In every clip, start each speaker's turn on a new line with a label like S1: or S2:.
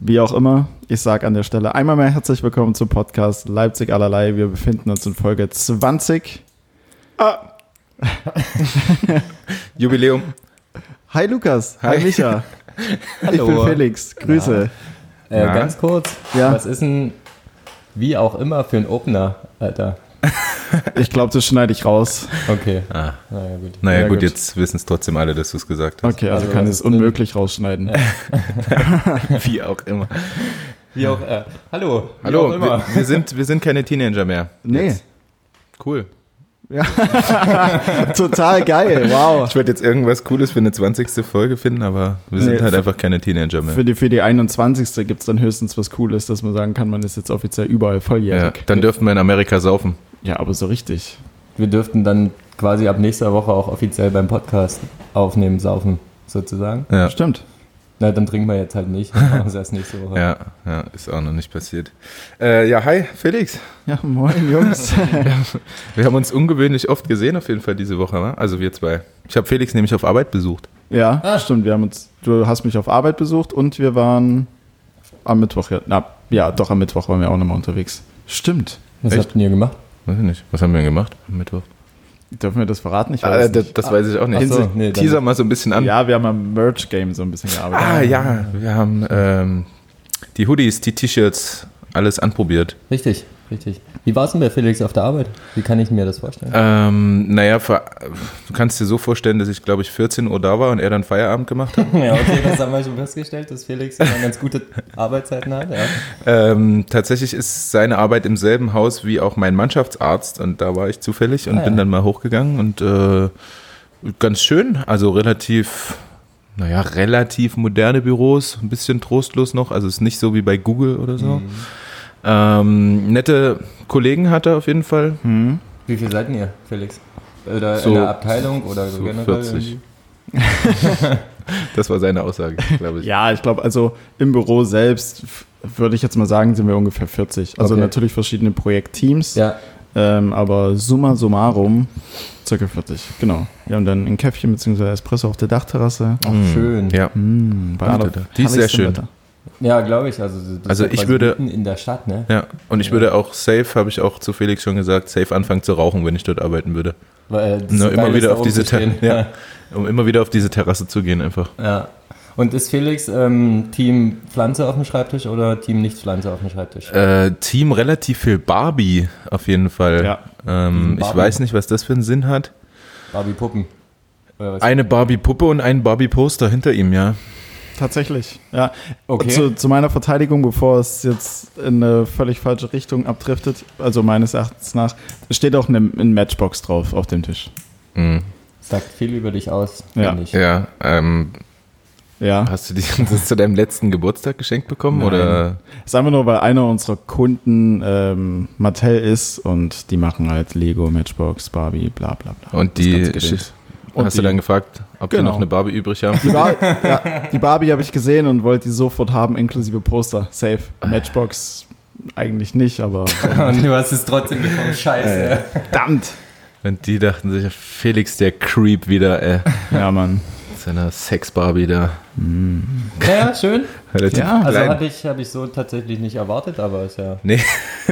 S1: Wie auch immer, ich sage an der Stelle einmal mehr herzlich willkommen zum Podcast Leipzig allerlei. Wir befinden uns in Folge 20.
S2: Ah. Jubiläum.
S1: Hi Lukas, hi,
S2: Hi.
S1: Micha. Ich bin
S3: Hallo.
S1: Felix, Grüße.
S3: Äh,
S2: Na?
S3: ganz kurz,
S1: Ja.
S3: was ist denn wie auch immer für ein Opener, Alter?
S1: Ich glaube, das schneide ich raus.
S3: Okay,
S2: Ah.
S3: naja gut.
S2: Naja,
S1: Ja,
S2: gut,
S1: gut.
S2: jetzt wissen es trotzdem alle, dass du es gesagt hast.
S1: Okay, also,
S3: Also,
S1: kann
S3: was
S1: es
S3: ist denn-
S1: unmöglich rausschneiden.
S2: Wie auch immer.
S3: Wie auch, äh, hallo, wie
S2: Hallo,
S3: auch immer.
S2: Wir, wir, sind, wir sind keine Teenager mehr.
S1: Nee,
S2: Cool.
S1: total geil, wow.
S2: Ich wollte jetzt irgendwas Cooles für eine 20. Folge finden, aber wir sind
S1: Nee,
S2: halt
S1: f-
S2: einfach keine Teenager mehr.
S1: Für die, für die 21. gibt es dann höchstens was Cooles, dass man sagen kann, man ist jetzt offiziell überall
S2: Ja,
S1: volljährig.
S2: dann dürfen wir in Amerika saufen.
S1: ja aber so richtig.
S3: Wir dürften dann quasi ab nächster Woche auch offiziell beim Podcast aufnehmen, saufen, sozusagen.
S2: Ja,
S1: Stimmt.
S3: Na, dann trinken wir jetzt halt nicht, dann machen wir es erst nächste Woche.
S2: ja, ja ist auch noch nicht passiert. Äh, ja, hi, Felix.
S1: Ja, moin Jungs.
S2: Wir haben uns ungewöhnlich oft gesehen, auf jeden Fall diese Woche, wa? also wir zwei. Ich habe Felix nämlich auf Arbeit besucht.
S1: ja, stimmt. Wir haben uns, du hast mich auf Arbeit besucht und wir waren am Mittwoch. Ja, na, ja doch, am Mittwoch waren wir auch nochmal unterwegs. Stimmt.
S3: Was
S2: Echt?
S3: habt denn ihr gemacht?
S2: Weiß ich nicht. Was haben wir denn gemacht am Mittwoch?
S1: Dürfen wir das verraten? Ich
S2: Ah,
S1: weiß
S2: das,
S1: nicht. Ah,
S2: das weiß ich auch nicht.
S3: Ach so, nee, dann-
S2: Teaser mal so ein bisschen an.
S1: Ja, wir haben am Merch-Game so ein bisschen gearbeitet.
S3: Ähm,
S2: Ah ja, wir haben ähm, die Hoodies, die T-Shirts, alles anprobiert.
S3: Richtig, richtig. Wie war es denn bei Felix auf der Arbeit? Wie kann ich mir das vorstellen?
S2: Ähm, naja, ver- du kannst dir so vorstellen, dass ich glaube ich 14 Uhr da war und er dann Feierabend gemacht hat.
S3: ja, okay, das haben wir schon festgestellt, dass Felix immer ganz gute Arbeitszeiten hat. Ja.
S2: ähm, tatsächlich ist seine Arbeit im selben Haus wie auch mein Mannschaftsarzt und da war ich zufällig und
S3: Ah, ja.
S2: bin dann mal hochgegangen und äh, ganz schön, also relativ. Naja, relativ moderne Büros, ein bisschen trostlos noch, also es ist nicht so wie bei Google oder so.
S3: Mhm.
S2: Ähm, nette Kollegen hat er auf jeden Fall,
S3: Wie viel seid denn ihr, Felix? Oder
S2: So-
S3: in der Abteilung oder so
S2: so
S3: generell?
S2: 40.
S3: irgendwie?
S2: das war seine Aussage, glaube ich.
S1: Ja, ich glaube, also im Büro selbst f- würde ich jetzt mal sagen, sind wir ungefähr 40. Also
S3: Okay.
S1: natürlich verschiedene Projektteams,
S3: Ja,
S1: ähm, aber summa summarum circa 40. Genau. Wir haben dann ein Käffchen bzw. Espresso auf der Dachterrasse.
S3: Ach, schön.
S2: Hm. Ja.
S1: Mm, bei aller-
S2: Oh, Die ist sehr
S1: herrlichstem
S2: schön.
S1: Wetter.
S3: Ja, glaube ich. Also, das ist
S2: Also
S3: ja
S2: ich
S3: quasi
S2: würde-
S3: mitten in der Stadt, ne?
S2: ja. Und ich würde auch safe, habe ich auch zu Felix schon gesagt, safe anfangen zu rauchen, wenn ich dort arbeiten würde.
S3: Weil äh,
S2: Nur
S3: das so geil
S2: immer
S3: ist,
S2: wieder
S3: da
S2: auf diese Ter
S3: rumzustehen.
S2: ja. Um immer wieder auf diese Terrasse zu gehen einfach.
S3: ja. Und ist Felix ähm, Team Pflanze auf dem Schreibtisch oder Team Nicht-Pflanze auf dem Schreibtisch?
S2: Äh, Team relativ viel Barbie auf jeden Fall.
S1: Ja.
S2: Ähm, Ich
S3: Barbie.
S2: weiß nicht, was das für einen Sinn hat.
S3: Barbie Puppen. Oder was?
S2: Eine Barbie-Puppe und ein Barbie-Poster hinter ihm, ja.
S1: Tatsächlich, ja.
S3: Okay.
S1: Zu, zu meiner Verteidigung, bevor es jetzt in eine völlig falsche Richtung abdriftet, also meines Erachtens nach, steht auch eine, ein Matchbox drauf auf dem Tisch.
S3: Sagt viel über dich aus,
S1: Ja.
S3: finde ich.
S2: Ja. Ähm,
S1: Ja.
S2: hast du die, das zu deinem letzten Geburtstag geschenkt bekommen?
S1: Nein.
S2: Oder?
S1: Das ist einfach nur, weil einer unserer Kunden ähm, Mattel ist und die machen halt Lego, Matchbox, Barbie, bla bla bla.
S2: Und
S1: Das
S2: die-
S1: ganze Gedöns. Und
S2: hast
S1: die,
S2: du dann gefragt, ob die
S1: Genau.
S2: noch eine Barbie übrig haben?
S1: die, Bar ja, die Barbie habe ich gesehen und wollte die sofort haben, inklusive Poster. Safe. Matchbox eigentlich nicht, aber
S3: Und du hast es trotzdem bekommen. Scheiße.
S1: verdammt.
S2: Und die dachten sich, Felix der Creep wieder, ey.
S1: Ja, Mann.
S2: Mit seiner Sex-Barbie da.
S3: Ja, schön.
S2: Relativ
S1: Ja,
S3: Also
S2: klein.
S3: habe ich, hab ich so tatsächlich nicht erwartet, aber ist ja,
S2: nee,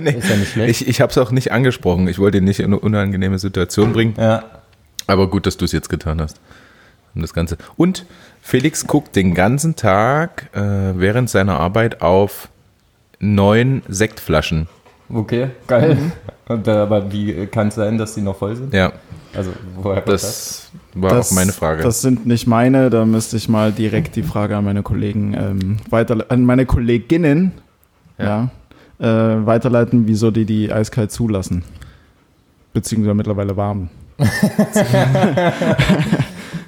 S2: nee.
S3: ist ja nicht schlecht.
S2: Ich, ich habe es auch nicht angesprochen. Ich wollte ihn nicht in eine unangenehme Situation bringen.
S3: ja.
S2: Aber gut, dass du es jetzt getan hast. Und das Ganze. Und Felix guckt den ganzen Tag äh, während seiner Arbeit auf neun Sektflaschen.
S3: Okay, geil. Und, äh, aber wie kann es sein, dass die noch voll sind?
S2: Ja,
S3: Also, woher kommt
S2: das war auch meine Frage.
S1: Das sind nicht meine, da müsste ich mal direkt die Frage an meine Kollegen ähm, weiter an meine Kolleginnen ja.
S2: Ja.
S1: äh, weiterleiten, wieso die die eiskalt zulassen. Beziehungsweise mittlerweile warm.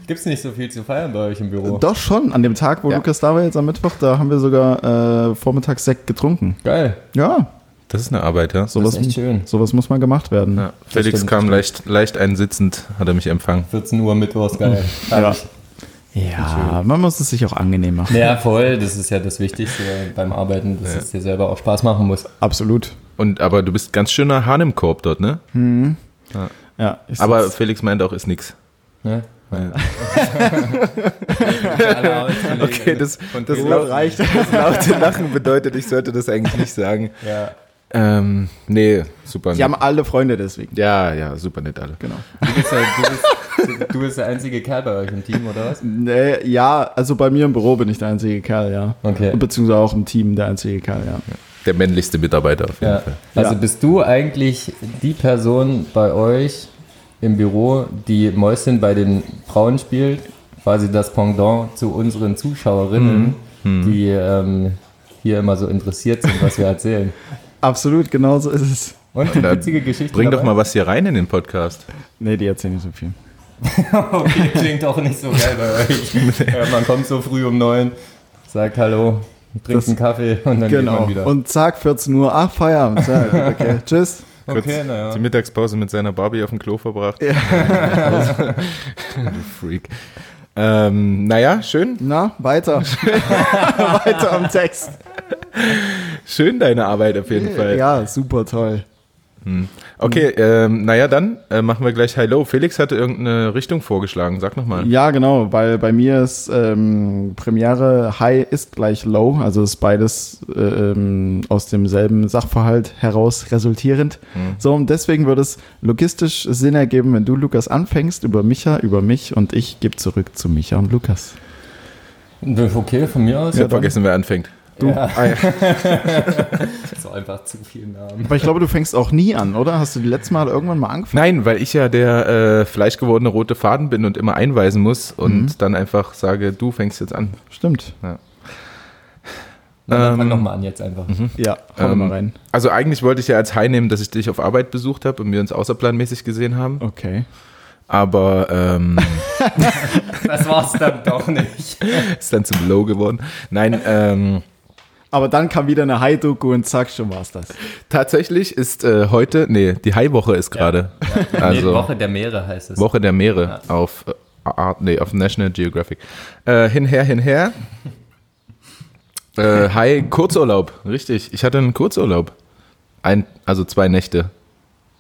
S3: Gibt es nicht so viel zu feiern bei euch im Büro?
S1: Äh, Doch schon, an dem Tag, wo
S2: Ja.
S1: Lukas da war jetzt am Mittwoch, da haben wir sogar äh, vormittags Sekt getrunken.
S3: Geil.
S1: Ja,
S2: Das ist eine Arbeit, ja.
S1: sowas,
S3: Das ist echt schön.
S1: sowas muss mal gemacht werden.
S2: ja. Felix
S3: stimmt,
S2: kam leicht, leicht einsitzend, hat er mich empfangen.
S3: 14 Uhr Mittwochs, geil.
S2: Mhm.
S1: Ja. Ja, man muss es sich auch angenehm machen.
S3: Ja, voll. Das ist ja das Wichtigste beim Arbeiten, dass es dir selber auch Spaß machen muss.
S1: Absolut.
S2: Und aber du bist ganz schöner Hahn im Korb dort, ne?
S1: Ja, ich
S2: Aber
S1: sitz-
S2: Felix meint auch, ist nix.
S3: Ne?
S2: Okay, das, das,
S3: Büro
S2: laut,
S3: reicht.
S2: das laute Lachen bedeutet, ich sollte das eigentlich nicht sagen.
S3: Ja.
S2: Ähm, nee, super
S1: Die haben alle Freunde deswegen.
S2: Ja, ja, super nett alle.
S1: Genau.
S3: Du bist, halt, du, bist, du bist der einzige Kerl bei euch im Team, oder was?
S1: Nee, ja, also bei mir im Büro bin ich der einzige Kerl, ja.
S3: Okay.
S1: Beziehungsweise auch im Team der einzige Kerl, ja.
S2: Der männlichste Mitarbeiter auf jeden
S3: Ja.
S2: Fall.
S3: Also
S1: Ja.
S3: bist du eigentlich die Person bei euch im Büro, die Mäuschen bei den Frauen spielt? Quasi das Pendant zu unseren Zuschauerinnen, die ähm, hier immer so interessiert sind, was wir erzählen.
S1: Absolut, genau so ist es.
S3: Und
S2: dann
S3: witzige Geschichte.
S2: Bring doch
S3: dabei?
S2: mal was hier rein in den Podcast.
S1: Nee, die erzählen nicht so viel.
S3: Okay, klingt auch nicht so geil bei euch. Ja, man kommt so früh um neun, sagt Hallo, trinkt
S1: Das-
S3: einen Kaffee und dann geht
S1: Genau.
S3: man wieder.
S1: Und zack, 14 Uhr, ach, Feierabend. Ja, gut, okay, tschüss.
S3: okay, naja.
S2: Die Mittagspause mit seiner Barbie auf dem Klo verbracht. Ja. du Freak. Ähm, naja, schön.
S1: Na, weiter. weiter am Text.
S2: Schön deine Arbeit auf jeden Fall.
S1: Ja, super toll.
S2: Okay, ähm, naja, dann äh, machen wir gleich Hello. Felix hatte irgendeine Richtung vorgeschlagen. Sag nochmal.
S1: Ja, genau, weil bei mir ist ähm, Premiere High ist gleich Low, also ist beides äh, ähm, aus demselben Sachverhalt heraus resultierend.
S2: Mhm.
S1: So, und deswegen würde es logistisch Sinn ergeben, wenn du, Lukas, anfängst über Micha, über mich und ich gebe zurück zu Micha und Lukas.
S3: Okay, von mir aus.
S2: Ich hab vergessen, wer anfängt.
S1: Du, Ah, ja.
S3: So einfach zu viel Namen.
S1: Aber ich glaube, du fängst auch nie an, oder? Hast du die letzte Mal irgendwann mal angefangen?
S2: Nein, weil ich ja der äh, fleischgewordene rote Faden bin und immer einweisen muss und dann einfach sage, du fängst jetzt an.
S1: Stimmt.
S3: Dann
S2: Ähm,
S3: fang nochmal an jetzt einfach.
S1: Ja, hau
S2: Ähm,
S1: mal rein.
S2: Also eigentlich wollte ich ja als High nehmen, dass ich dich auf Arbeit besucht habe und wir uns außerplanmäßig gesehen haben.
S1: Okay.
S2: Aber ähm,
S3: Das war's dann doch nicht.
S2: ist dann zum Low geworden. Nein, ähm,
S1: Aber dann kam wieder eine High-Doku und zack, schon war's das.
S2: tatsächlich ist äh, heute, nee, die High-Woche ist gerade. Also Woche.
S3: Woche der Meere heißt es.
S2: der Meere auf, äh, Art- nee, auf National Geographic. Äh, hinher, hinher. Äh, High Kurzurlaub, richtig. Ich hatte einen Kurzurlaub. Ein, also zwei Nächte.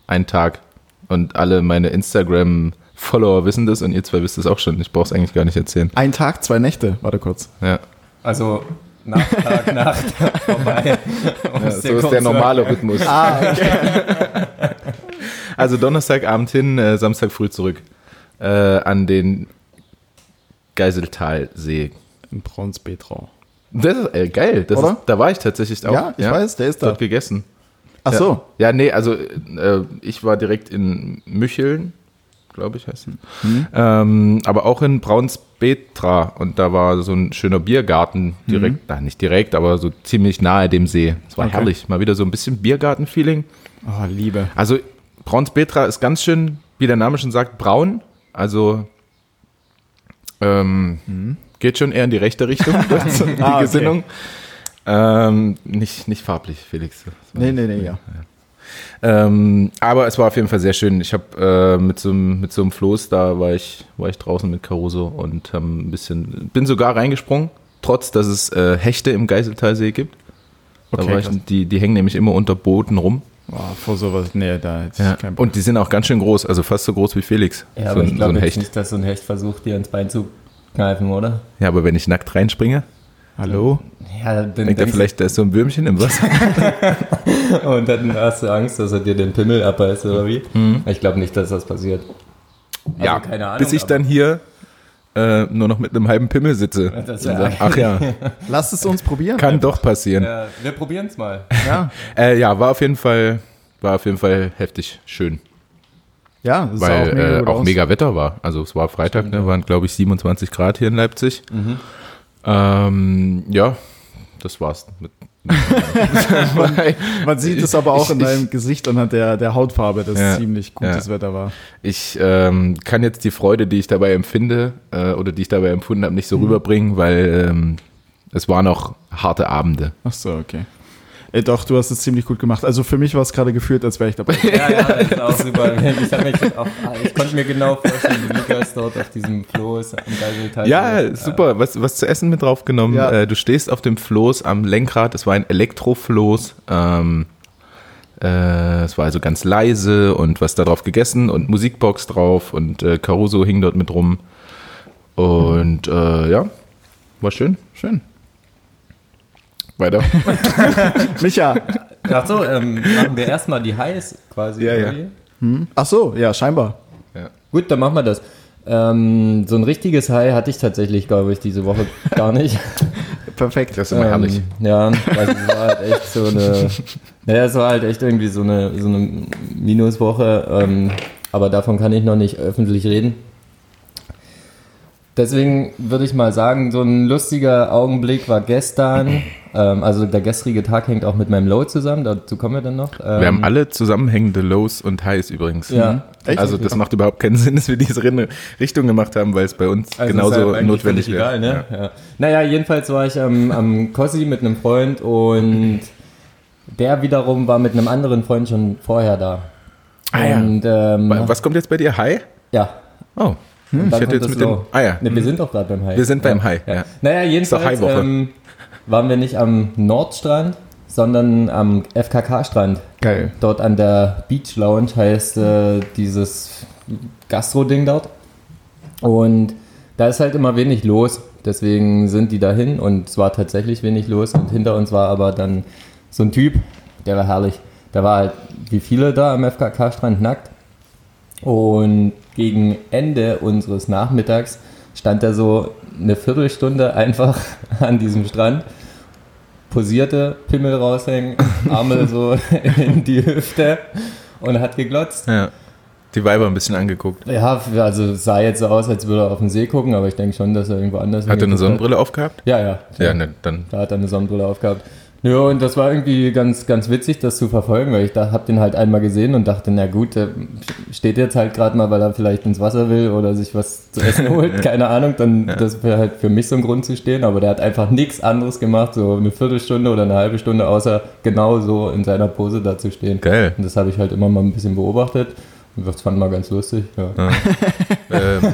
S2: Ein Tag. Und alle meine Instagram-Follower wissen das und ihr zwei wisst es auch schon. Ich brauch's eigentlich gar nicht erzählen.
S1: Ein Tag, zwei Nächte. Warte kurz.
S2: Ja.
S3: Also Nacht, Tag, Nacht, vorbei.
S2: Ja, so ist der Ah, normale Rhythmus. also Donnerstagabend hin, äh, Samstag früh zurück äh, an den Geiseltalsee.
S1: In Braunsbetrau.
S2: Das ist äh, geil. Das
S1: Oder?
S2: ist, da war ich tatsächlich auch.
S1: Ja, ich weiß, der ist da.
S2: Dort gegessen.
S1: Ach
S2: Ja.
S1: so.
S2: Ja, nee, also äh, ich war direkt in Mücheln, glaube ich heißt es.
S1: Mhm.
S2: Ähm, aber auch in Braunsbetra und da war so ein schöner Biergarten direkt, na, nicht direkt, aber so ziemlich nahe dem See. Es war
S1: Mhm. Okay.
S2: herrlich. Mal wieder so ein bisschen Biergarten-Feeling.
S1: Oh, Liebe.
S2: Also Braunspetra ist ganz schön, wie der Name schon sagt, braun. Also ähm, geht schon eher in die rechte Richtung, die
S1: Ah, okay.
S2: Gesinnung. Ähm, nicht, nicht farblich, Felix. Das war-
S1: Nee, nee, nee, ja.
S2: Ähm, aber es war auf jeden Fall sehr schön. Ich habe äh, mit, so einem- mit so einem Floß, da war ich, war ich draußen mit Caruso und haben ein bisschen, bin sogar reingesprungen, trotz dass es äh, Hechte im Geiseltalsee gibt. Da
S1: Okay,
S2: war ich,
S1: krass.
S2: die, die hängen nämlich immer unter Booten rum.
S1: Oh, vor sowas, nee, da hätte ich
S2: Ja.
S1: keinen Bock.
S2: Und die sind auch ganz schön groß, also fast so groß wie Felix.
S3: Ja,
S2: so,
S3: aber
S2: ein-
S3: ich
S2: so
S3: glaube
S2: ein
S3: jetzt
S2: Hecht.
S3: nicht, dass so ein Hecht versucht, dir ins Bein zu kneifen, oder?
S2: Ja, aber wenn ich nackt reinspringe,
S1: Hallo?
S3: Ja, dann
S2: denkt er
S3: denkst-
S2: vielleicht, da ist so ein Würmchen im Wasser.
S3: Und dann hast du Angst, dass er dir den Pimmel abbeißt, oder wie?
S2: Mhm.
S3: Ich glaube nicht, dass das passiert.
S2: ja,
S3: keine Ahnung,
S2: bis ich dann hier äh, nur noch mit einem halben Pimmel sitze.
S3: Das ist
S2: und
S3: ja
S2: sag, ach ja,
S1: Lass es uns probieren.
S2: kann doch passieren.
S3: Ja, wir probieren es mal.
S1: Ja,
S2: Äh, ja, war auf jeden Fall, war auf jeden Fall heftig schön,
S1: ja das
S2: weil auch, mega, äh,
S1: gut
S2: auch
S1: aus.
S2: mega Wetter war. Also es war Freitag, ne, waren glaube ich 27 Grad hier in Leipzig.
S1: Mhm.
S2: Ähm, ja, das war's. Mit,
S1: Man sieht es aber auch
S2: Ich-
S1: in
S2: ich-
S1: deinem Gesicht anhand der, der Hautfarbe, dass
S2: Ja,
S1: ziemlich gutes
S2: ja.
S1: Wetter war.
S2: Ich ähm, kann jetzt die Freude, die ich dabei empfinde äh, oder die ich dabei empfunden habe, nicht so rüberbringen, weil ähm, es waren auch harte Abende.
S1: Ach so, okay. Äh, doch, du hast es ziemlich gut gemacht. Also für mich war es gerade gefühlt, als wäre ich dabei.
S3: Ja, ja, das ist auch super. Ich, hab mich auch, ich konnte mir genau vorstellen, wie Lukas dort auf diesem Floß am Geiselteil.
S2: Ja, super. Was, was zu essen mit draufgenommen?
S1: Ja.
S2: Äh, du stehst auf dem Floß am Lenkrad. Es war ein Elektrofloß. Ähm, äh, es war also ganz leise und was da drauf gegessen und Musikbox drauf und äh, Caruso hing dort mit rum. Und äh, ja, war schön.
S1: Schön.
S2: Weiter.
S1: Micha.
S3: Ach so, ähm, machen wir erstmal die Highs quasi.
S2: Ja, ja.
S3: oder wie?
S1: Ach so, ja, scheinbar.
S3: Gut, dann machen wir das. Ähm, so ein richtiges High hatte ich tatsächlich, glaube ich, diese Woche gar nicht. Ähm,
S1: Perfekt.
S2: Das ist immer herrlich.
S3: Ja, also es war halt echt so eine. Naja, es war halt echt irgendwie so eine, so eine Minuswoche. Ähm, aber davon kann ich noch nicht öffentlich reden. Deswegen würde ich mal sagen, so ein lustiger Augenblick war gestern. Ähm, also der gestrige Tag hängt auch mit meinem Low zusammen, dazu kommen wir dann noch. Ähm,
S2: Wir haben alle zusammenhängende Lows und Highs übrigens.
S3: Ja.
S1: Echt?
S2: Also das macht überhaupt keinen Sinn, dass wir diese Rinne- Richtung gemacht haben, weil es bei uns
S3: Also ist
S2: genauso
S3: halt eigentlich
S2: notwendig
S3: völlig
S2: wäre.
S3: Egal, ne? ja. Naja, jedenfalls war ich am, am Kossi mit einem Freund und der wiederum war mit einem anderen Freund schon vorher da.
S2: Ah ja.
S3: Und ähm,
S2: Wa- Was kommt jetzt bei dir? High?
S3: ja,
S2: Oh.
S3: und
S2: ich hätte jetzt
S3: Hm, das
S2: mit dem.
S3: Low.
S2: Ah ja.
S3: Ne, wir sind doch gerade beim High.
S2: Wir sind beim High. Ja.
S3: Naja,
S2: doch
S3: jedenfalls
S2: High-Woche.
S3: ähm, waren wir nicht am Nordstrand, sondern am FKK-Strand.
S1: Geil.
S3: Dort an der Beach Lounge heißt äh, dieses Gastro-Ding dort. Und da ist halt immer wenig los. Deswegen sind die dahin und es war tatsächlich wenig los. Und hinter uns war aber dann so ein Typ, der war herrlich. Der war halt wie viele da am FKK-Strand nackt. Und gegen Ende unseres Nachmittags stand er so eine Viertelstunde einfach an diesem Strand, posierte, Pimmel raushängen, Arme so in die Hüfte und hat geglotzt.
S2: Hm. ja. Die Weiber ein bisschen angeguckt.
S3: Ja, also es sah jetzt so aus, als würde er auf den See gucken, aber ich denke schon, dass er irgendwo anders
S2: Hat er eine
S3: hingeguckt
S2: Sonnenbrille aufgehabt?
S3: Ja, ja.
S2: Ja, ne, dann.
S3: Da hat er eine Sonnenbrille aufgehabt. Ja, und das war irgendwie ganz, ganz witzig, das zu verfolgen, weil ich da hab den halt einmal gesehen und dachte, na gut, der steht jetzt halt gerade mal, weil er vielleicht ins Wasser will oder sich was zu essen holt, keine Ahnung, dann das wäre halt für mich so ein Grund zu stehen, aber der hat einfach nichts anderes gemacht, so eine Viertelstunde oder eine halbe Stunde, außer genau so in seiner Pose da zu stehen.
S2: Geil.
S3: Und das habe ich halt immer mal ein bisschen beobachtet und das fand mal ganz lustig. Ja.
S2: ähm,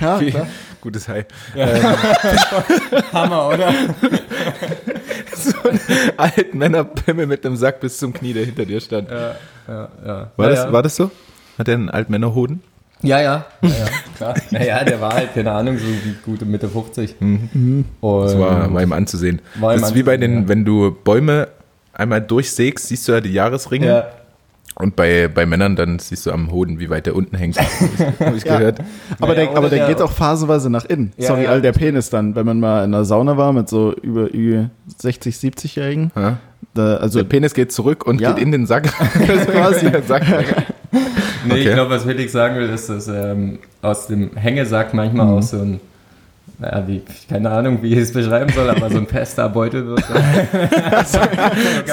S1: Ja, klar.
S2: gutes High.
S3: Hammer, oder?
S2: Alten Männerpimmel mit einem Sack bis zum Knie, der hinter dir stand.
S3: Ja, ja.
S2: War,
S3: Ja,
S2: das,
S3: ja.
S2: war das so? Hat er einen Altmännerhoden?
S3: Ja, ja, ja, ja klar. Naja, der war halt, keine Ahnung, so wie gute Mitte 50. Mhm.
S2: Mhm.
S3: Und
S2: Das war, war ihm anzusehen.
S3: War ihm
S2: das ist wie bei
S3: Äh, anzusehen,
S2: den,
S3: ja.
S2: wenn du Bäume einmal durchsägst, siehst du ja die Jahresringe.
S3: ja,
S2: Und bei, bei Männern, dann siehst du am Hoden, wie weit der unten hängt. Habe ich
S1: Ja.
S2: gehört.
S1: Aber,
S3: Naja,
S1: der, aber
S3: oder
S1: der
S3: der-
S1: geht auch phasenweise nach innen.
S3: Ja,
S1: Sorry,
S3: ja.
S1: all der Penis dann, wenn man mal in der Sauna war mit so über, über 60, 70-Jährigen.
S2: Ja.
S1: Da, also
S2: Der Penis geht zurück und
S1: Ja.
S2: geht in den Sack. Das ist quasi der Sack.
S3: nee, ich
S2: Okay.
S3: glaube, was Felix sagen will, ist, dass ähm, aus dem Hängesack manchmal
S2: Mhm.
S3: auch so ein, naja, wie, keine Ahnung, wie ich es beschreiben soll, aber so ein fester Beutel wird.
S2: So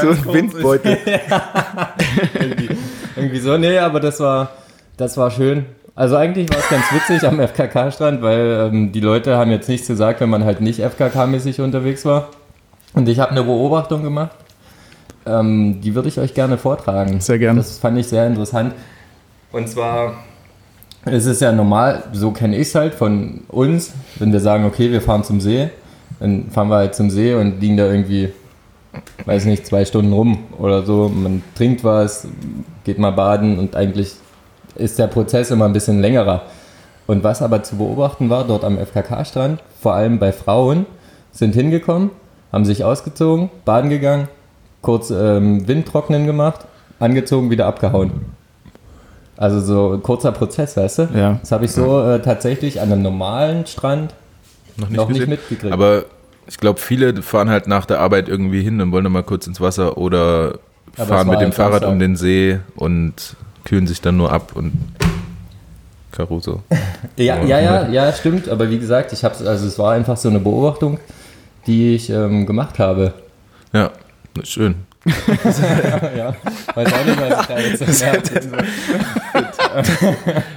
S2: ein Windbeutel.
S3: irgendwie, irgendwie so, nee, aber das war, das war schön. Also eigentlich war es ganz witzig am FKK-Strand, weil ähm, die Leute haben jetzt nichts gesagt, wenn man halt nicht FKK-mäßig unterwegs war. Und ich habe eine Beobachtung gemacht. Ähm, die würde ich euch gerne vortragen.
S1: Sehr gern.
S3: Das fand ich sehr interessant. Und zwar es ist ja normal, so kenne ich es halt von uns, wenn wir sagen, okay, wir fahren zum See, dann fahren wir halt zum See und liegen da irgendwie, weiß nicht, zwei Stunden rum oder so. Man trinkt was, geht mal baden und eigentlich ist der Prozess immer ein bisschen längerer. Und was aber zu beobachten war dort am FKK-Strand, vor allem bei Frauen, sind hingekommen, haben sich ausgezogen, baden gegangen, kurz ähm, Windtrocknen gemacht, angezogen, wieder abgehauen. Also so ein kurzer Prozess, weißt du?
S1: Ja.
S3: Das habe ich so äh, tatsächlich an einem normalen Strand
S2: Noch
S3: noch nicht
S2: gesehen?
S3: mitgekriegt.
S2: Aber ich glaube, viele fahren halt nach der Arbeit irgendwie hin und wollen dann mal kurz ins Wasser oder
S3: Aber es
S2: fahren
S3: war
S2: mit dem
S3: halt
S2: Fahrrad
S3: Samstag.
S2: um den See und kühlen sich dann nur ab und Caruso.
S3: Ja, ja, ja, ja, stimmt. Aber wie gesagt, ich habe also es war einfach so eine Beobachtung, die ich ähm, gemacht habe.
S2: Ja, schön.
S3: ja, weiß auch nicht, was ich da jetzt merke.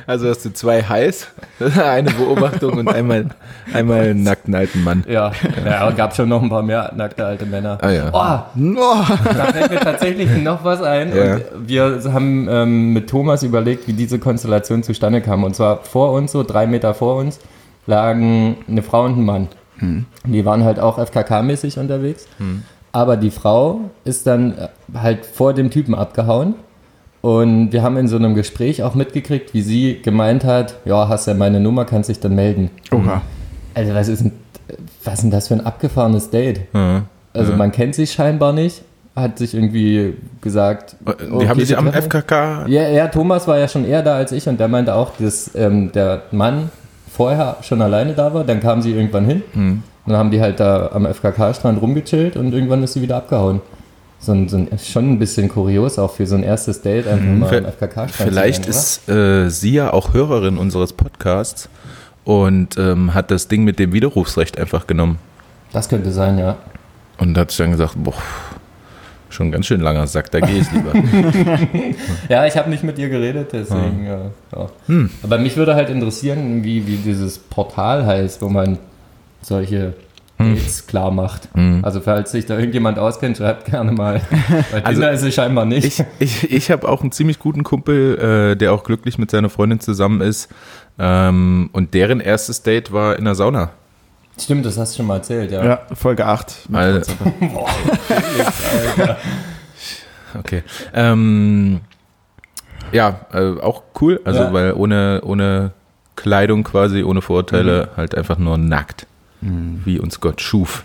S2: Also hast du zwei heiß, eine Beobachtung und einmal, einmal einen nackten alten Mann.
S3: Ja, ja, gab schon noch ein paar mehr nackte alte Männer.
S2: Ah ja.
S3: Oh,
S1: oh,
S3: da fällt mir tatsächlich noch was ein.
S2: Ja.
S3: Und wir haben ähm, mit Thomas überlegt, wie diese Konstellation zustande kam. Und zwar vor uns, so drei Meter vor uns, lagen eine Frau und ein Mann. Die waren halt auch FKK-mäßig unterwegs. Aber die Frau ist dann äh, halt vor dem Typen abgehauen. Und wir haben in so einem Gespräch auch mitgekriegt, wie sie gemeint hat, ja, hast ja meine Nummer, kannst dich dann melden.
S1: Oha.
S3: Also was ist denn, was ist denn das für ein abgefahrenes Date?
S2: Ja.
S3: Also
S2: ja.
S3: man kennt sich scheinbar nicht, hat sich irgendwie gesagt.
S2: Äh, Die haben sich am FKK.
S3: Ja, ja, Thomas war ja schon eher da als ich und der meinte auch, dass ähm, der Mann vorher schon alleine da war, dann kam sie irgendwann hin.
S2: Hm.
S3: Und dann haben die halt da am FKK-Strand rumgechillt und irgendwann ist sie wieder abgehauen. So ein, so ein, schon ein bisschen kurios auch für so ein erstes Date einfach mal
S2: Ve-
S3: am FKK-Strand. zu
S2: Hm. Vielleicht
S3: sein, oder?
S2: ist äh, sie ja auch Hörerin unseres Podcasts und ähm, hat das Ding mit dem Widerrufsrecht einfach genommen.
S3: Das könnte sein, ja.
S2: Und hat sich dann gesagt, boah, schon ein ganz schön langer Sack, da gehe ich lieber.
S3: Ja, ich habe nicht mit ihr geredet,
S1: Hm.
S3: deswegen. Ja. Ja. Aber mich würde halt interessieren, wie, wie dieses Portal heißt, wo man solche
S1: Hm.
S3: Dates klar macht. Also, falls sich da irgendjemand auskennt, schreibt gerne mal. Bei
S2: Also,
S3: Tinder ist es scheinbar nicht.
S2: Ich, ich, ich habe auch einen ziemlich guten Kumpel, äh, der auch glücklich mit seiner Freundin zusammen ist. Ähm, und deren erstes Date war in der Sauna.
S3: Stimmt, das hast du schon mal erzählt, ja.
S1: Ja, Folge 8.
S2: Al- okay. Ähm, ja, äh, auch cool. Also,
S3: Ja.
S2: weil ohne, ohne Kleidung quasi, ohne Vorurteile,
S1: Mhm.
S2: halt einfach nur nackt. Wie uns Gott schuf.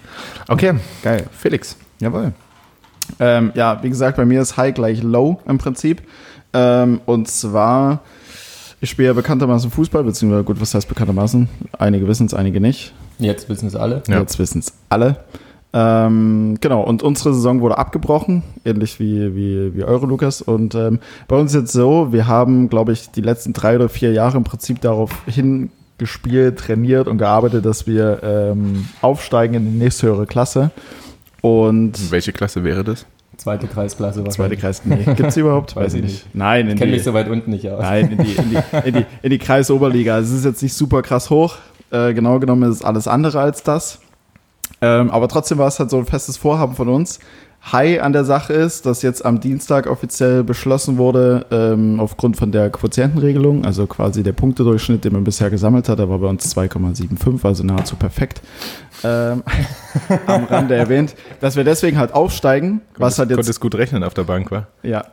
S2: Okay,
S1: Geil.
S2: Felix.
S1: Jawohl. Ähm, ja, wie gesagt, bei mir ist High gleich Low im Prinzip. Ähm, und zwar, ich spiele ja bekanntermaßen Fußball, beziehungsweise gut, was heißt bekanntermaßen? Einige wissen es, einige nicht.
S3: Jetzt wissen es alle.
S2: Ja.
S1: Jetzt wissen es alle. Ähm, genau, und unsere Saison wurde abgebrochen, ähnlich wie, wie, wie eure, Lukas. Und ähm, bei uns ist jetzt so, wir haben, glaube ich, die letzten drei oder vier Jahre im Prinzip darauf hingespielt, trainiert und gearbeitet, dass wir ähm, aufsteigen in die nächsthöhere Klasse. Und
S2: Welche Klasse wäre das?
S3: Zweite Kreisklasse war
S1: Zweite Kreis, nee. Gibt's die überhaupt?
S3: Weiß
S1: Weiß
S3: ich
S1: ich nicht. Nein, in
S3: Ich kenne
S1: die,
S3: mich so weit unten nicht aus.
S1: nein, in die, in die, in die, in die Kreisoberliga. Es ist jetzt nicht super krass hoch. Äh, genau genommen ist es alles andere als das. Ähm, aber trotzdem war es halt so ein festes Vorhaben von uns. High an der Sache ist, dass jetzt am Dienstag offiziell beschlossen wurde, ähm, aufgrund von der Quotientenregelung, also quasi der Punktedurchschnitt, den man bisher gesammelt hat, der war bei uns 2,75, also nahezu perfekt, ähm, am Rande erwähnt, dass wir deswegen halt aufsteigen, was halt jetzt
S2: Konntest gut rechnen auf der Bank, war?
S1: ja,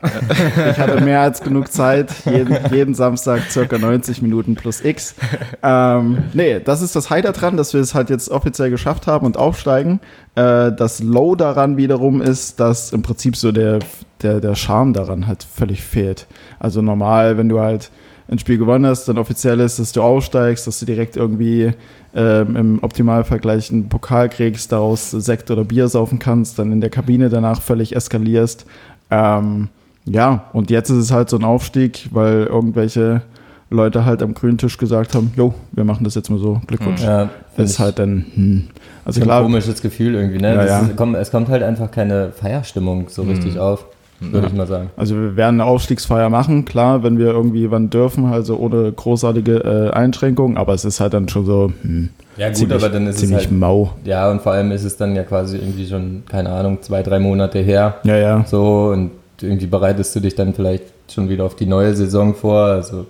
S1: ich hatte mehr als genug Zeit, jeden, jeden Samstag circa 90 Minuten plus X. Ähm, nee, das ist das High daran, dass wir es halt jetzt offiziell geschafft haben und aufsteigen. Äh, das Low daran wiederum ist, dass im Prinzip so der, der, der Charme daran halt völlig fehlt. Also normal, wenn du halt ein Spiel gewonnen hast, dann offiziell ist, dass du aufsteigst, dass du direkt irgendwie ähm, im Optimalvergleich einen Pokal kriegst, daraus Sekt oder Bier saufen kannst, dann in der Kabine danach völlig eskalierst. Ähm, ja, und jetzt ist es halt so ein Aufstieg, weil irgendwelche Leute halt am grünen Tisch gesagt haben, jo, wir machen das jetzt mal so, Glückwunsch.
S3: Mhm. Ja,
S1: Das
S3: find
S1: ist
S3: ich
S1: halt dann, hm. also
S3: so ein
S1: klar,
S3: komisches Gefühl irgendwie,
S1: Ja,
S3: ne?
S1: Hm.
S3: Das
S1: ja.
S3: Ist, komm, es kommt halt einfach keine Feierstimmung so richtig auf, würde ich mal sagen.
S1: also wir werden eine Aufstiegsfeier machen, klar, wenn wir irgendwie wann dürfen, also ohne großartige äh, Einschränkungen, aber es ist halt dann schon so, hm,
S3: Ja, gut,
S1: ziemlich,
S3: aber dann ist es
S1: ziemlich
S3: halt-
S1: mau.
S3: Ja, und vor allem ist es dann ja quasi irgendwie schon, keine Ahnung, zwei, drei Monate her.
S1: Ja, ja.
S3: So, und irgendwie bereitest du dich dann vielleicht schon wieder auf die neue Saison vor. Also,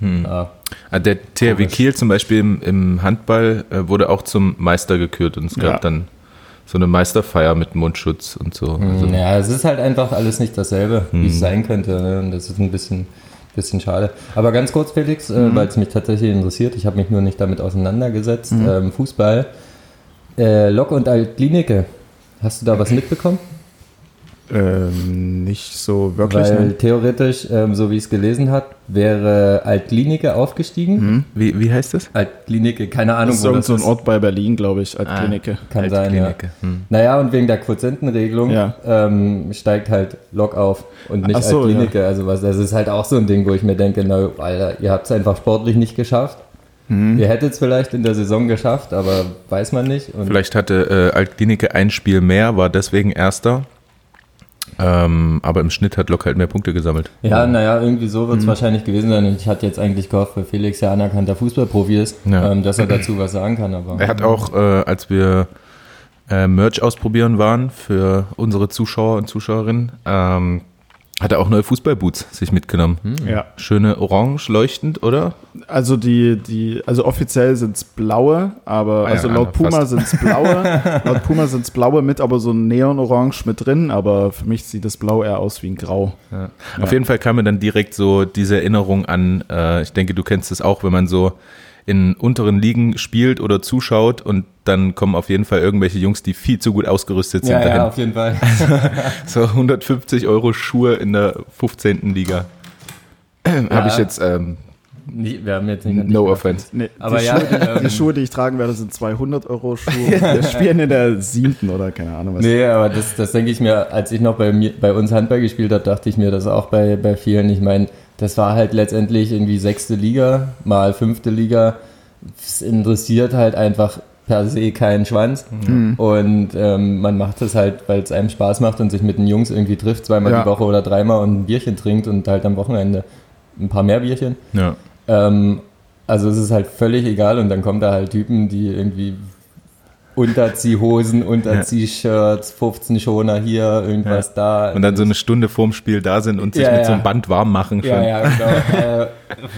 S3: ja.
S2: Ah, Der THW Kiel zum Beispiel im, im Handball äh, wurde auch zum Meister gekürt und es gab
S1: Ja.
S2: dann so eine Meisterfeier mit Mundschutz und so.
S1: Mhm.
S2: Also,
S3: ja, es ist halt einfach alles nicht dasselbe, wie es sein könnte. Ne? Und das ist ein bisschen, bisschen schade. Aber ganz kurz, Felix, äh, weil es mich tatsächlich interessiert, ich habe mich nur nicht damit auseinandergesetzt. Ähm, Fußball, äh, Lok und Altlinike. Hast du da was mitbekommen?
S1: Ähm, nicht so wirklich.
S3: Weil
S1: ne?
S3: theoretisch, ähm, so wie ich es gelesen habe, wäre Altlinike aufgestiegen.
S2: wie, wie heißt das?
S3: Altklinike, keine Ahnung,
S1: Das ist irgend so ein Ort bei Berlin, glaube ich,
S3: Ah.
S1: als Klinike.
S3: Kann
S2: Alte
S3: sein, ja.
S2: Klinike, hm.
S3: Naja, und wegen der Quotientenregelung
S1: Ja.
S3: ähm, steigt halt Lok auf und nicht
S1: Ach so,
S3: Altklinike. Also was, das ist halt auch so ein Ding, wo ich mir denke, na, Alter, ihr habt es einfach sportlich nicht geschafft.
S1: Mhm.
S3: Ihr hättet es vielleicht in der Saison geschafft, aber weiß man nicht. Und
S2: Vielleicht hatte äh, Altklinike ein Spiel mehr, war deswegen Erster. Ähm, aber im Schnitt hat Lok halt mehr Punkte gesammelt.
S3: ja, naja, irgendwie so
S1: Mhm.
S3: wird es wahrscheinlich gewesen sein. Und ich hatte jetzt eigentlich gehofft, weil Felix ja anerkannter Fußballprofi ist,
S2: Ja.
S3: ähm, dass er dazu was sagen kann. Aber
S2: Er hat auch, äh, als wir äh, Merch ausprobieren waren für unsere Zuschauer und Zuschauerinnen, ähm, Hat er auch neue Fußballboots sich mitgenommen.
S3: Hm.
S1: Ja.
S2: Schöne orange, leuchtend, oder?
S1: Also die, die, also offiziell sind es blaue, aber
S2: ja,
S1: also
S2: ja,
S1: laut Puma
S2: fast.
S1: sind es blaue. laut Puma sind es blaue mit aber so ein Neonorange mit drin, aber für mich sieht das Blau eher aus wie ein Grau.
S2: Ja. Auf jeden Fall kam mir dann direkt so diese Erinnerung an, äh, ich denke, du kennst es auch, wenn man so in unteren Ligen spielt oder zuschaut und dann kommen auf jeden Fall irgendwelche Jungs, die viel zu gut ausgerüstet sind,
S3: Ja, ja,
S2: dahin.
S3: auf jeden Fall.
S2: So 150 Euro Schuhe in der 15. Liga. Habe ich jetzt, ähm,
S3: Nie- Wir haben jetzt nicht an dich
S2: no
S3: gedacht.
S2: offense.
S1: Nee,
S3: Aber
S1: die,
S3: ja,
S1: Schuhe, die,
S3: ähm,
S1: die Schuhe, die ich tragen werde, sind 200 Euro Schuhe. Wir spielen in der siebten oder keine Ahnung was.
S3: Nee, aber das, das denke ich mir, als ich noch bei, mir, bei uns Handball gespielt habe, dachte ich mir das auch bei, bei vielen. Ich meine, das war halt letztendlich irgendwie sechste Liga mal fünfte Liga. Es interessiert halt einfach per se keinen Schwanz. Und ähm, man macht es halt, weil es einem Spaß macht und sich mit den Jungs irgendwie trifft, zweimal
S1: Ja.
S3: die Woche oder dreimal und ein Bierchen trinkt und halt am Wochenende ein paar mehr Bierchen.
S2: Ja.
S3: Ähm, also es ist halt völlig egal und dann kommen da halt Typen, die irgendwie Unterziehhosen, Unterziehshirts, 15 Schoner hier, irgendwas da.
S2: Und dann so eine Stunde vorm Spiel da sind und sich
S3: Ja,
S2: mit
S3: ja.
S2: so einem Band warm machen.
S3: ja,
S2: schon.
S3: ja, genau. äh,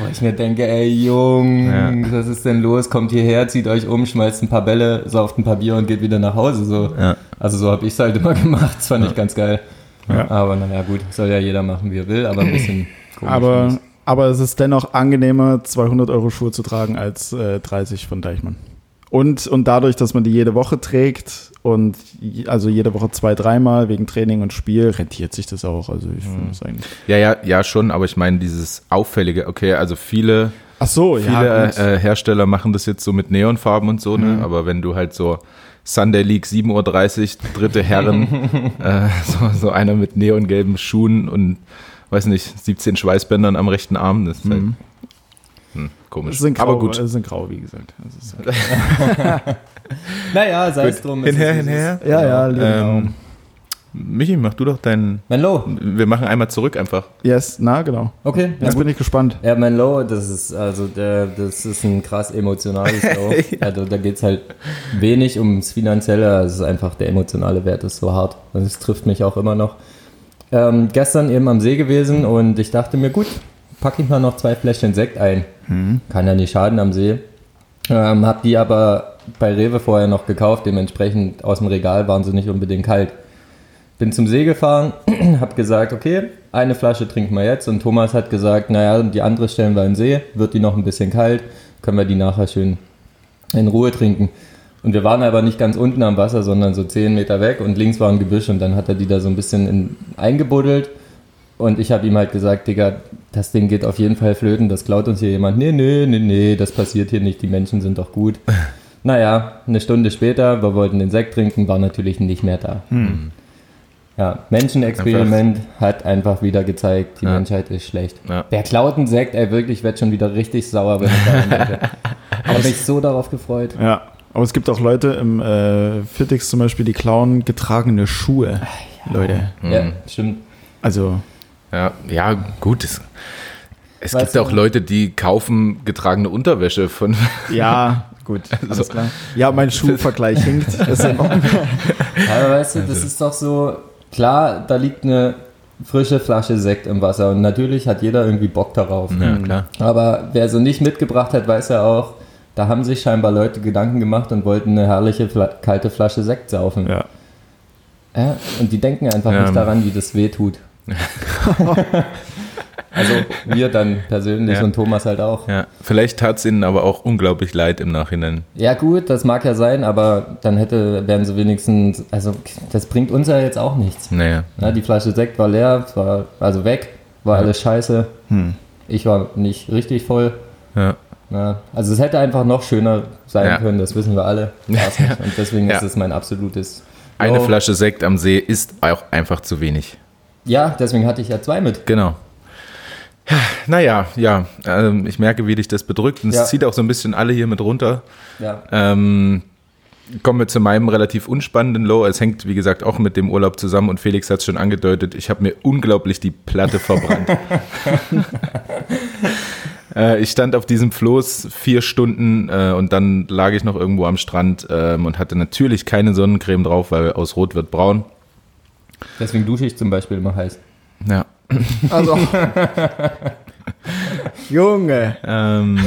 S3: wo ich mir denke, ey Jung, was ist denn los? Kommt hierher, zieht euch um, schmeißt ein paar Bälle, sauft ein paar Bier und geht wieder nach Hause. So.
S2: Ja.
S3: Also so habe ich es halt immer gemacht. Das fand ich ganz geil.
S1: Ja.
S3: Aber naja gut, soll ja jeder machen, wie er will, aber ein bisschen komisch.
S1: aber, aber es ist dennoch angenehmer, 200 Euro Schuhe zu tragen als äh, 30 von Deichmann. Und, und dadurch, dass man die jede Woche trägt und je- also jede Woche zwei, dreimal wegen Training und Spiel, rentiert sich das auch. Also ich
S2: Hm.
S1: finde das eigentlich.
S2: ja, ja, ja, schon, aber ich meine, dieses auffällige, okay, also viele
S1: Ach so, ja.
S2: Viele
S1: gut.
S2: äh, Hersteller machen das jetzt so mit Neonfarben und so, ne? aber wenn du halt so Sunday League 7.30 Uhr, dritte Herren, äh, so, so einer mit neongelben Schuhen und weiß nicht, 17 Schweißbändern am rechten Arm, das ist halt hm, komisch.
S1: Es sind also grau,
S2: aber gut.
S1: Es sind grau, wie gesagt. Es ist,
S3: Naja, sei es drum. es
S2: Hinher,
S3: ist, wie es
S2: hinher.
S3: ist.
S1: ja, ja, genau.
S2: Ähm, Michi, mach du doch deinen.
S3: Menlo,
S2: Wir machen einmal zurück einfach.
S1: yes, na genau.
S3: okay.
S1: Jetzt bin ich gespannt.
S3: Ja, mein Low, das ist also der, das ist ein krass emotionales Low. Also da geht's halt wenig ums Finanzielle, also es ist einfach der emotionale Wert ist so hart. Also es trifft mich auch immer noch. Ähm, gestern eben am See gewesen und ich dachte mir, gut, packe ich mal noch zwei Fläschchen Sekt ein. Kann ja nicht schaden am See. Ähm, hab die aber bei Rewe vorher noch gekauft, dementsprechend aus dem Regal waren sie nicht unbedingt kalt. Bin zum See gefahren, hab gesagt, okay, eine Flasche trinken wir jetzt. Und Thomas hat gesagt, naja, die andere stellen wir im See, wird die noch ein bisschen kalt, können wir die nachher schön in Ruhe trinken. Und wir waren aber nicht ganz unten am Wasser, sondern so 10 Meter weg und links war ein Gebüsch und dann hat er die da so ein bisschen in, eingebuddelt. Und ich habe ihm halt gesagt, Digga, das Ding geht auf jeden Fall flöten, das klaut uns hier jemand. Nee, nee, nee, nee, das passiert hier nicht, die Menschen sind doch gut. naja, eine Stunde später, wir wollten den Sekt trinken, war natürlich nicht mehr da.
S2: Hm.
S3: Ja, Menschenexperiment hat einfach wieder gezeigt, die
S2: Ja.
S3: Menschheit ist schlecht.
S2: Ja.
S3: Wer klaut einen Sekt, ey, wirklich, ich werd schon wieder richtig sauer, wenn ich daran denke. Ich habe mich so darauf gefreut.
S1: Ja. Aber es gibt auch Leute im äh, Fitix zum Beispiel, die klauen getragene Schuhe. Leute.
S2: Hm.
S3: Ja, stimmt.
S1: Also,
S2: Ja, ja gut. Es, es
S3: Weißt
S2: gibt
S3: du-
S2: auch Leute, die kaufen getragene Unterwäsche von.
S1: ja, gut.
S2: Also,
S1: Alles klar. Ja, mein Schuhvergleich hinkt. Ist in Ordnung.
S3: Aber weißt du,
S2: Also
S3: das ist doch so, klar, da liegt eine frische Flasche Sekt im Wasser und natürlich hat jeder irgendwie Bock darauf.
S2: Ja, klar.
S3: Aber wer so nicht mitgebracht hat, weiß ja auch, da haben sich scheinbar Leute Gedanken gemacht und wollten eine herrliche Fla kalte Flasche Sekt saufen.
S1: ja.
S3: Ja, und die denken einfach
S2: Ja.
S3: nicht daran, wie das weh tut. also wir dann persönlich
S2: Ja.
S3: und Thomas halt auch.
S2: Ja, vielleicht tat es ihnen aber auch unglaublich leid im Nachhinein.
S3: Ja gut, das mag ja sein, aber dann hätte, wären sie wenigstens, also das bringt uns ja jetzt auch nichts.
S2: Naja.
S3: Ja, Ne, die Flasche Sekt war leer, es war also weg, war alles scheiße.
S2: Hm.
S3: Ich war nicht richtig voll.
S2: Ja.
S3: Ja, also es hätte einfach noch schöner sein
S2: Ja.
S3: können, das wissen wir alle. War's nicht. Und deswegen
S2: Ja.
S3: ist es mein absolutes.
S2: Eine
S3: Oh.
S2: Flasche Sekt am See ist auch einfach zu wenig.
S3: Ja, deswegen hatte ich ja zwei mit.
S2: Genau. Naja, ja, ähm, ich merke, wie dich das bedrückt. Und
S3: Ja.
S2: es zieht auch so ein bisschen alle hier mit runter.
S3: Ja.
S2: Ähm, kommen wir zu meinem relativ unspannenden Low. Es hängt, wie gesagt, auch mit dem Urlaub zusammen. Und Felix hat es schon angedeutet, ich habe mir unglaublich die Platte verbrannt. Äh, Ich stand auf diesem Floß vier Stunden äh, und dann lag ich noch irgendwo am Strand ähm, und hatte natürlich keine Sonnencreme drauf, weil aus Rot wird braun.
S3: Deswegen dusche ich zum Beispiel immer heiß.
S2: Ja.
S1: Also. Junge.
S2: Ähm,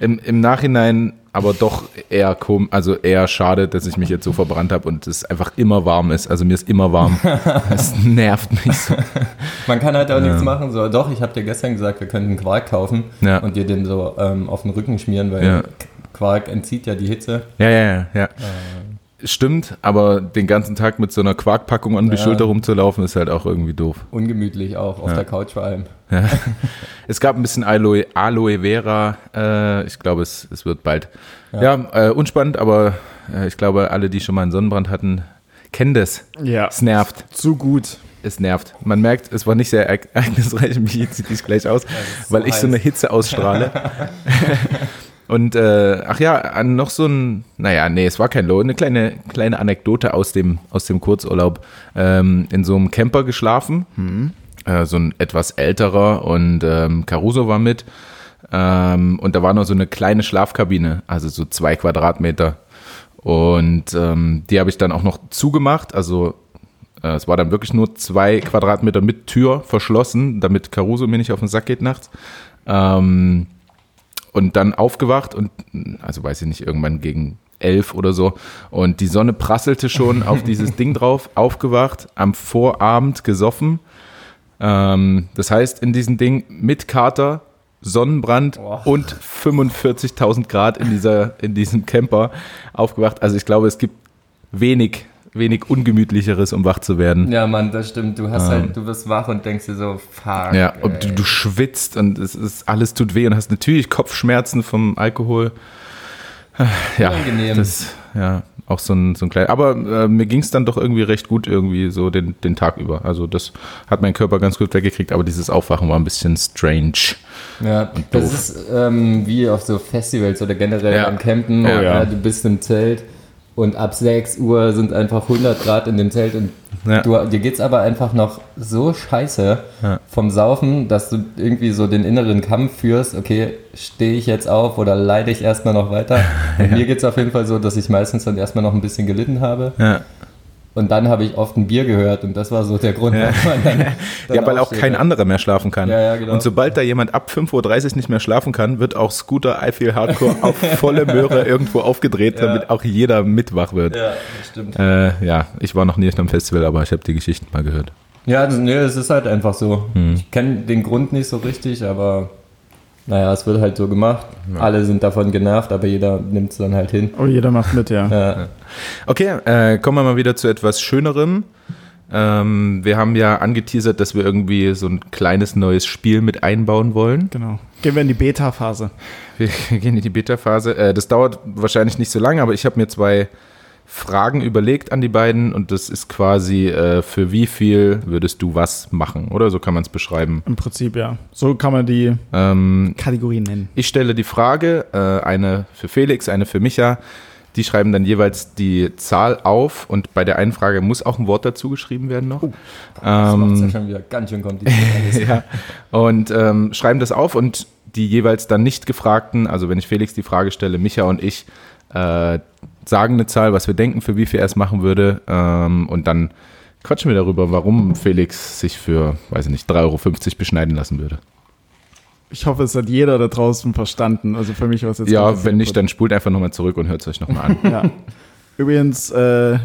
S2: im, Im Nachhinein aber doch eher kom also eher schade, dass ich mich jetzt so verbrannt habe und es einfach immer warm ist. Also mir ist immer warm. Es nervt mich so.
S3: Man kann halt auch nichts machen. So, doch, ich habe dir gestern gesagt, wir könnten Quark kaufen
S2: Ja.
S3: und dir den so ähm, auf den Rücken schmieren, weil
S2: Ja.
S3: Quark entzieht ja die Hitze.
S2: Ja, ja, ja. ja. Stimmt, aber den ganzen Tag mit so einer Quarkpackung an die
S3: Ja.
S2: Schulter rumzulaufen, ist halt auch irgendwie doof.
S3: Ungemütlich auch, auf der Couch vor allem.
S2: Es gab ein bisschen Aloe, Aloe Vera. Äh, ich glaube, es, es wird bald. Ja, äh, unspannend, aber äh, ich glaube, alle, die schon mal einen Sonnenbrand hatten, kennen das.
S1: Ja.
S2: Es nervt.
S1: Zu gut.
S2: Es nervt. Man merkt, es war nicht sehr ereignisreich. Mich zieht es gleich aus, weil ich so eine
S3: heiß.
S2: Hitze ausstrahle. Und äh, ach ja, an noch so ein, naja, nee, es war kein Low, eine kleine, kleine Anekdote aus dem, aus dem Kurzurlaub. Ähm, in so einem Camper geschlafen, äh, so ein etwas älterer und ähm, Caruso war mit. Ähm, und da war noch so eine kleine Schlafkabine, also so zwei Quadratmeter. Und ähm, die habe ich dann auch noch zugemacht, also äh, Es war dann wirklich nur zwei Quadratmeter mit Tür verschlossen, damit Caruso mir nicht auf den Sack geht nachts. Ähm, und dann aufgewacht und, also weiß ich nicht, irgendwann gegen elf oder so. Und die Sonne prasselte schon auf dieses Ding drauf, aufgewacht, am Vorabend gesoffen. Ähm, das heißt, in diesem Ding mit Kater, Sonnenbrand
S3: Boah.
S2: und 45.000 Grad in, dieser, in diesem Camper aufgewacht. Also ich glaube, es gibt wenig, wenig ungemütlicheres, um wach zu werden.
S3: Ja, Mann, das stimmt. Du hast halt, du wirst wach und denkst dir so, fuck.
S2: Ähm. Ja,
S3: ey.
S2: und du, du schwitzt und es ist, alles tut weh und hast natürlich Kopfschmerzen vom Alkohol. Äh, Ja,
S3: Unangenehm.
S2: das ja auch so ein, so ein kleiner. Aber äh, mir ging es dann doch irgendwie recht gut irgendwie so den, den Tag über. Also das hat mein Körper ganz gut weggekriegt, aber dieses Aufwachen war ein bisschen strange.
S3: Ja,
S2: doof.
S3: das ist ähm, wie auf so Festivals oder generell
S2: Ja.
S3: an Campen.
S2: Ja.
S3: Ja. du bist im Zelt und ab 6 Uhr sind einfach 100 Grad in dem Zelt und
S2: Ja.
S3: du, dir geht's aber einfach noch so scheiße
S2: Ja.
S3: vom Saufen, dass du irgendwie so den inneren Kampf führst, okay, stehe ich jetzt auf oder leide ich erstmal noch weiter? Und mir geht's auf jeden Fall so, dass ich meistens dann erstmal noch ein bisschen gelitten habe
S2: Ja,
S3: und dann habe ich oft ein Bier gehört und das war so der Grund,
S2: Ja.
S3: warum man dann, dann
S2: ja weil auch
S3: aufsteht.
S2: kein anderer mehr schlafen kann.
S3: Ja, ja, genau.
S2: Und sobald da jemand ab 5.30 Uhr nicht mehr schlafen kann, wird auch Scooter I Feel Hardcore auf volle Möhre irgendwo aufgedreht, damit auch jeder mitwach wird.
S3: Ja, das stimmt.
S2: Äh, ja, ich war noch nie auf einem Festival, aber ich habe die Geschichten mal gehört.
S3: Ja, das, nee, es ist halt einfach so. Ich kenne den Grund nicht so richtig, aber naja, es wird halt so gemacht. Alle sind davon genervt, aber jeder nimmt es dann halt hin.
S1: Oh, jeder macht mit, ja.
S3: Ja,
S2: Okay, äh, kommen wir mal wieder zu etwas Schönerem. Ähm, wir haben ja angeteasert, dass wir irgendwie so ein kleines neues Spiel mit einbauen wollen.
S1: Genau. Gehen wir in die Beta-Phase.
S2: Wir gehen in die Beta-Phase. Äh, das dauert wahrscheinlich nicht so lange, aber ich habe mir zwei Fragen überlegt an die beiden und das ist quasi, äh, für wie viel würdest du was machen, oder? So kann man es beschreiben.
S1: Im Prinzip, ja. So kann man die
S2: Ähm,
S1: Kategorie nennen.
S2: Ich stelle die Frage, äh, eine für Felix, eine für Micha. Die schreiben dann jeweils die Zahl auf und bei der einen Frage muss auch ein Wort dazu geschrieben werden noch.
S3: das macht's
S2: ähm,
S3: ja schon wieder ganz schön kompliziert.
S2: ja. Und ähm, schreiben das auf und die jeweils dann nicht gefragten, also wenn ich Felix die Frage stelle, Micha und ich äh, sagen eine Zahl, was wir denken, für wie viel er es machen würde. Ähm, und dann quatschen wir darüber, warum Felix sich für, weiß ich nicht, 3,50 Euro beschneiden lassen würde.
S1: Ich hoffe, es hat jeder da draußen verstanden. Also für mich war es jetzt.
S2: Ja,
S1: kompliziert.
S2: wenn nicht, dann spult einfach nochmal zurück und hört es euch nochmal an.
S1: Ja. Übrigens, äh,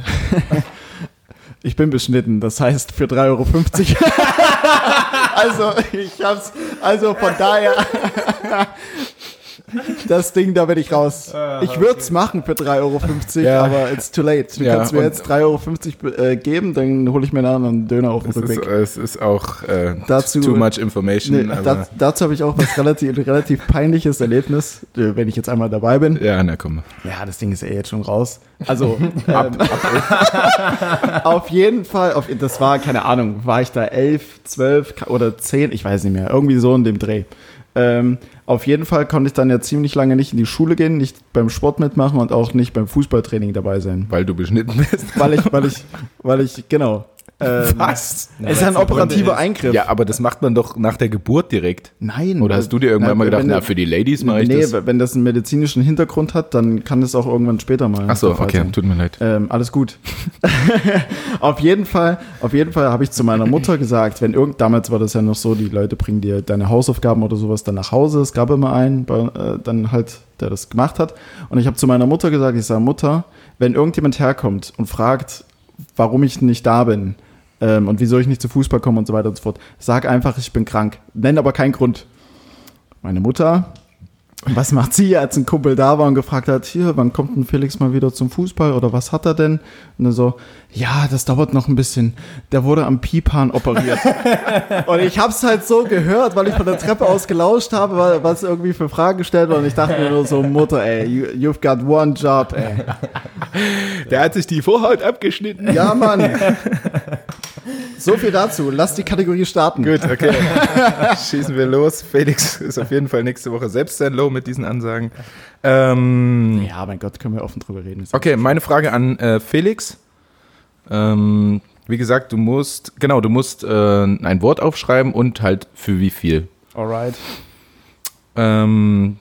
S1: ich bin beschnitten, das heißt für 3,50 Euro. also, ich hab's, also von daher, das Ding, da bin ich raus. Ich würd's machen für 3,50 Euro,
S2: Ja.
S1: aber it's too late. Du
S2: Ja,
S1: kannst mir
S2: und-
S1: jetzt 3,50 Euro äh, geben, dann hole ich mir nachher noch einen Döner auf dem
S2: Es ist,
S1: Rückweg.
S2: es ist auch äh,
S1: Dazu-
S2: too much information.
S1: Nee,
S2: aber,
S1: das, dazu habe ich auch was relativ, relativ peinliches Erlebnis, äh, wenn ich jetzt einmal dabei bin.
S2: ja, na komm.
S1: Ja, das Ding ist ja jetzt schon raus. Also, ähm, auf jeden Fall, auf, das war, keine Ahnung, war ich da elf, zwölf ka- oder zehn, ich weiß nicht mehr, irgendwie so in dem Dreh. Ähm, auf jeden Fall konnte ich dann ja ziemlich lange nicht in die Schule gehen, nicht beim Sport mitmachen und auch nicht beim Fußballtraining dabei sein.
S2: Weil du beschnitten bist.
S1: Weil ich, weil ich, weil ich, genau. Ähm,
S2: Was?
S1: Es ist ein operativer Eingriff.
S2: Ja, aber das macht man doch nach der Geburt direkt.
S1: Nein.
S2: Oder hast du dir irgendwann
S1: Nein,
S2: mal gedacht,
S1: wenn-
S2: na, für die Ladies mache ich
S1: Nee,
S2: das?
S1: wenn das einen medizinischen Hintergrund hat, dann kann das auch irgendwann später mal.
S2: Achso,
S1: der Fall
S2: okay,
S1: sein.
S2: tut mir leid.
S1: Ähm, alles gut. auf jeden Fall, auf jeden Fall habe ich zu meiner Mutter gesagt, wenn irgend damals war das ja noch so, die Leute bringen dir deine Hausaufgaben oder sowas dann nach Hause. Es gab immer einen, bei, äh, dann halt, der das gemacht hat. Und ich habe zu meiner Mutter gesagt, ich sage Mutter, wenn irgendjemand herkommt und fragt, warum ich nicht da bin ähm, und wieso ich nicht zu Fußball komme und so weiter und so fort, sag einfach, ich bin krank. Nenn aber keinen Grund. Meine Mutter was macht sie, als ein Kumpel da war und gefragt hat, hier, wann kommt denn Felix mal wieder zum Fußball oder was hat er denn? Und dann so, ja, das dauert noch ein bisschen. Der wurde am Pipan operiert. und ich hab's halt so gehört, weil ich von der Treppe aus gelauscht habe, wa- was irgendwie für Fragen gestellt wurden. Und ich dachte mir nur so, Mutter, ey, you, you've got one job, ey.
S2: Der hat sich die Vorhaut abgeschnitten.
S1: Ja, Mann. So viel dazu. Lass die Kategorie starten.
S2: Gut, okay. Schießen wir los. Felix ist auf jeden Fall nächste Woche selbst ein Low mit diesen Ansagen. Ähm,
S1: Ja, mein Gott, können wir offen drüber reden.
S2: Okay, meine Frage an äh, Felix. Ähm, wie gesagt, du musst, genau, du musst äh, ein Wort aufschreiben und halt für wie viel.
S1: Alright.
S2: Ähm,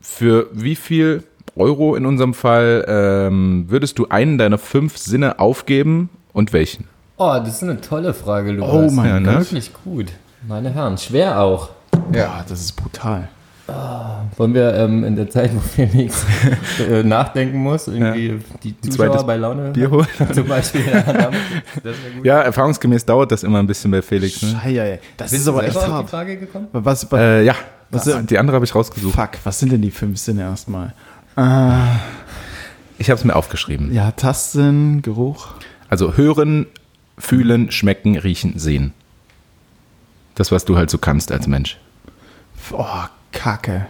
S2: für wie viel Euro in unserem Fall ähm, würdest du einen deiner fünf Sinne aufgeben und welchen?
S3: Oh, das ist eine tolle Frage, Lukas.
S1: Oh mein
S2: Ja, ne?
S3: Wirklich gut. Meine Herren, schwer auch.
S1: Ja, das ist brutal.
S3: Wollen wir ähm, in der Zeit, wo Felix äh, nachdenken muss, irgendwie die Zuschauer
S2: zweites
S3: bei Laune
S2: Bier holen?
S3: zum Beispiel. Ja, damit- das wär gut.
S2: Ja, erfahrungsgemäß dauert das immer ein bisschen bei Felix. Ne?
S1: Scheiße, das
S3: Bist
S1: ist
S3: du
S1: aber echt
S3: selber auf die
S1: hart.
S3: Frage gekommen?
S1: Was, was,
S2: Äh, ja,
S1: Was
S2: Ah,
S1: ist-
S2: die andere habe ich rausgesucht.
S1: Fuck, was sind denn die fünf Sinne erstmal? Äh,
S2: Ich habe es mir aufgeschrieben.
S1: Ja, Tasten, Geruch.
S2: Also hören, fühlen, schmecken, riechen, sehen. Das, was du halt so kannst als Mensch.
S1: Oh, Kacke.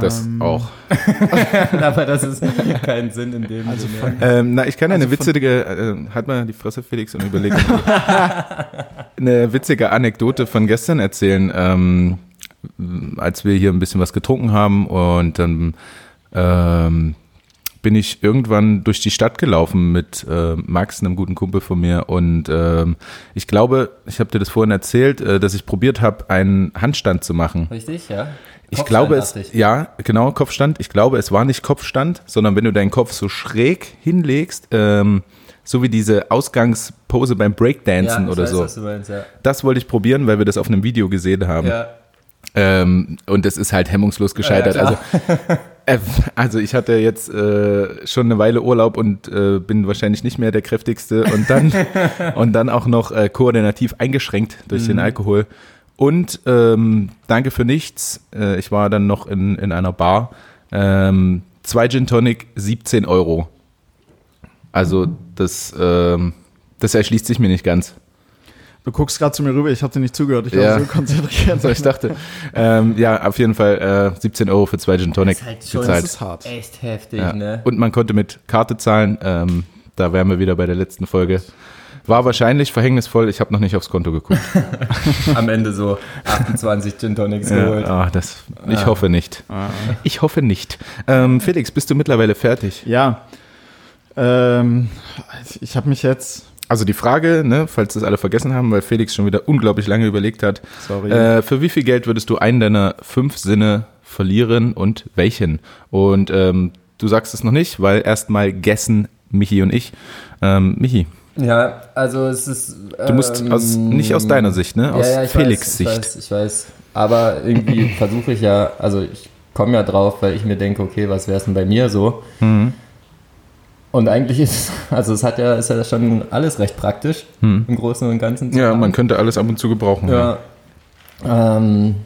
S2: Das auch.
S3: Aber das ist kein Sinn in dem also Sinne.
S2: Ähm, na, ich kann ja eine witzige, äh, halt mal die Fresse, Felix, und überleg. eine witzige Anekdote von gestern erzählen, ähm, als wir hier ein bisschen was getrunken haben und dann ähm, bin ich irgendwann durch die Stadt gelaufen mit äh, Max, einem guten Kumpel von mir und ähm, ich glaube, ich habe dir das vorhin erzählt, äh, dass ich probiert habe, einen Handstand zu machen.
S3: Richtig, ja.
S2: Ich
S3: Kopfstein,
S2: glaube es,
S3: dachte ich.
S2: ja, genau, Kopfstand. Ich glaube, es war nicht Kopfstand, sondern wenn du deinen Kopf so schräg hinlegst, ähm, so wie diese Ausgangspose beim Breakdancen
S3: ich
S2: oder
S3: weiß,
S2: so.
S3: was du meinst, ja.
S2: Das wollte ich probieren, weil wir das auf einem Video gesehen haben.
S3: ja.
S2: Ähm, und das ist halt hemmungslos gescheitert.
S3: Ja, ja,
S2: also, äh, also ich hatte jetzt äh, schon eine Weile Urlaub und äh, bin wahrscheinlich nicht mehr der kräftigste und dann, und dann auch noch äh, koordinativ eingeschränkt durch
S3: Mhm.
S2: den Alkohol. Und ähm, danke für nichts. Äh, ich war dann noch in, in einer Bar. Ähm, zwei Gin Tonic, 17 Euro. Also das, ähm, das erschließt sich mir nicht ganz.
S1: Du guckst gerade zu mir rüber, ich habe dir nicht zugehört. Ich war
S2: Ja.
S1: so konzentriert.
S2: So, ich dachte, ähm, ja, auf jeden Fall äh, 17 Euro für zwei Gin Tonic
S3: Ist halt schon-
S1: Das
S2: gezahlt.
S1: ist hart.
S3: Echt heftig,
S2: Ja.
S3: ne?
S2: Und man konnte mit Karte zahlen. Ähm, da wären wir wieder bei der letzten Folge. War wahrscheinlich verhängnisvoll. Ich habe noch nicht aufs Konto geguckt.
S3: Am Ende so 28 Gin Tonics geholt.
S2: Ja, ah, das, ich hoffe nicht.
S3: Ah.
S2: Ich hoffe nicht. Ähm, Felix, bist du mittlerweile fertig?
S1: Ja. Ähm, ich habe mich jetzt.
S2: Also die Frage, ne, falls das alle vergessen haben, weil Felix schon wieder unglaublich lange überlegt hat.
S1: Sorry.
S2: Äh, für wie viel Geld würdest du einen deiner fünf Sinne verlieren und welchen? Und ähm, du sagst es noch nicht, weil erstmal gessen Michi und ich. Ähm, Michi,
S3: Ja, also es ist.
S2: du musst aus, nicht aus deiner Sicht, ne? Aus
S3: Ähm, ja, ja, ich
S2: Felix
S3: weiß,
S2: Sicht.
S3: Ich weiß, ich weiß. Aber irgendwie versuche ich ja, also ich komme ja drauf, weil ich mir denke, okay, was wäre es denn bei mir so?
S2: Mhm.
S3: Und eigentlich ist, also es hat ja, ist ja schon alles recht praktisch im Großen und Ganzen. zu
S2: Mhm. Ja,
S3: haben.
S2: man könnte alles ab und zu gebrauchen.
S3: Ja. Ähm,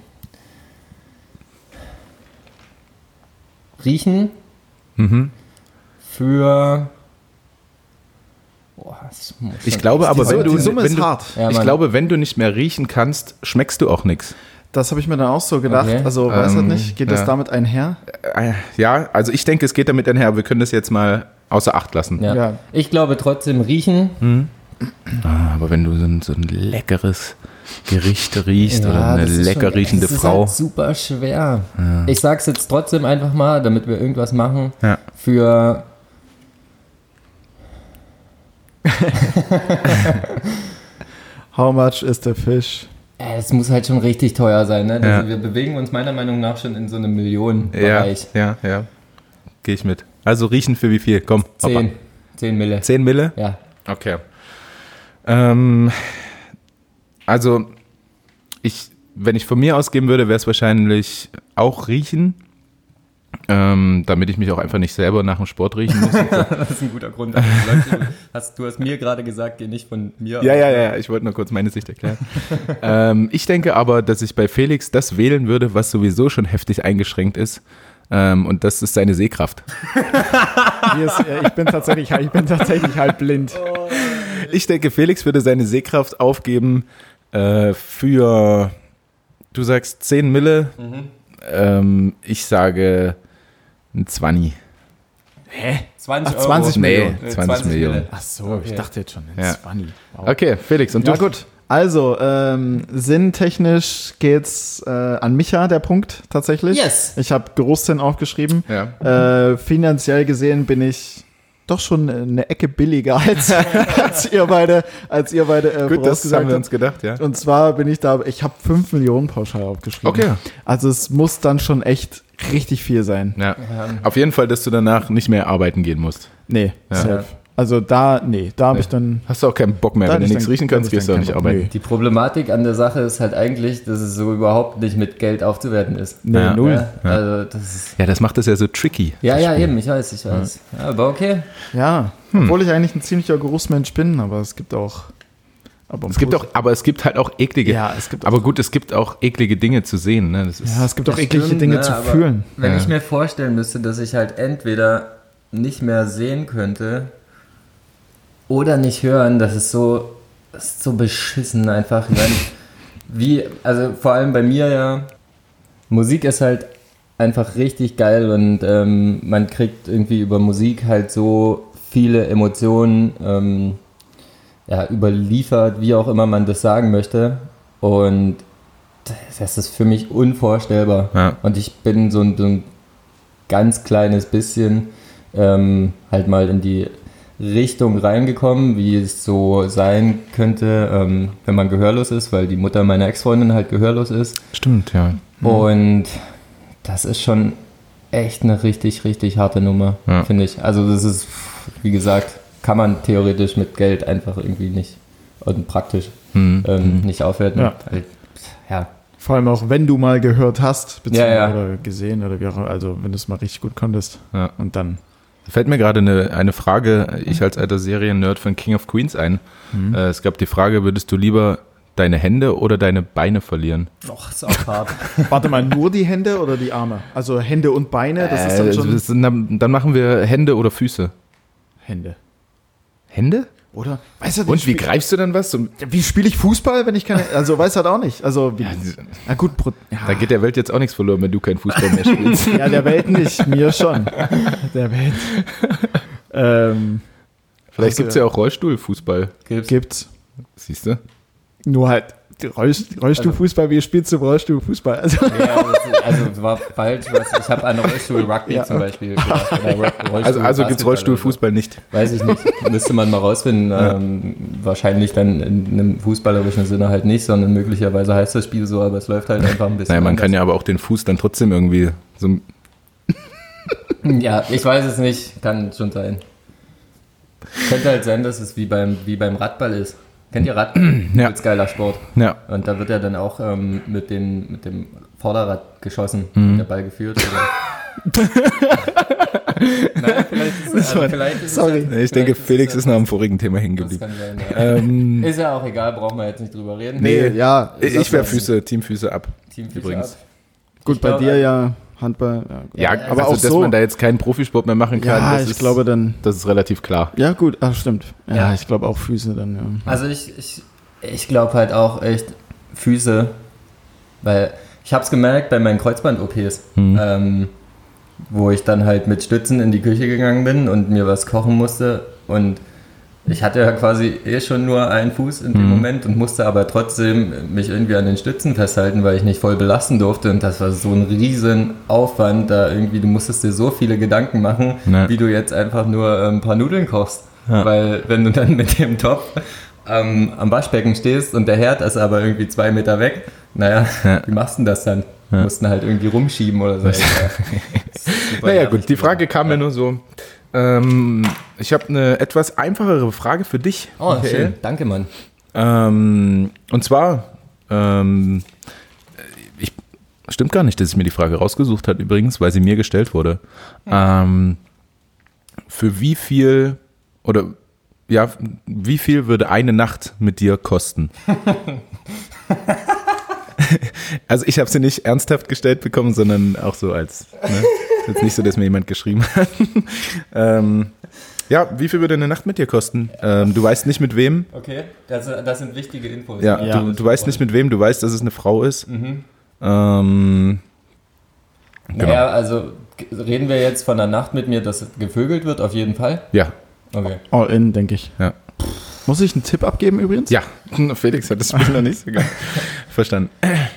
S3: riechen
S2: Mhm.
S3: für. Boah, das muss
S2: Ich
S3: schon-
S2: glaube aber,
S1: Summe-
S2: wenn du,
S1: die Summe
S2: wenn
S1: ist
S2: du,
S1: hart.
S3: Ja,
S2: ich
S3: Mann.
S2: glaube, wenn du nicht mehr riechen kannst, schmeckst du auch nichts.
S1: Das habe ich mir dann auch so gedacht.
S3: Okay.
S1: Also, weiß halt
S2: Ähm,
S1: nicht, geht
S2: ja.
S1: das damit einher?
S2: Äh, Ja, also ich denke, es geht damit einher. Wir können das jetzt mal außer Acht lassen.
S3: Ja.
S1: Ja.
S3: Ich glaube trotzdem riechen.
S2: Aber wenn du so ein, so ein leckeres Gericht riechst
S3: Ja,
S2: oder eine
S3: das ist
S2: lecker
S3: schon-
S2: riechende
S3: es ist
S2: Frau.
S3: Halt super schwer. Ich sag's jetzt trotzdem einfach mal, damit wir irgendwas machen.
S2: Ja.
S3: Für.
S1: How much is the fish?
S3: Äh, Es muss halt schon richtig teuer sein. Ne?
S2: Ja.
S3: Also wir bewegen uns meiner Meinung nach schon in so einem Millionenbereich.
S2: Ja, ja, ja. Gehe ich mit. Also riechen für wie viel? Komm,
S3: Zehn. Zehn Mille.
S2: 10 Mille?
S3: Ja.
S2: Okay. Ähm, also, ich, wenn ich von mir ausgeben würde, wäre es wahrscheinlich auch riechen. Ähm, damit ich mich auch einfach nicht selber nach dem Sport riechen muss.
S3: Das ist ein guter Grund. Also, Leute, du hast, du hast mir gerade gesagt, geh nicht von mir
S2: ja,
S3: aus.
S2: ja, ja, ich wollte nur kurz meine Sicht erklären. ähm, ich denke aber, dass ich bei Felix das wählen würde, was sowieso schon heftig eingeschränkt ist. Ähm, und das ist seine Sehkraft.
S1: Hier ist, äh, ich, bin tatsächlich, ich bin tatsächlich halb blind.
S2: Ich denke, Felix würde seine Sehkraft aufgeben äh, für, du sagst 10 Mille.
S1: Mhm.
S2: Ähm, ich sage ein 20.
S3: 20
S1: Ach, 20
S3: Euro.
S1: Millionen.
S2: Nee,
S3: Äh,
S2: 20, Millionen.
S1: Ach so, ich dachte jetzt schon,
S2: Ja.
S1: ja. 20. Wow.
S2: Okay, Felix, und
S1: Ja,
S2: du?
S1: gut. Also, ähm, sinntechnisch geht's äh, an Micha, der Punkt tatsächlich.
S3: Yes.
S1: Ich habe Großsinn aufgeschrieben.
S2: Ja.
S1: Äh, finanziell gesehen bin ich doch schon eine Ecke billiger als, als ihr beide, als ihr beide äh,
S2: Gut, das
S1: vorausgesagt
S2: haben wir
S1: habt.
S2: uns gedacht, ja.
S1: Und zwar bin ich da, ich habe 5 Millionen pauschal aufgeschrieben.
S2: Okay.
S1: Also es muss dann schon echt richtig viel sein.
S2: ja.
S1: Ähm.
S2: Auf jeden Fall, dass du danach nicht mehr arbeiten gehen musst.
S1: Nee, safe. Also da, nee, da habe ich dann.
S2: Hast du auch keinen Bock mehr.
S1: da
S2: Wenn
S1: hab
S2: du
S1: ich
S2: nichts
S1: dann-
S2: riechen
S1: da hab
S2: kannst,
S1: ich
S2: gehst du
S1: dann
S2: auch nicht
S1: keinen Bock.
S2: arbeiten.
S3: Die Problematik an der Sache ist halt eigentlich, dass es so überhaupt nicht mit Geld aufzuwerten ist.
S1: Nee,
S2: Ja.
S1: null.
S3: Ja, also das ist,
S2: Ja, das macht das ja so tricky.
S3: ja,
S2: das
S3: ja,
S2: Spiel.
S3: eben, ich weiß, ich weiß. Ja, aber okay.
S1: Ja,
S2: Hm.
S1: obwohl ich eigentlich ein ziemlicher Geruchsmensch bin, aber es gibt auch. Aber
S2: Es gibt auch, aber es gibt halt auch eklige.
S1: Ja, es gibt auch-
S2: aber gut, es gibt auch eklige Dinge zu sehen. Ne? Das ist,
S1: Ja, es gibt auch
S3: Das
S1: eklige
S3: stimmt,
S1: Dinge
S3: ne,
S1: zu
S3: aber
S1: fühlen.
S3: Wenn
S2: Ja.
S3: ich mir vorstellen müsste, dass ich halt entweder nicht mehr sehen könnte oder nicht hören, das ist so, das ist so beschissen einfach. Ich meine, Wie, also vor allem bei mir ja, Musik ist halt einfach richtig geil und ähm, man kriegt irgendwie über Musik halt so viele Emotionen ähm, ja, überliefert, wie auch immer man das sagen möchte. Und das ist für mich unvorstellbar.
S2: Ja.
S3: Und ich bin so ein, so ein ganz kleines bisschen ähm, halt mal in die Richtung reingekommen, wie es so sein könnte, ähm, wenn man gehörlos ist, weil die Mutter meiner Ex-Freundin halt gehörlos ist.
S2: Stimmt, ja.
S3: Und das ist schon echt eine richtig, richtig harte Nummer,
S2: Ja.
S3: finde ich. Also das ist, wie gesagt, kann man theoretisch mit Geld einfach irgendwie nicht und praktisch
S2: Hm.
S3: ähm, nicht aufwerten.
S1: Ja.
S3: Weil, ja,
S1: Vor allem auch, wenn du mal gehört hast, beziehungsweise
S3: Ja, ja.
S1: oder gesehen oder wie auch immer, also wenn du es mal richtig gut konntest.
S2: Ja.
S1: Und dann.
S2: Fällt mir gerade eine, eine Frage, ich als alter Serien-Nerd von King of Queens ein. Äh, es gab die Frage, würdest du lieber deine Hände oder deine Beine verlieren?
S3: doch, ist auch hart.
S1: Warte mal, nur die Hände oder die Arme? Also Hände und Beine, das ist
S2: Äh,
S1: dann schon.
S2: das sind dann, dann machen wir Hände oder Füße.
S1: Hände.
S2: Hände?
S1: Oder? Weißt du,
S2: Und wie
S1: spiel-
S2: greifst du dann was? Zum,
S1: wie spiele ich Fußball, wenn ich keine. Also weiß halt auch nicht. Also, wie, na gut, Bro- ja,
S2: da geht der Welt jetzt auch nichts verloren, wenn du keinen Fußball mehr spielst.
S1: ja, der Welt nicht, mir schon. Der Welt. ähm,
S2: Vielleicht
S1: Also,
S2: gibt es ja auch Rollstuhlfußball.
S3: Gibt's.
S1: gibt's.
S2: Siehst du?
S1: Nur halt Rollst Rollstuhlfußball, wie spielst du Rollstuhlfußball? Also,
S3: Ja, das, also war falsch. Was, ich habe an Rollstuhl Rugby
S1: Ja.
S3: zum Beispiel gedacht. oder Rollstuhl
S2: Also, also gibt es
S3: Basketball oder so.
S2: Rollstuhlfußball nicht.
S3: Weiß ich nicht. Müsste man mal rausfinden. Ähm, wahrscheinlich dann in einem fußballerischen Sinne halt nicht, sondern möglicherweise heißt das Spiel so, aber es läuft halt einfach ein bisschen.
S2: Naja, man
S3: anders.
S2: kann ja aber auch den Fuß dann trotzdem irgendwie so.
S3: Ja, ich weiß es nicht. Kann schon sein. Könnte halt sein, dass es wie beim, wie beim Radball ist. Kennt ihr Radball?
S2: Ja.
S3: Übelst geiler Sport.
S2: Ja,
S3: Und da wird ja dann auch ähm, mit, den, mit dem Vorderrad geschossen,
S2: Mhm.
S3: der Ball geführt. Oder? Nein, vielleicht ist es, also vielleicht ist
S1: sorry.
S3: Es,
S2: ich denke, Felix ist noch am vorigen Thema hängen
S3: Das
S2: geblieben.
S3: kann sein, ja.
S2: Ähm,
S3: Ist ja auch egal, brauchen wir jetzt nicht drüber reden.
S1: nee, ja.
S2: Ich, ich wäre Füße, Teamfüße ab.
S3: Team
S2: übrigens.
S3: Übrigens. Ab.
S1: Gut,
S3: Ich
S1: bei
S3: glaub,
S1: dir ja Handball. äh, Ja, gut.
S2: Ja,
S1: aber
S2: also,
S1: auch
S2: dass
S1: so.
S2: man da jetzt keinen Profisport mehr machen kann,
S1: ja
S2: das,
S1: ich
S2: ist,
S1: glaube dann.
S2: das ist relativ klar.
S1: Ja, gut, ach, stimmt. Ja,
S3: Ja.
S1: ich glaube auch Füße dann, ja.
S3: Also ich, ich, ich glaube halt auch echt Füße, weil ich habe es gemerkt bei meinen Kreuzband-OPs,
S1: Hm.
S3: ähm, wo ich dann halt mit Stützen in die Küche gegangen bin und mir was kochen musste und ich hatte ja quasi eh schon nur einen Fuß in
S2: Mhm.
S3: dem Moment und musste aber trotzdem mich irgendwie an den Stützen festhalten, weil ich nicht voll belasten durfte. Und das war so ein riesen Aufwand, da irgendwie, du musstest dir so viele Gedanken machen,
S2: Ja.
S3: wie du jetzt einfach nur ähm, ein paar Nudeln kochst.
S2: Ja.
S3: Weil wenn du dann mit dem Topf am, am Waschbecken stehst und der Herd ist aber irgendwie zwei Meter weg, naja,
S2: Ja.
S3: wie machst du denn das dann? Mussten halt irgendwie rumschieben oder so. Super
S2: Naja,
S3: nervig
S2: gut, die Frage kam mir nur so. Ähm, ich habe eine etwas einfachere Frage für dich.
S3: geworden. Oh,
S2: Michael.
S3: schön. Danke, Mann.
S2: Ähm, und zwar, ähm, ich, stimmt gar nicht, dass ich mir die Frage rausgesucht hat übrigens, weil sie mir gestellt wurde. Ähm, für wie viel oder ja, wie viel würde eine Nacht mit dir kosten? also ich habe sie nicht ernsthaft gestellt bekommen, sondern auch so als ne? Ist jetzt nicht so, dass mir jemand geschrieben hat. ähm, ja, wie viel würde eine Nacht mit dir kosten? Ähm, du weißt nicht mit wem.
S3: Okay, das, das sind wichtige Infos.
S2: Ja,
S1: Ja. Mhm.
S2: du, du weißt nicht mit wem, du weißt, dass es eine Frau ist. Ähm, genau.
S3: Naja, also g- reden wir jetzt von der Nacht mit mir, dass gevögelt wird, auf jeden Fall.
S2: ja,
S3: Okay.
S1: All in, denke ich.
S2: ja.
S1: Muss ich einen Tipp abgeben übrigens?
S2: Ja, Felix hat das Spiel noch nicht so ganz verstanden.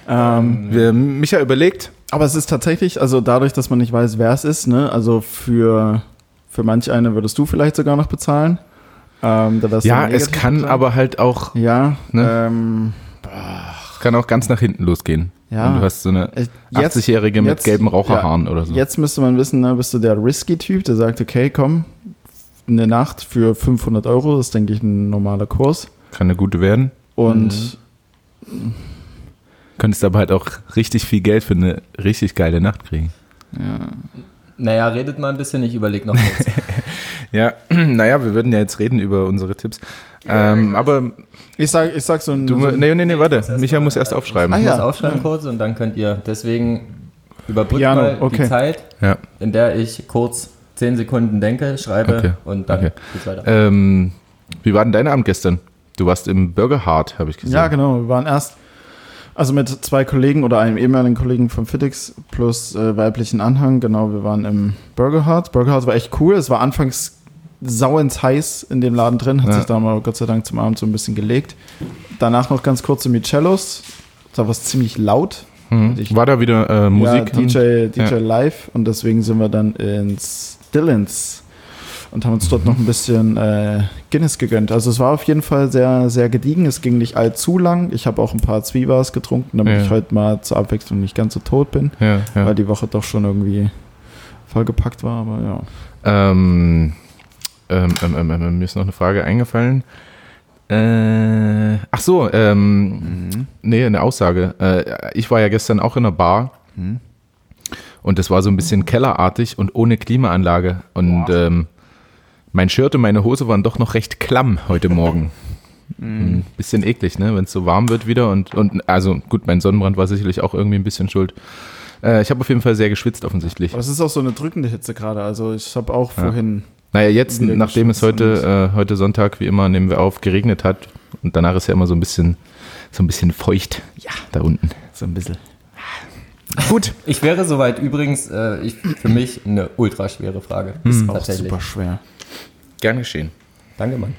S1: Ähm,
S2: Wir, Micha überlegt,
S1: aber es ist tatsächlich, also dadurch, dass man nicht weiß, wer es ist, ne, also für, für manch eine würdest du vielleicht sogar noch bezahlen. Ähm, da wär's
S2: ja,
S1: dann
S2: es
S1: negativ
S2: kann
S1: bezahlt.
S2: aber halt auch,
S1: Ja,
S2: Ne?
S1: ähm,
S2: es kann auch ganz nach hinten losgehen.
S1: Ja.
S2: Und du hast so eine
S1: Äh, jetzt-
S2: 80-Jährige mit
S1: jetzt-
S2: gelben Raucherhaaren oder so.
S1: jetzt müsste man wissen, ne, bist du der Risky-Typ, der sagt, okay, komm, eine Nacht für 500 Euro, das ist, denke ich, ein normaler Kurs.
S2: Kann eine gute werden.
S1: Und
S2: Könntest aber halt auch richtig viel Geld für eine richtig geile Nacht kriegen.
S3: Naja, redet mal ein bisschen, ich überlege noch kurz.
S2: Ja, naja, wir würden ja jetzt reden über unsere Tipps. Ähm, aber
S1: ich sag, ich sag so ein.
S2: du,
S1: so
S2: mu-
S1: ein
S2: nee, nee, nee, warte. Micha muss erst aufschreiben.
S1: Also- Ah,
S3: Ich
S1: ja.
S3: muss aufschreiben kurz und dann könnt ihr. Deswegen überbrückt
S1: Jano,
S3: mal
S1: okay.
S3: die Zeit,
S2: Ja.
S3: in der ich kurz 10 Sekunden denke, schreibe
S2: Okay.
S3: und dann
S2: Okay.
S3: geht's weiter.
S2: Ähm, wie war denn dein Abend gestern? Du warst im Burger Hard, habe ich gesehen.
S1: Ja, genau. Wir waren erst, also mit zwei Kollegen oder einem ehemaligen Kollegen von Fitix plus äh, weiblichen Anhang, genau, wir waren im Burger Hut. Burger Hut war echt cool. Es war anfangs sauens heiß in dem Laden drin, hat
S2: Ja.
S1: sich da mal Gott sei Dank zum Abend so ein bisschen gelegt. Danach noch ganz kurze Michellos. Da war es ziemlich laut.
S2: Mhm.
S1: Ich-
S2: war da wieder äh, Musik?
S1: Ja, DJ, DJ
S2: Ja.
S1: Live und deswegen sind wir dann ins Dillons und haben uns dort noch ein bisschen äh, Guinness gegönnt. Also es war auf jeden Fall sehr, sehr gediegen. Es ging nicht allzu lang. Ich habe auch ein paar Zwiebars getrunken, damit
S2: Ja.
S1: ich heute mal zur Abwechslung nicht ganz so tot bin,
S2: ja, ja.
S1: weil die Woche doch schon irgendwie vollgepackt war, aber ja.
S2: Ähm, ähm, ähm, ähm, ähm, mir ist noch eine Frage eingefallen. Äh, ach so, ähm, nee, eine Aussage. Äh, ich war ja gestern auch in einer Bar und das war so ein bisschen kellerartig und ohne Klimaanlage. Und ähm, mein Shirt und meine Hose waren doch noch recht klamm heute Morgen. Mhm. Bisschen eklig, ne? Wenn es so warm wird wieder und, und also gut, mein Sonnenbrand war sicherlich auch irgendwie ein bisschen schuld. Äh, ich habe auf jeden Fall sehr geschwitzt offensichtlich.
S1: Aber es ist auch so eine drückende Hitze gerade. Also ich habe auch vorhin
S2: Naja, jetzt,
S1: wieder
S2: nachdem es
S1: geschützt
S2: heute, äh, heute Sonntag, wie immer, nehmen wir auf, geregnet hat und danach ist ja immer so ein bisschen, so ein bisschen feucht ja. da unten.
S1: so ein bisschen.
S2: Gut.
S3: Ich wäre soweit übrigens äh, ich, für mich eine ultra schwere Frage.
S2: Hm.
S1: Auch super schwer.
S2: Gern geschehen.
S3: Danke, Mann.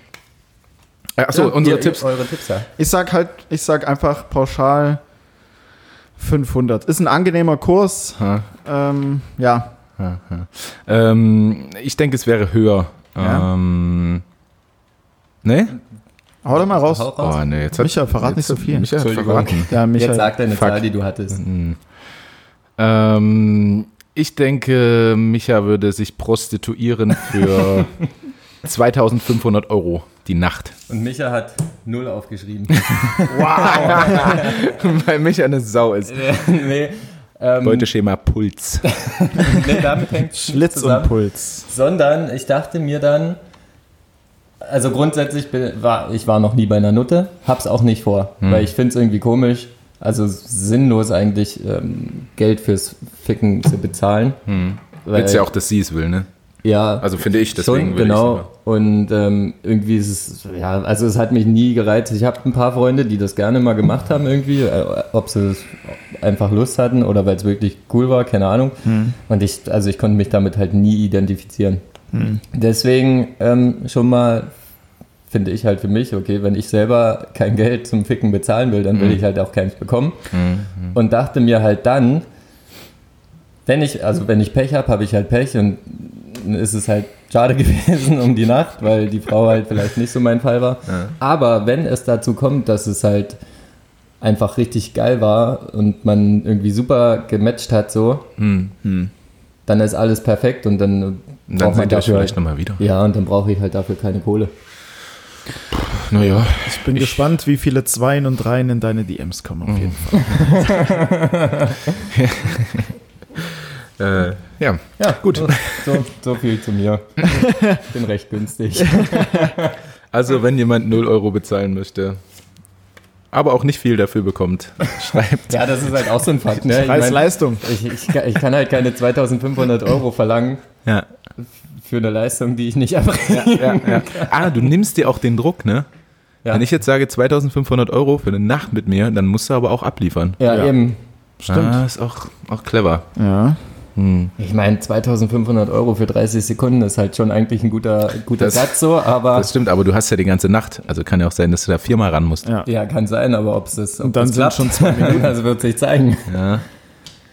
S2: Äh, achso,
S3: Ja,
S2: unsere
S3: ihr-
S2: Tipps.
S3: Eure Tipps, ja.
S1: Ich sag halt, ich sag einfach pauschal 500. Ist ein angenehmer Kurs.
S2: Ha,
S1: Ähm, ja,
S2: ha, ha. Ähm, ich denke, es wäre höher.
S1: Ja.
S2: Ähm, ne?
S1: hau doch mal raus.
S3: Hau raus.
S2: Oh, ne, jetzt hat,
S1: Micha, verrat nicht so viel.
S2: Micha hat
S3: Entschuldigung.
S2: verraten.
S1: Ja, Michael.
S3: Jetzt sag deine
S2: Oh, Fuck.
S3: Zahl, die du hattest.
S2: Ähm, ich denke, Micha würde sich prostituieren für 2500 Euro die Nacht.
S3: Und Micha hat null aufgeschrieben.
S2: Weil Micha eine Sau ist.
S3: nee, ähm,
S2: Beuteschema Puls.
S3: nee, damit hängt
S1: Schlitz und Puls.
S3: sondern ich dachte mir dann, also grundsätzlich bin, war ich war noch nie bei einer Nutte, hab's auch nicht vor, weil ich find's irgendwie komisch, also sinnlos eigentlich ähm, Geld fürs Ficken zu bezahlen. Weil,
S2: Willst ja auch, dass sie es will, ne?
S3: ja,
S2: Also finde ich, deswegen
S3: schon,
S2: will
S3: genau.
S2: ich's
S3: Und ähm, irgendwie ist es, ja, also es hat mich nie gereizt. Ich habe ein paar Freunde, die das gerne mal gemacht haben irgendwie, äh, ob sie es einfach Lust hatten oder weil es wirklich cool war, keine Ahnung. Und ich, also ich konnte mich damit halt nie identifizieren. Deswegen ähm, schon mal finde ich halt für mich, okay, wenn ich selber kein Geld zum Ficken bezahlen will, dann will ich halt auch keins bekommen. Und dachte mir halt dann, wenn ich, also wenn ich Pech habe, habe ich halt Pech und ist es halt schade gewesen um die Nacht, weil die Frau halt vielleicht nicht so mein Fall war. Aber wenn es dazu kommt, dass es halt einfach richtig geil war und man irgendwie super gematcht hat so, dann ist alles perfekt und dann,
S2: Und Hm. dann
S3: braucht man
S2: seht ihr euch
S3: dafür
S2: vielleicht
S3: halt,
S2: nochmal wieder.
S3: ja und dann brauche ich halt dafür keine Kohle.
S2: Naja,
S1: Ich bin gespannt, wie viele Zweien und Dreien in deine DMs kommen. Auf jeden Fall.
S2: äh, ja.
S3: Ja, gut. So, so viel zu mir. Ich bin recht günstig.
S2: Also, wenn jemand 0 Euro bezahlen möchte, aber auch nicht viel dafür bekommt, schreibt.
S3: Ja, das ist halt auch so ein Fakt. Ne? Ich, mein,
S1: Preis-Leistung.
S3: ich, ich, kann- ich kann halt keine 2500 Euro verlangen
S2: Ja,
S3: für eine Leistung, die ich nicht erbringe.
S2: ja, ja. Ah, du nimmst dir auch den Druck, ne?
S3: Ja.
S2: Wenn ich jetzt sage 2500 Euro für eine Nacht mit mir, dann musst du aber auch abliefern.
S3: Ja,
S1: Ja.
S3: eben.
S2: Ah, ist auch, auch clever.
S1: Ja.
S3: Ich meine, 2500 Euro für 30 Sekunden ist halt schon eigentlich ein guter, guter
S2: Das-
S3: Satz so, aber
S2: Das stimmt, aber du hast ja die ganze Nacht. Also kann ja auch sein, dass du da viermal ran musst.
S1: Ja.
S3: ja, kann sein, aber ob es das, ob
S1: Und dann
S3: das
S1: sind
S3: klappt,
S1: schon
S3: zwei Minuten. Das wird sich zeigen.
S2: Ja.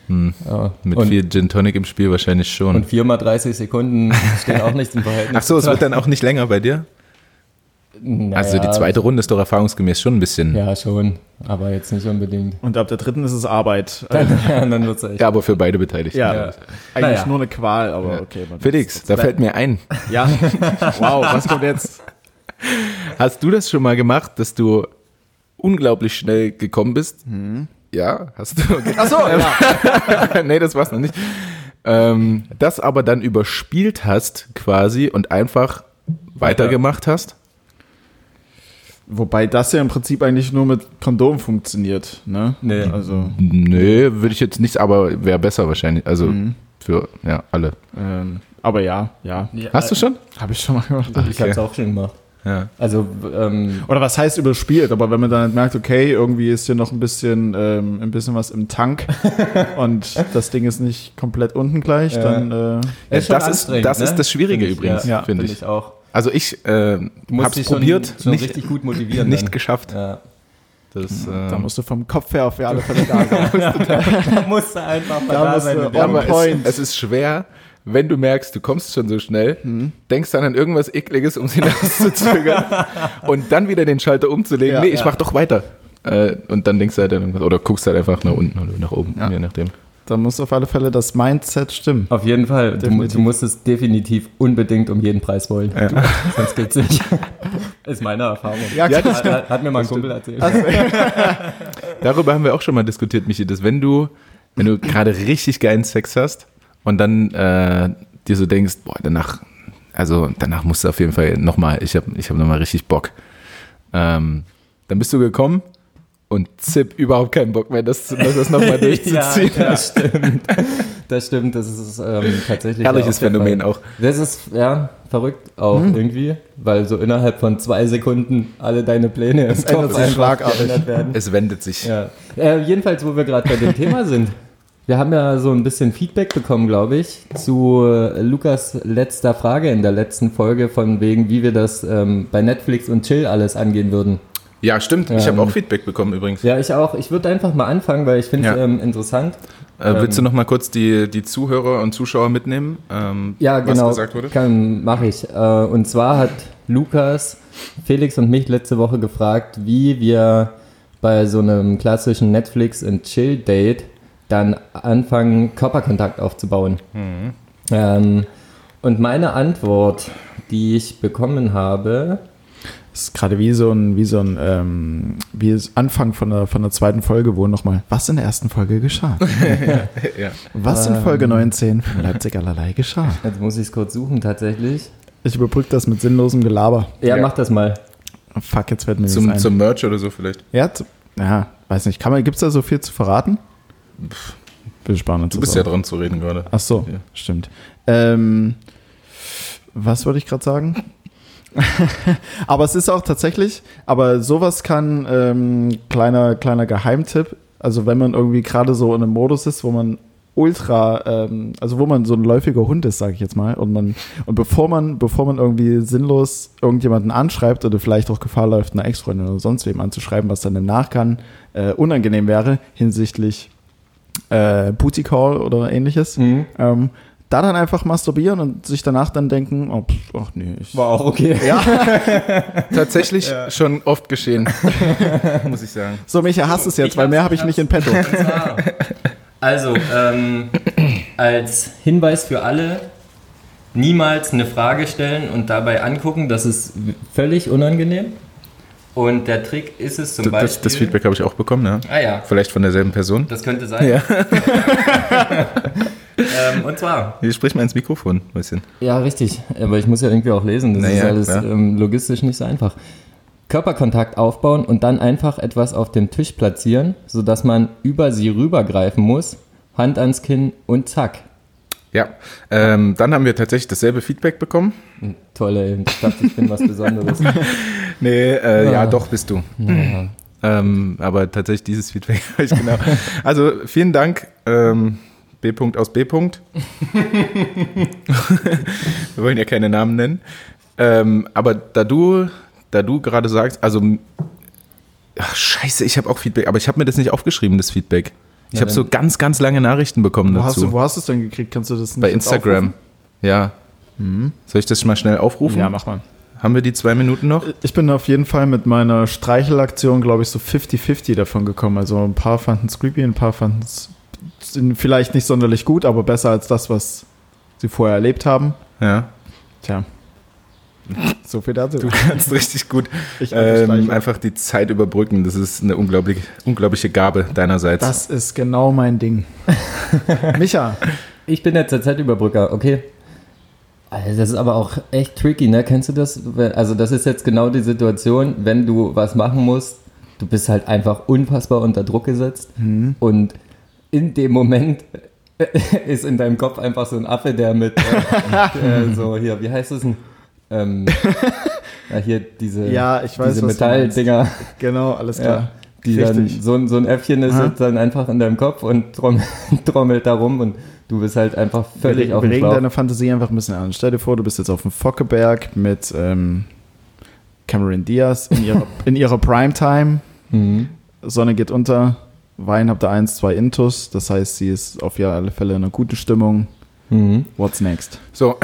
S3: Ja.
S2: Mit
S3: und,
S2: viel Gin Tonic im Spiel wahrscheinlich schon.
S3: und 4 mal 30 Sekunden steht auch nichts im Verhältnis.
S2: Ach so, es wird dann auch nicht länger bei dir?
S3: Naja,
S2: Also die zweite Runde ist doch erfahrungsgemäß schon ein bisschen.
S3: Ja, schon, aber jetzt nicht unbedingt.
S1: Und ab der dritten ist es Arbeit. Äh,
S3: Ja, dann wird's echt.
S2: Ja, aber für beide Beteiligten.
S1: ja,
S3: Ja.
S1: eigentlich
S3: Naja.
S1: nur eine Qual, aber okay. Man
S2: Felix, da fällt mir ein.
S1: Ja. Wow, was kommt jetzt?
S2: Hast du das schon mal gemacht, dass du unglaublich schnell gekommen bist?
S1: Mhm.
S2: Ja, hast du.
S1: Ach so, ja.
S2: nee, das war's noch nicht. Ähm, das aber dann überspielt hast quasi und einfach weitergemacht hast?
S1: Wobei das ja im Prinzip eigentlich nur mit Kondom funktioniert, ne?
S3: Nee.
S1: Also,
S2: Nö, würde ich jetzt nicht, aber wäre besser wahrscheinlich. Also
S3: Mhm.
S2: für ja, alle.
S1: ähm, aber ja, ja. äh,
S3: Ja,
S2: Hast du schon?
S1: Habe ich schon mal gemacht.
S3: Ich hab's auch schon gemacht.
S2: Ja.
S3: Also, ähm,
S1: Oder was heißt überspielt? Aber wenn man dann halt merkt, okay, irgendwie ist hier noch ein bisschen, ähm, ein bisschen was im Tank und das Ding ist nicht komplett unten gleich, dann äh,
S3: ist schon
S2: das ist-
S3: anstrengend,
S2: das ist das Schwierige
S3: Find ich,
S2: übrigens,
S3: ja,
S2: finde
S3: finde
S2: ich.
S3: ich. auch.
S2: Also ich äh,
S3: Du musst
S2: hab's
S3: dich
S2: probiert,
S3: schon, schon
S2: nicht,
S3: richtig gut motivieren.
S2: nicht
S3: dann.
S2: geschafft.
S3: ja.
S2: Das,
S1: da
S2: äh,
S1: musst du vom Kopf her auf alle Fälle da sein.
S3: Da musst du einfach mal da,
S1: musst
S3: sein.
S1: du-
S3: und
S1: ja,
S3: dann-
S1: aber-
S2: Aber
S1: Point.
S2: Es, es ist schwer, wenn du merkst, du kommst schon so schnell,
S3: Mhm.
S2: denkst dann an irgendwas Ekliges, um sie nachzuzögern und dann wieder den Schalter umzulegen.
S1: Ja,
S2: nee, ich
S1: ja.
S2: mach doch weiter. Äh, und dann denkst du halt an irgendwas oder guckst halt einfach nach unten oder nach oben, je nachdem.
S1: Da muss auf alle Fälle das Mindset stimmen.
S3: Auf jeden Fall. Du, mu-
S1: Definitiv.
S3: du musst es definitiv unbedingt um jeden Preis wollen. Du, sonst geht's nicht. Ist meine Erfahrung.
S1: Ja, klar.
S3: hat, hat, hat mir mal ein Kumpel erzählt.
S2: Darüber haben wir auch schon mal diskutiert, Michi, dass wenn du, wenn du gerade richtig geilen Sex hast und dann äh, dir so denkst, boah, danach, also danach musst du auf jeden Fall nochmal, ich habe ich hab nochmal richtig Bock. Ähm, dann bist du gekommen und zipp, überhaupt keinen Bock mehr, das, das, das nochmal durchzuziehen.
S3: Ja, das stimmt. Das stimmt, das ist ähm, tatsächlich.
S2: Herrliches
S3: ja auch Mhm. der
S2: Phänomen
S3: Fall.
S2: auch.
S3: Das ist, ja, verrückt auch irgendwie, weil so innerhalb von zwei Sekunden alle deine Pläne im
S1: ändert
S3: Kopf
S1: sich
S3: einfach
S1: schlagartig.
S3: geändert werden.
S2: Es wendet sich.
S3: Ja. Äh, jedenfalls, wo wir gerade bei dem Thema sind. Wir haben ja so ein bisschen Feedback bekommen, glaube ich, zu äh, Lukas letzter Frage in der letzten Folge von wegen, wie wir das ähm, bei Netflix und Chill alles angehen würden.
S2: Ja, stimmt. Ich habe auch Feedback bekommen übrigens.
S3: Ja, ich auch. Ich würde einfach mal anfangen, weil ich finde es
S2: Ja.
S3: ähm, interessant.
S2: Äh, willst du nochmal kurz die, die Zuhörer und Zuschauer mitnehmen, ähm,
S3: Ja,
S2: was
S3: genau.
S2: gesagt wurde?
S3: Kann, mach ich. Äh, und zwar hat Lukas, Felix und mich letzte Woche gefragt, wie wir bei so einem klassischen Netflix und Chill Date dann anfangen, Körperkontakt aufzubauen.
S2: Mhm.
S3: Ähm, und meine Antwort, die ich bekommen habe,
S1: ist gerade wie so ein, wie so ein, ähm, wie es Anfang von der, von der zweiten Folge, wo nochmal, was in der ersten Folge geschah.
S2: Ja.
S1: Was in Folge 19 von Leipzig allerlei geschah.
S3: jetzt muss ich es kurz suchen tatsächlich.
S1: Ich überbrücke das mit sinnlosem Gelaber.
S3: Ja,
S2: Ja.
S3: mach das mal.
S1: Oh, Fuck, jetzt fällt mir das
S2: Zum,
S1: ein.
S2: zum Merch oder so vielleicht.
S1: ja, zu, ja, weiß nicht. Kann man, gibt's da so viel zu verraten? Bin spannend.
S2: Du bist ja dran zu reden gerade.
S1: Ach so,
S2: Ja.
S1: stimmt. Ähm, was wollte ich gerade sagen? aber es ist auch tatsächlich, aber sowas kann, ähm, kleiner, kleiner Geheimtipp, also wenn man irgendwie gerade so in einem Modus ist, wo man ultra, ähm, also wo man so ein läufiger Hund ist, sage ich jetzt mal, und man, und bevor man, bevor man irgendwie sinnlos irgendjemanden anschreibt oder vielleicht auch Gefahr läuft, einer Ex-Freundin oder sonst wem anzuschreiben, was dann im Nachgang äh, unangenehm wäre hinsichtlich äh, Booty Call oder ähnliches, ähm, da dann einfach masturbieren und sich danach dann denken, oh, pff, ach nee, ich.
S3: War auch okay.
S2: Tatsächlich schon oft geschehen, muss ich sagen.
S1: So, Micha, hast es jetzt,
S3: Ich
S1: weil mehr
S3: hab's,
S1: habe ich
S3: ich
S1: nicht in petto.
S3: Ah. Also, ähm, als Hinweis für alle, niemals eine Frage stellen und dabei angucken, das ist völlig unangenehm. Und der Trick ist es zum Beispiel.
S2: Das, das Feedback habe ich auch bekommen, ja.
S3: Ah ja,
S2: Vielleicht von derselben Person.
S3: das könnte sein.
S2: Ja.
S3: ähm, und zwar.
S2: Hier, sprich mal ins Mikrofon ein bisschen.
S3: Ja, richtig. Aber ich muss ja irgendwie auch lesen. Das
S2: Naja,
S3: ist alles
S2: klar.
S3: ähm, logistisch nicht so einfach. Körperkontakt aufbauen und dann einfach etwas auf dem Tisch platzieren, sodass man über sie rübergreifen muss. Hand ans Kinn und zack.
S2: Ja, ähm, dann haben wir tatsächlich dasselbe Feedback bekommen.
S3: Toll, ey. Ich dachte, ich bin was Besonderes.
S2: Nee, äh, ja.
S3: Ah.
S2: doch bist du. Ähm, aber tatsächlich dieses Feedback habe ich genau. Also vielen Dank, ähm, B. -Punkt aus B. -Punkt. Wir wollen ja keine Namen nennen. Ähm, aber da du, da du gerade sagst, also ach, scheiße, ich habe auch Feedback, aber ich habe mir das nicht aufgeschrieben, das Feedback. Ich
S3: Ja,
S2: habe so
S3: dann-
S2: ganz, ganz lange Nachrichten bekommen
S1: Wo hast,
S2: dazu.
S1: du, wo hast du es denn gekriegt? Kannst du das nicht
S2: bei
S1: jetzt
S2: Instagram.
S1: aufrufen?
S2: Ja. Soll ich das mal schnell aufrufen?
S1: Mhm. Ja, mach Äh. mal.
S2: Haben wir die zwei Minuten noch?
S1: Ich bin auf jeden Fall mit meiner Streichelaktion, glaube ich, so 50-50 davon gekommen. Also ein paar fanden es creepy, ein paar fanden es vielleicht nicht sonderlich gut, aber besser als das, was sie vorher erlebt haben.
S2: Ja.
S1: Tja. So viel dazu.
S2: Du kannst richtig gut
S1: Ich
S2: ähm,
S1: streichel.
S2: einfach die Zeit überbrücken. Das ist eine unglaublich, unglaubliche Gabe deinerseits.
S1: Das ist genau mein Ding. Micha,
S3: Ich bin der ZZ-Überbrücker, okay. Alter, das ist aber auch echt tricky, ne? Kennst du das? Wenn- Also, das ist jetzt genau die Situation, wenn du was machen musst, du bist halt einfach unfassbar unter Druck gesetzt
S1: Mhm.
S3: und in dem Moment ist in deinem Kopf einfach so ein Affe, der mit äh, äh, so hier, wie heißt es denn? Ähm, ja, hier diese,
S1: Ja, ich weiß, was
S3: diese
S1: du
S3: Metalldinger.
S1: genau, alles klar.
S3: Ja, die dann,
S1: Richtig.
S3: so, ein- so ein Äffchen ist
S1: Aha.
S3: jetzt dann einfach in deinem Kopf und trommelt, trommelt da rum und du bist halt einfach völlig
S1: wir
S3: auf
S1: wir
S3: dem
S1: regen
S3: Schlauch.
S1: deine Fantasie einfach ein bisschen an. Stell dir vor, du bist jetzt auf dem Fockeberg mit ähm, Cameron Diaz in ihrer, in ihrer Primetime.
S3: Mhm.
S1: Sonne geht unter. Wein habt ihr eins, zwei Intus. Das heißt, sie ist auf jeden alle Fälle in einer guten Stimmung.
S3: Mhm.
S1: What's next?
S2: So,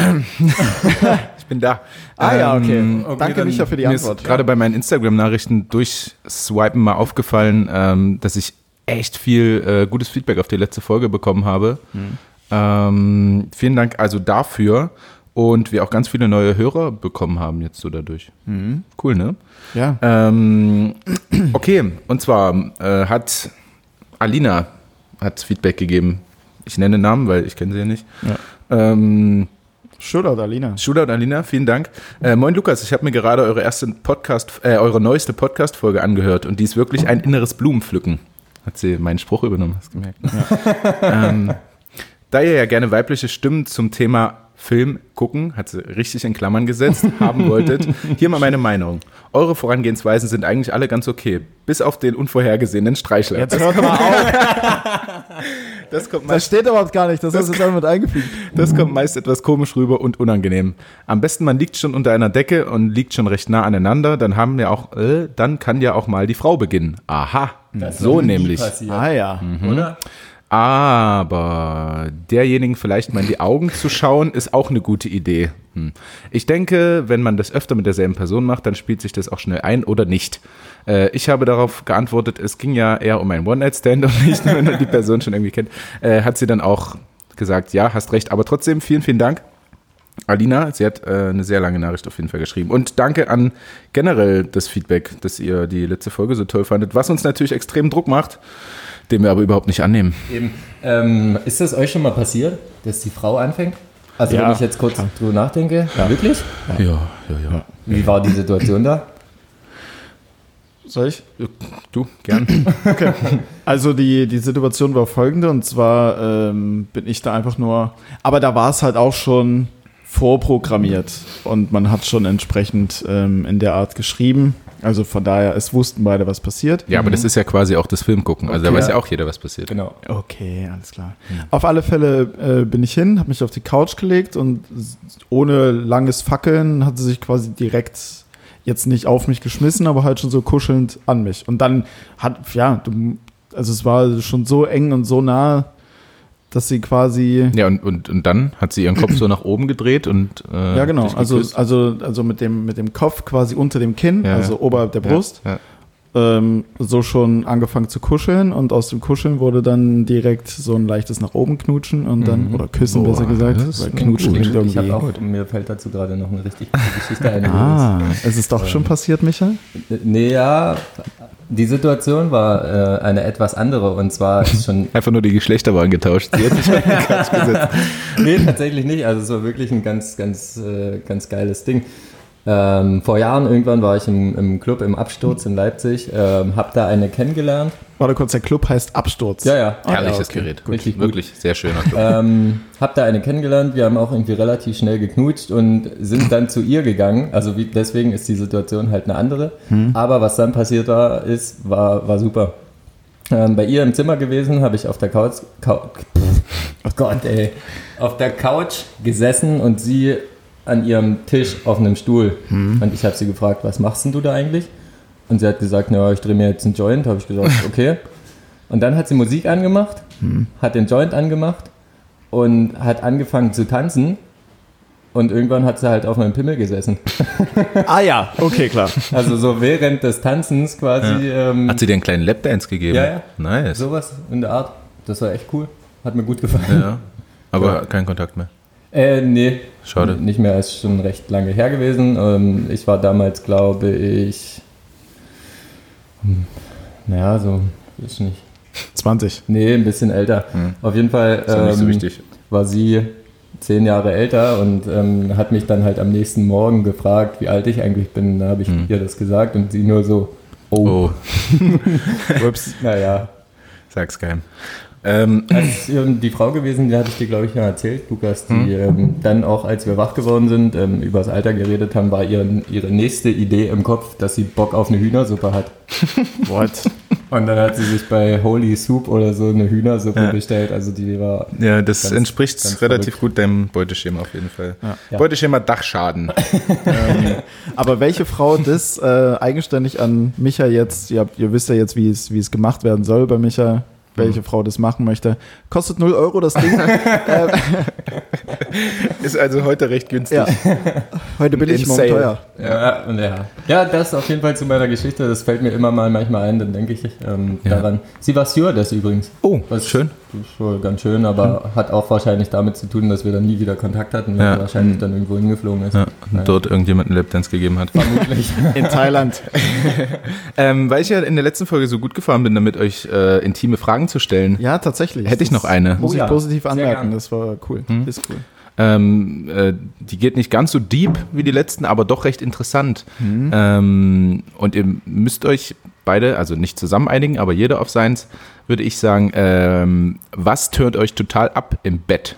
S2: ich bin da.
S1: Ah ja, okay. Danke,
S2: dann-
S1: Micha, für die
S2: mir
S1: Antwort.
S2: Ist gerade bei meinen Instagram-Nachrichten durchswipen mal aufgefallen, ähm, dass ich echt viel äh, gutes Feedback auf die letzte Folge bekommen habe.
S1: Mhm.
S2: Ähm, vielen Dank also dafür. Und wir auch ganz viele neue Hörer bekommen haben jetzt so dadurch.
S1: Mhm.
S2: Cool, ne?
S1: Ja.
S2: Ähm, okay, und zwar äh, hat Alina hat Feedback gegeben. Ich nenne Namen, weil ich kenne sie ja nicht.
S1: Ja.
S2: Ähm,
S1: Shoutout, Alina.
S2: Schuler und Alina, vielen Dank. Äh, moin Lukas, ich habe mir gerade eure erste Podcast, äh, eure neueste Podcast-Folge angehört und die ist wirklich ein inneres Blumenpflücken. Hat sie meinen Spruch übernommen, hast gemerkt. ne? ähm, da ihr ja gerne weibliche Stimmen zum Thema Film gucken, hat sie richtig in Klammern gesetzt, haben wolltet, hier mal meine Meinung. Eure Vorangehensweisen sind eigentlich alle ganz okay, bis auf den unvorhergesehenen Streichler.
S1: Jetzt hört mal auf.
S2: das kommt mal
S1: Das steht überhaupt gar nicht. Das, ist jetzt einfach mit eingefügt.
S2: Das kommt meist etwas komisch rüber und unangenehm. Am besten man liegt schon unter einer Decke und liegt schon recht nah aneinander, dann haben ja auch, äh, dann kann ja auch mal die Frau beginnen. Aha, so nämlich.
S1: Ah ja.
S3: Oder?
S2: Aber derjenigen vielleicht mal in die Augen zu schauen, ist auch eine gute Idee. Hm. Ich denke, wenn man das öfter mit derselben Person macht, dann spielt sich das auch schnell ein oder nicht. Äh, ich habe darauf geantwortet, es ging ja eher um ein One-Night-Stand und nicht, wenn man die Person schon irgendwie kennt. Äh, hat sie dann auch gesagt, ja, hast recht, aber trotzdem vielen, vielen Dank. Alina, sie hat äh, eine sehr lange Nachricht auf jeden Fall geschrieben. Und danke an generell das Feedback, dass ihr die letzte Folge so toll fandet, was uns natürlich extrem Druck macht, den wir aber überhaupt nicht annehmen.
S3: Eben. Ähm, ist das euch schon mal passiert, dass die Frau anfängt? Also,
S1: Ja.
S3: wenn ich jetzt kurz drüber nachdenke, wirklich?
S2: Ja, ja, ja.
S3: Wie war die Situation da?
S1: Soll ich?
S2: Du, gern.
S1: Also die, die Situation war folgende und zwar ähm, bin ich da einfach nur, aber da war es halt auch schon vorprogrammiert und man hat schon entsprechend ähm, in der Art geschrieben. Also von daher, es wussten beide, was passiert.
S2: Ja, aber das ist ja quasi auch das Filmgucken. Also da
S3: Okay.
S2: weiß ja auch jeder, was passiert.
S3: Genau.
S1: Okay, alles klar.
S2: Hm.
S1: Auf alle Fälle äh, bin ich hin, habe mich auf die Couch gelegt und s- ohne langes Fackeln hat sie sich quasi direkt jetzt nicht auf mich geschmissen, aber halt schon so kuschelnd an mich. Und dann hat, ja, du, also es war schon so eng und so nah, dass sie quasi.
S2: Ja, und, und, und dann hat sie ihren Kopf so nach oben gedreht und. äh,
S1: Ja, genau.
S2: dich
S1: Also,
S2: geküsst.
S1: also, also mit, dem, mit dem Kopf quasi unter dem Kinn,
S2: Ja,
S1: also
S2: ja.
S1: oberhalb der Brust,
S2: Ja, ja.
S1: ähm, so schon angefangen zu kuscheln und aus dem Kuscheln wurde dann direkt so ein leichtes nach oben knutschen und dann, oder küssen besser gesagt.
S2: das ist
S1: Weil
S2: gut.
S1: knutschen klingt
S3: Ich hab
S1: irgendwie.
S3: auch, mir fällt dazu gerade noch eine richtig gute Geschichte ein.
S1: Ah, es ist doch schon passiert, Michael?
S3: Nee, ja, die Situation war äh, eine etwas andere und zwar ist schon
S2: Einfach nur die Geschlechter waren getauscht. Sie hat sich auf den Couch gesetzt.
S3: nee, tatsächlich nicht. Also es war wirklich ein ganz, ganz, äh, ganz geiles Ding. Ähm, vor Jahren irgendwann war ich im, im Club im Absturz in Leipzig, ähm, hab da eine kennengelernt.
S1: Warte kurz, der Club heißt Absturz.
S3: Ja, ja.
S2: Herrliches
S3: okay.
S2: Gerät.
S3: Richtig gut.
S2: Wirklich sehr schöner Club.
S3: Ähm, hab da eine kennengelernt, wir haben auch irgendwie relativ schnell geknutscht und sind dann zu ihr gegangen. Also wie, deswegen ist die Situation halt eine andere. Aber was dann passiert war, ist, war, war super. Ähm, bei ihr im Zimmer gewesen, habe ich auf der Couch, Couch oh Gott, ey, auf der Couch gesessen und sie an ihrem Tisch auf einem Stuhl. Und ich habe sie gefragt, was machst denn du da eigentlich? Und sie hat gesagt, naja, ich drehe mir jetzt einen Joint. Habe ich gesagt, okay. Und dann hat sie Musik angemacht, hat den Joint angemacht und hat angefangen zu tanzen. Und irgendwann hat sie halt auf meinem Pimmel gesessen.
S1: Ah ja, okay, klar.
S3: Also so während des Tanzens quasi ähm,
S2: Hat sie dir einen kleinen Lapdance gegeben?
S3: Ja, ja.
S2: Nice.
S3: sowas in der Art. Das war echt cool. Hat mir gut gefallen.
S2: Ja. Aber kein Kontakt mehr.
S3: Äh, nee.
S2: Schade.
S3: Nicht mehr, ist schon recht lange her gewesen. Ähm, ich war damals, glaube ich, hm, naja, so, ist nicht.
S1: 20.
S3: Nee, ein bisschen älter. Auf jeden
S2: Hm.
S3: Fall
S2: Ist ja nicht so
S3: ähm,
S2: wichtig.
S3: war sie zehn Jahre älter und ähm, hat mich dann halt am nächsten Morgen gefragt, wie alt ich eigentlich bin. Da habe ich ihr das gesagt und sie nur so, oh,
S2: Oh,
S1: Ups.
S3: naja.
S2: sag's keinem. Ähm,
S3: Das ist eben die Frau gewesen, die hatte ich dir, glaube ich, ja erzählt, Lukas, die ähm, dann auch, als wir wach geworden sind, ähm, über das Alter geredet haben, war ihr, ihre nächste Idee im Kopf, dass sie Bock auf eine Hühnersuppe hat.
S1: What?
S3: Und dann hat sie sich bei Holy Soup oder so eine Hühnersuppe bestellt. Also die war
S2: ja, das
S3: Ganz-
S2: entspricht
S3: ganz
S2: relativ gut deinem Beuteschema auf jeden Fall.
S3: Ja.
S2: Beuteschema Dachschaden.
S1: Aber welche Frau das äh, eigenständig an Micha jetzt, ihr, habt, ihr wisst ja jetzt, wie es, wie es gemacht werden soll bei Micha, welche Frau das machen möchte, kostet 0 Euro das Ding.
S2: Ist also heute recht günstig.
S1: ja. Heute bin
S2: Im
S1: ich morgen
S2: Sale.
S1: teuer.
S3: Ja, und ja. ja, das auf jeden Fall zu meiner Geschichte. Das fällt mir immer mal manchmal ein, dann denke ich ähm,
S2: Ja.
S3: daran. Sie war Stewardess übrigens.
S2: Oh,
S3: Was
S2: schön.
S3: Ist wohl ganz schön, aber hat auch wahrscheinlich damit zu tun, dass wir dann nie wieder Kontakt hatten, weil
S2: Ja.
S3: er wahrscheinlich dann irgendwo hingeflogen ist.
S2: Ja, und dort irgendjemand einen Lapdance gegeben hat.
S3: Vermutlich.
S1: In Thailand.
S2: Ähm, weil ich ja in der letzten Folge so gut gefahren bin, damit euch äh, intime Fragen zu stellen,
S1: Ja, tatsächlich.
S2: hätte ich
S1: Das
S2: noch eine. Hm?
S1: Muss
S3: Oh ja,
S1: ich positiv
S3: sehr
S1: anmerken,
S3: gern.
S1: das war cool. Ist cool.
S2: Ähm, äh, die geht nicht ganz so deep wie die letzten, aber doch recht interessant. Ähm, und ihr müsst euch beide, also nicht zusammen einigen, aber jeder auf seins, würde ich sagen, ähm, was tönt euch total ab im Bett?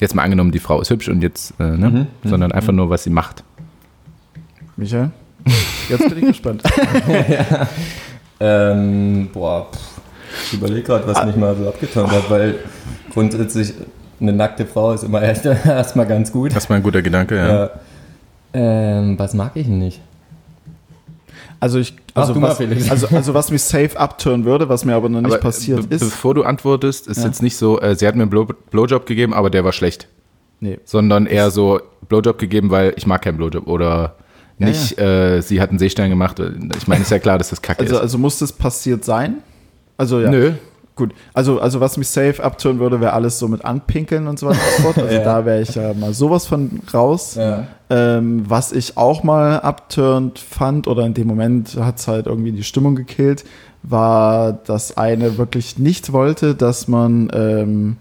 S2: Jetzt mal angenommen, die Frau ist hübsch und jetzt, äh, ne? sondern einfach nur, was sie macht.
S1: Micha, jetzt bin ich gespannt.
S3: ähm, boah, pff. ich überlege gerade, was mich mal so abgetan hat, weil grundsätzlich eine nackte Frau ist immer erst- erstmal ganz gut.
S2: Das war ein guter Gedanke, ja.
S3: Äh, ähm, was mag ich nicht?
S1: Also ich,
S3: Mach
S1: also,
S3: du mal,
S1: was,
S3: Felix.
S1: also, also was mich safe upturn würde, was mir aber noch nicht
S2: Aber äh,
S1: passiert
S2: be-
S1: ist.
S2: Bevor du antwortest, ist jetzt nicht so, äh, sie hat mir einen Blow Blowjob gegeben, aber der war schlecht.
S1: Nee.
S2: sondern eher so Blowjob gegeben, weil ich mag keinen Blowjob oder nicht, Äh, sie hat einen Seestern gemacht. Ich meine, ist ja klar, dass das kacke
S1: Also,
S2: ist.
S1: also muss das passiert sein? Also ja.
S2: Nö.
S1: Gut, also, also was mich safe abtönen würde, wäre alles so mit Anpinkeln und so weiter und so fort. Also
S3: Ja.
S1: da wäre ich ja mal sowas von raus.
S3: Ja.
S1: Ähm, was ich auch mal abturnt fand, oder in dem Moment hat es halt irgendwie die Stimmung gekillt, war, dass eine wirklich nicht wollte, dass man ähm,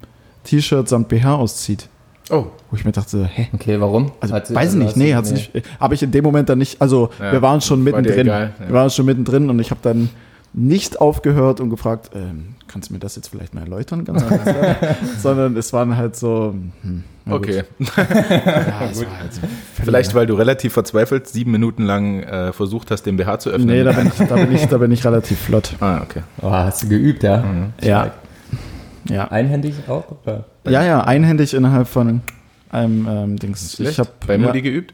S1: T-Shirt samt BH auszieht.
S2: Oh.
S1: Wo ich mir dachte, hä?
S3: Okay, warum?
S1: Also,
S3: Hat sie-
S1: weiß ich nicht,
S3: hast
S1: nee,
S3: du-
S1: hat's nicht. Habe ich in dem Moment dann nicht. Also,
S2: Ja.
S1: wir waren schon
S2: War dir
S1: mittendrin.
S2: egal, ja.
S1: Wir waren schon mittendrin und ich habe dann nicht aufgehört und gefragt, ähm, kannst du mir das jetzt vielleicht mal erläutern? Ganz einfach, sondern es waren halt so. Hm, na gut.
S2: Okay.
S1: Ja, es war halt so
S2: Vielleicht, weil du relativ verzweifelt sieben Minuten lang äh, versucht hast, den BH zu öffnen.
S1: Nee, da bin, ich, da, bin ich, da bin ich relativ flott.
S2: ah, okay.
S3: Oh, hast du geübt, ja?
S1: Ja. Ja.
S3: Einhändig auch? Oder?
S1: ja, ja, einhändig innerhalb von einem ähm, Dings. Ich hab,
S2: Bei
S1: ja,
S2: Mutti geübt?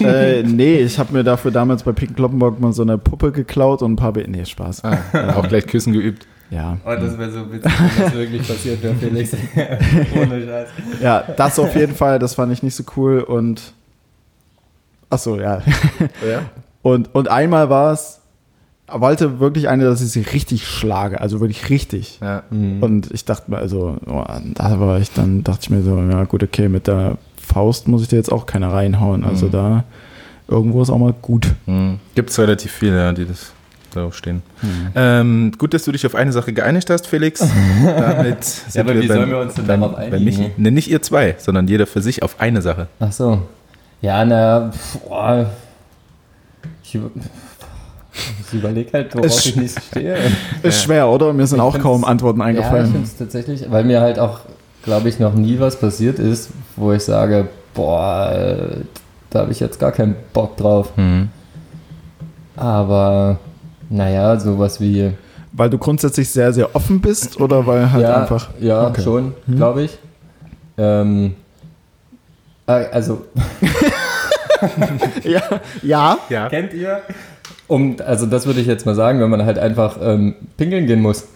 S1: äh, Nee, ich habe mir dafür damals bei Pink Kloppenburg mal so eine Puppe geklaut und ein paar. Be nee, Spaß.
S2: Ah, auch gleich Küssen geübt.
S1: Ja.
S3: Oh, das wäre so witzig, wenn das wirklich passiert wäre, Felix. Ohne Scheiß.
S1: Ja, das auf jeden Fall, das fand ich nicht so cool und ach so, ja.
S2: Ja?
S1: Und, und einmal war es, wollte wirklich eine, dass ich sie richtig schlage, also wirklich richtig.
S2: Ja.
S1: Und ich dachte mir, also, oh, da war ich dann, dachte ich mir so, ja gut, okay, mit der Faust muss ich dir jetzt auch keine reinhauen. Also da irgendwo ist auch mal gut.
S2: Mhm. Gibt es relativ viele, ja, die das darauf stehen. Ähm, gut, dass du dich auf eine Sache geeinigt hast, Felix. Damit sind
S3: aber wie sollen wir uns denn darauf
S2: bei
S3: einigen?
S2: Michi. Ne, nicht ihr zwei, sondern jeder für sich auf eine Sache.
S3: Ach so. Ja, na, pf, boah. ich, über- ich überlege halt, worauf
S1: Es-
S3: ich nicht stehe.
S1: Ist schwer, oder? Mir sind auch
S3: find's-
S1: kaum Antworten
S3: Ja, ich
S1: eingefallen.
S3: finde es tatsächlich, weil mir halt auch, glaube ich, noch nie was passiert ist, wo ich sage, boah, äh, da habe ich jetzt gar keinen Bock drauf. Aber, naja, sowas wie,
S1: weil du grundsätzlich sehr, sehr offen bist oder weil halt
S3: ja,
S1: einfach.
S3: ja
S1: Okay.
S3: schon,
S2: Hm.
S3: glaube ich. Ähm, äh, also,
S1: Ja, ja.
S2: Ja.
S3: Kennt ihr? Um, also das würde ich jetzt mal sagen, wenn man halt einfach ähm, pinkeln gehen muss.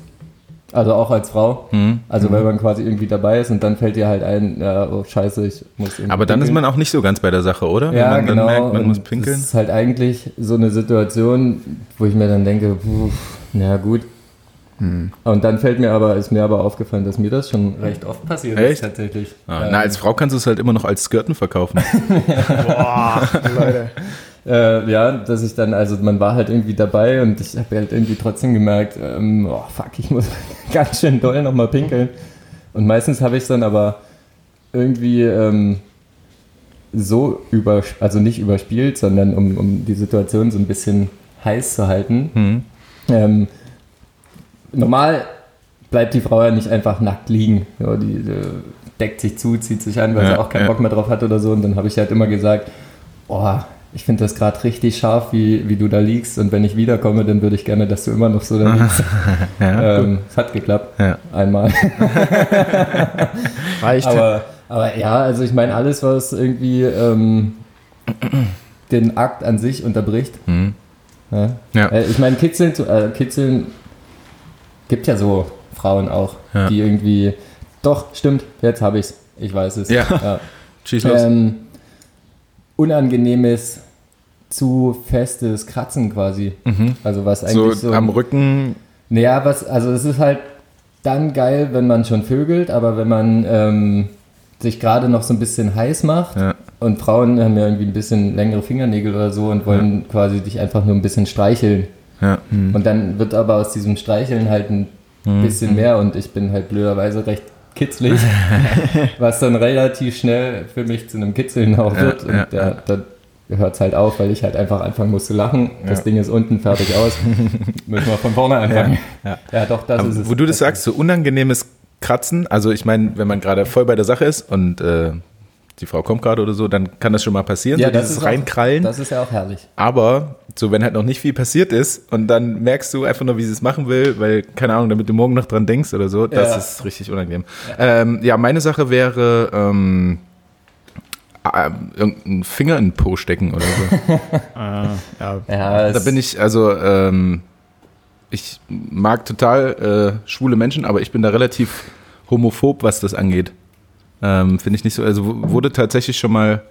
S3: Also auch als Frau.
S2: Hm.
S3: Also weil man quasi irgendwie dabei ist und dann fällt dir halt ein, ja, oh scheiße, ich muss irgendwie
S2: Aber dann ist
S3: pinkeln.
S2: man auch nicht so ganz bei der Sache, oder?
S3: ja,
S2: Wenn man dann
S3: genau.
S2: merkt, man
S3: und
S2: muss pinkeln.
S3: Das ist halt eigentlich so eine Situation, wo ich mir dann denke, puh, na gut.
S2: Hm.
S3: Und dann fällt mir aber, ist mir aber aufgefallen, dass mir das schon recht oft passiert
S2: Echt?
S3: ist tatsächlich.
S2: Ah,
S3: Ähm,
S2: na, als Frau kannst du es halt immer noch als Skirten verkaufen.
S1: Leute.
S3: Äh, ja, dass ich dann, also man war halt irgendwie dabei und ich habe halt irgendwie trotzdem gemerkt, ähm, oh fuck, ich muss ganz schön doll nochmal pinkeln. Und meistens habe ich es dann aber irgendwie ähm, so über, also nicht überspielt, sondern um, um die Situation so ein bisschen heiß zu halten.
S2: Mhm.
S3: Ähm, normal bleibt die Frau ja nicht einfach nackt liegen. Ja, die, äh, deckt sich zu, zieht sich an, weil
S2: Ja,
S3: sie auch keinen
S2: ja.
S3: Bock mehr drauf hat oder so. Und dann habe ich halt immer gesagt, oh, ich finde das gerade richtig scharf, wie, wie du da liegst. Und wenn ich wiederkomme, dann würde ich gerne, dass du immer noch so da liegst.
S2: ja,
S3: ähm, es hat geklappt.
S2: ja.
S3: Einmal.
S1: Reicht.
S3: Aber, aber ja, also ich meine, alles, was irgendwie ähm, den Akt an sich unterbricht.
S2: Mhm.
S3: Ja.
S2: Ja.
S3: Äh, Ich meine, Kitzeln, zu- äh, Kitzeln gibt ja so Frauen auch,
S2: Ja.
S3: die irgendwie. Doch, stimmt, jetzt habe ich's. Ich weiß es.
S2: Ja.
S3: Ja.
S2: Schieß los.
S3: Ähm, unangenehmes, zu festes Kratzen quasi. Also was
S2: Mhm. so,
S3: eigentlich so.
S2: am Rücken.
S3: Naja, was, also es ist halt dann geil, wenn man schon vögelt, aber wenn man ähm, sich gerade noch so ein bisschen heiß macht
S2: Ja.
S3: und Frauen haben ja irgendwie ein bisschen längere Fingernägel oder so und wollen quasi dich einfach nur ein bisschen streicheln.
S2: Ja.
S3: Und dann wird aber aus diesem Streicheln halt ein
S2: Mhm.
S3: bisschen mehr und ich bin halt blöderweise recht kitzlig, was dann relativ schnell für mich zu einem Kitzeln auch
S2: Ja,
S3: wird. Und
S2: ja,
S3: da, da hört es halt auf, weil ich halt einfach anfangen muss zu lachen. Das Ding ist unten fertig aus. Müssen wir von vorne anfangen. Ja, doch, das ist Also es.
S2: Ähm, Wo du das sagst, so unangenehmes Kratzen. Also ich meine, wenn man gerade voll bei der Sache ist und äh, die Frau kommt gerade oder so, dann kann das schon mal passieren. so dieses Reinkrallen.
S3: Auch, das ist ja auch herrlich.
S2: Aber so, wenn halt noch nicht viel passiert ist und dann merkst du einfach nur, wie sie es machen will, weil, keine Ahnung, damit du morgen noch dran denkst oder so, das
S3: Ja.
S2: ist richtig unangenehm. Ja, ähm, ja meine Sache wäre, ähm, äh, irgendeinen Finger in den Po stecken oder so.
S1: ja.
S3: Ja,
S2: da bin ich, also, ähm, ich mag total äh, schwule Menschen, aber ich bin da relativ homophob, was das angeht. Ähm, Finde ich nicht so, also w- wurde tatsächlich schon mal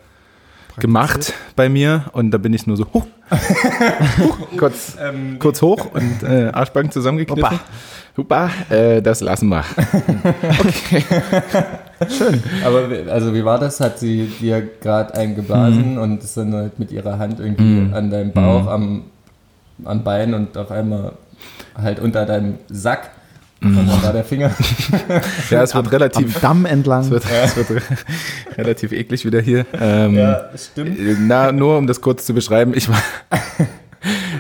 S2: gemacht bei mir und da bin ich nur so, huh, huh, kurz, kurz hoch und äh, Arschbacken zusammengekniffen. Hupa, äh, das lassen wir.
S3: Aber wie- also wie war das? Hat sie dir gerade einen geblasen und ist dann halt mit ihrer Hand irgendwie an deinem Bauch, am, am Bein und auf einmal halt unter deinem Sack. Und dann war der Finger.
S2: Ja, es wird
S1: Am
S2: relativ,
S1: Damm entlang.
S2: es wird, es wird relativ eklig wieder hier. Ähm,
S3: stimmt.
S2: Na, nur um das kurz zu beschreiben, ich war,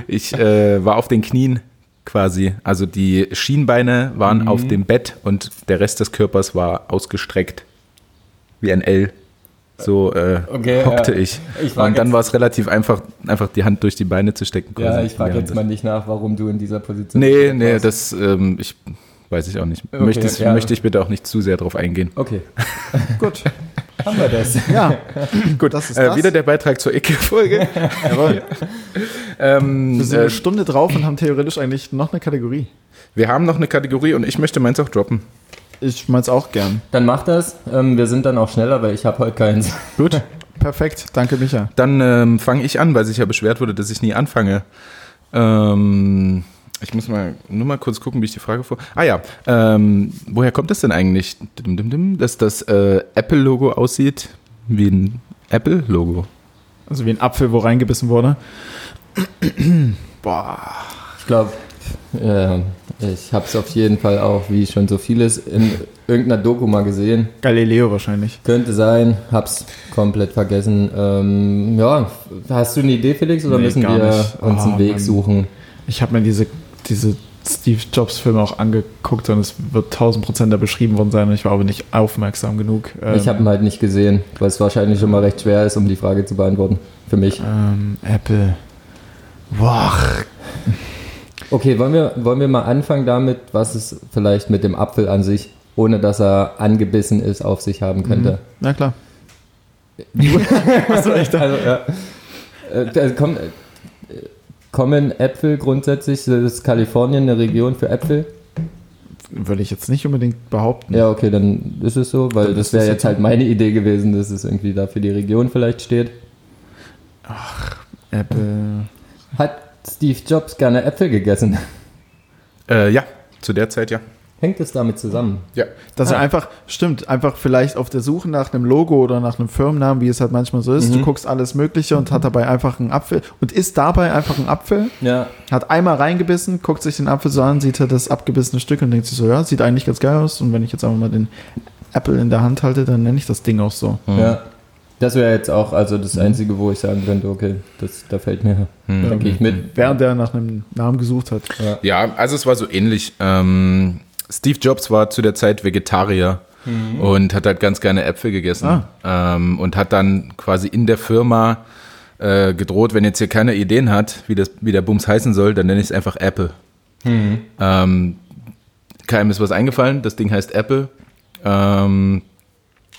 S2: ich, äh, war auf den Knien quasi. Also die Schienbeine waren
S3: Mhm.
S2: auf dem Bett und der Rest des Körpers war ausgestreckt. Wie ein L. So äh,
S3: Okay,
S2: hockte
S3: ja.
S2: ich.
S3: Ich frag
S2: und dann
S3: jetzt-
S2: war es relativ einfach, einfach die Hand durch die Beine zu stecken.
S3: Ja,
S2: quasi.
S3: ich frage
S2: Wir
S3: jetzt
S2: haben
S3: mal nicht nach, warum du in dieser Position
S2: Nee,
S3: gesteckt
S2: nee,
S3: warst.
S2: das ähm, ich, weiß ich auch nicht.
S3: Okay,
S2: möchte, ich,
S3: ja.
S2: möchte ich bitte auch nicht zu sehr drauf eingehen.
S3: Okay,
S1: Gut.
S3: haben wir das.
S1: Ja,
S2: Gut,
S1: das ist
S2: äh,
S1: das.
S2: wieder der Beitrag zur Ecke-Folge.
S1: jawohl.
S2: ähm,
S1: Wir sind eine
S2: äh,
S1: Stunde drauf und haben theoretisch eigentlich noch eine Kategorie.
S2: Wir haben noch eine Kategorie und ich möchte meins auch droppen.
S1: Ich mein's auch gern.
S3: Dann mach das. Ähm, wir sind dann auch schneller, weil ich habe heute keins.
S1: Gut, perfekt. Danke, Micha.
S2: Dann ähm, fange ich an, weil sich ja beschwert wurde, dass ich nie anfange. Ähm, ich muss mal nur mal kurz gucken, wie ich die Frage vor. Ah ja, ähm, woher kommt das denn eigentlich, Dim, dim, dim, dass das äh, Apple-Logo aussieht wie ein Apple-Logo?
S1: Also wie ein Apfel, wo reingebissen wurde.
S2: Boah.
S3: Ich glaube, äh, ich habe es auf jeden Fall auch, wie schon so vieles, in irgendeiner Doku mal gesehen.
S1: Galileo wahrscheinlich.
S3: Könnte sein, hab's komplett vergessen. Ähm, ja, hast du eine Idee, Felix, oder
S1: Nee,
S3: müssen
S1: gar
S3: wir
S1: nicht.
S3: uns
S1: Oh,
S3: einen Weg
S1: Mann.
S3: suchen?
S1: Ich habe mir diese, diese Steve Jobs-Filme auch angeguckt und es wird 1000 Prozent da beschrieben worden sein und ich war aber nicht aufmerksam genug. Ähm,
S3: Ich habe ihn halt nicht gesehen, weil es wahrscheinlich schon mal recht schwer ist, um die Frage zu beantworten. Für mich.
S1: ähm, Apple. Boah.
S3: Okay, wollen wir, wollen wir mal anfangen damit, was es vielleicht mit dem Apfel an sich, ohne dass er angebissen ist, auf sich haben könnte.
S1: Hm, Na klar. Mhm.
S3: Also, ja. Äh, da kommen, äh, kommen Äpfel grundsätzlich, ist Kalifornien eine Region für Äpfel?
S1: Würde ich jetzt nicht unbedingt behaupten.
S3: Ja, okay, dann ist es so, weil
S1: Dann ist
S3: das
S1: es
S3: wäre
S1: so.
S3: jetzt halt meine Idee gewesen, dass es irgendwie da für die Region vielleicht steht.
S1: Apple.
S3: Hat Steve Jobs gerne Äpfel gegessen?
S2: Äh, ja, zu der Zeit ja.
S3: Hängt es damit zusammen?
S2: Ja.
S1: Dass er einfach, stimmt, einfach vielleicht auf der Suche nach einem Logo oder nach einem Firmennamen, wie es halt manchmal so ist. Du guckst alles Mögliche und hat dabei einfach einen Apfel und isst dabei einfach einen Apfel,
S3: Ja,
S1: hat einmal reingebissen, guckt sich den Apfel so an, sieht er das abgebissene Stück und denkt sich so, ja, sieht eigentlich ganz geil aus. Und wenn ich jetzt einfach mal den Apple in der Hand halte, dann nenne ich das Ding auch so.
S3: ja. Hm. Das wäre jetzt auch also
S1: Hm.
S3: das Einzige, wo ich sagen könnte, okay, das, da fällt mir, da gehe ich mit.
S1: Während er nach einem Namen gesucht hat.
S2: Ja, also es war so ähnlich. Ähm, Steve Jobs war zu der Zeit Vegetarier und hat halt ganz gerne Äpfel gegessen ähm, und hat dann quasi in der Firma äh, gedroht, wenn jetzt hier keiner Ideen hat, wie, das, wie der Bums heißen soll, dann nenne ich es einfach Apple. Ähm, keinem ist was eingefallen, das Ding heißt Apple. Ähm,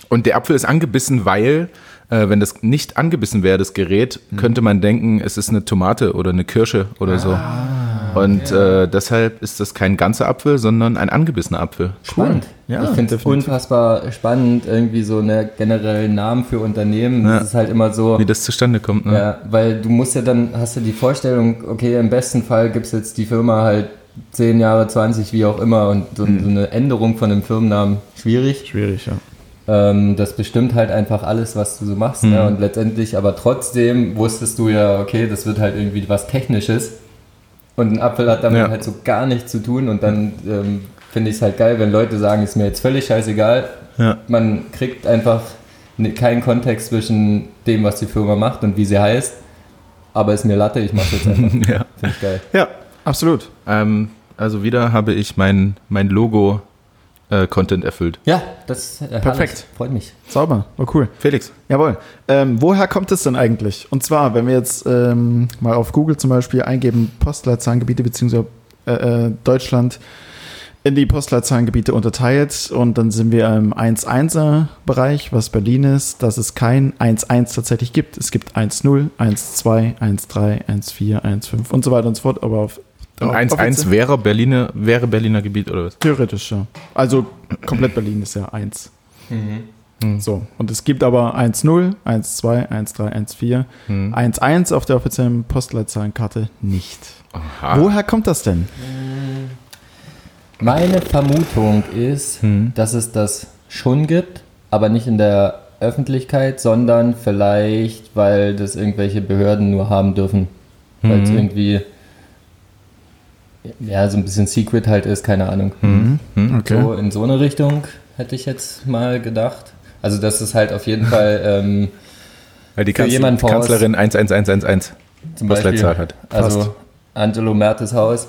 S2: und der Apfel ist angebissen, weil, äh, wenn das nicht angebissen wäre, das Gerät, könnte man denken, es ist eine Tomate oder eine Kirsche oder so. Und äh, deshalb ist das kein ganzer Apfel, sondern ein angebissener Apfel.
S3: Spannend.
S1: Ja,
S3: ich finde es
S1: definitiv.
S3: unfassbar spannend, irgendwie so eine generellen Namen für Unternehmen.
S2: Ja.
S3: Das ist halt immer so.
S2: Wie das zustande kommt, ne?
S3: Ja, weil du musst ja dann, hast du die Vorstellung, okay, im besten Fall gibt es jetzt die Firma halt 10 Jahre, 20, wie auch immer und so, so eine Änderung von dem Firmennamen schwierig.
S1: Schwierig, ja.
S3: Ähm, das bestimmt halt einfach alles, was du so machst. Ne? Und letztendlich, aber trotzdem wusstest du ja, okay, das wird halt irgendwie was Technisches und ein Apfel hat damit
S2: Ja.
S3: halt so gar nichts zu tun und dann ähm, finde ich es halt geil, wenn Leute sagen, ist mir jetzt völlig scheißegal.
S2: Ja.
S3: Man kriegt einfach ne- keinen Kontext zwischen dem, was die Firma macht und wie sie heißt. Aber ist mir Latte, ich mach's jetzt einfach. Finde
S2: Ja.
S3: ich geil.
S2: ja.
S1: Absolut.
S2: Ähm, also wieder habe ich mein, mein Logo-Content erfüllt.
S3: Ja, das äh, herrlich.
S1: Perfekt.
S3: Freut mich.
S1: Sauber. War cool.
S2: Felix.
S1: Jawohl. Ähm, woher kommt es denn eigentlich? Und zwar, wenn wir jetzt ähm, mal auf Google zum Beispiel eingeben, Postleitzahlengebiete bzw. Äh, äh, Deutschland in die Postleitzahlengebiete unterteilt und dann sind wir im 1-1er-Bereich, was Berlin ist, dass es kein 1-1 tatsächlich gibt. Es gibt 1-0, 1-2, 1-3, 1-4, 1-5 und so weiter und so fort, aber auf
S2: Und
S1: auf-
S2: 1-1
S1: offiziell-
S2: wäre, Berliner, wäre Berliner Gebiet oder was?
S1: Theoretisch, ja. Also komplett Berlin ist ja 1. So, und es gibt aber 1-0, 1-2, 1-3, 1-4, 1-1 auf der offiziellen Postleitzahlenkarte nicht.
S2: Aha.
S1: Woher kommt das denn?
S3: Meine Vermutung ist, dass es das schon gibt, aber nicht in der Öffentlichkeit, sondern vielleicht, weil das irgendwelche Behörden nur haben dürfen. Weil es irgendwie ja, so ein bisschen Secret halt ist, keine Ahnung. So in so eine Richtung hätte ich jetzt mal gedacht. Also, das ist halt auf jeden Fall ähm,
S2: Weil die
S3: Für
S2: Kanzler,
S3: jemanden voraus-
S2: Kanzlerin 11111
S3: zum Beispiel.
S2: Postleitzahl hat.
S3: Also,
S1: Fast.
S3: Angelo Mertes Haus,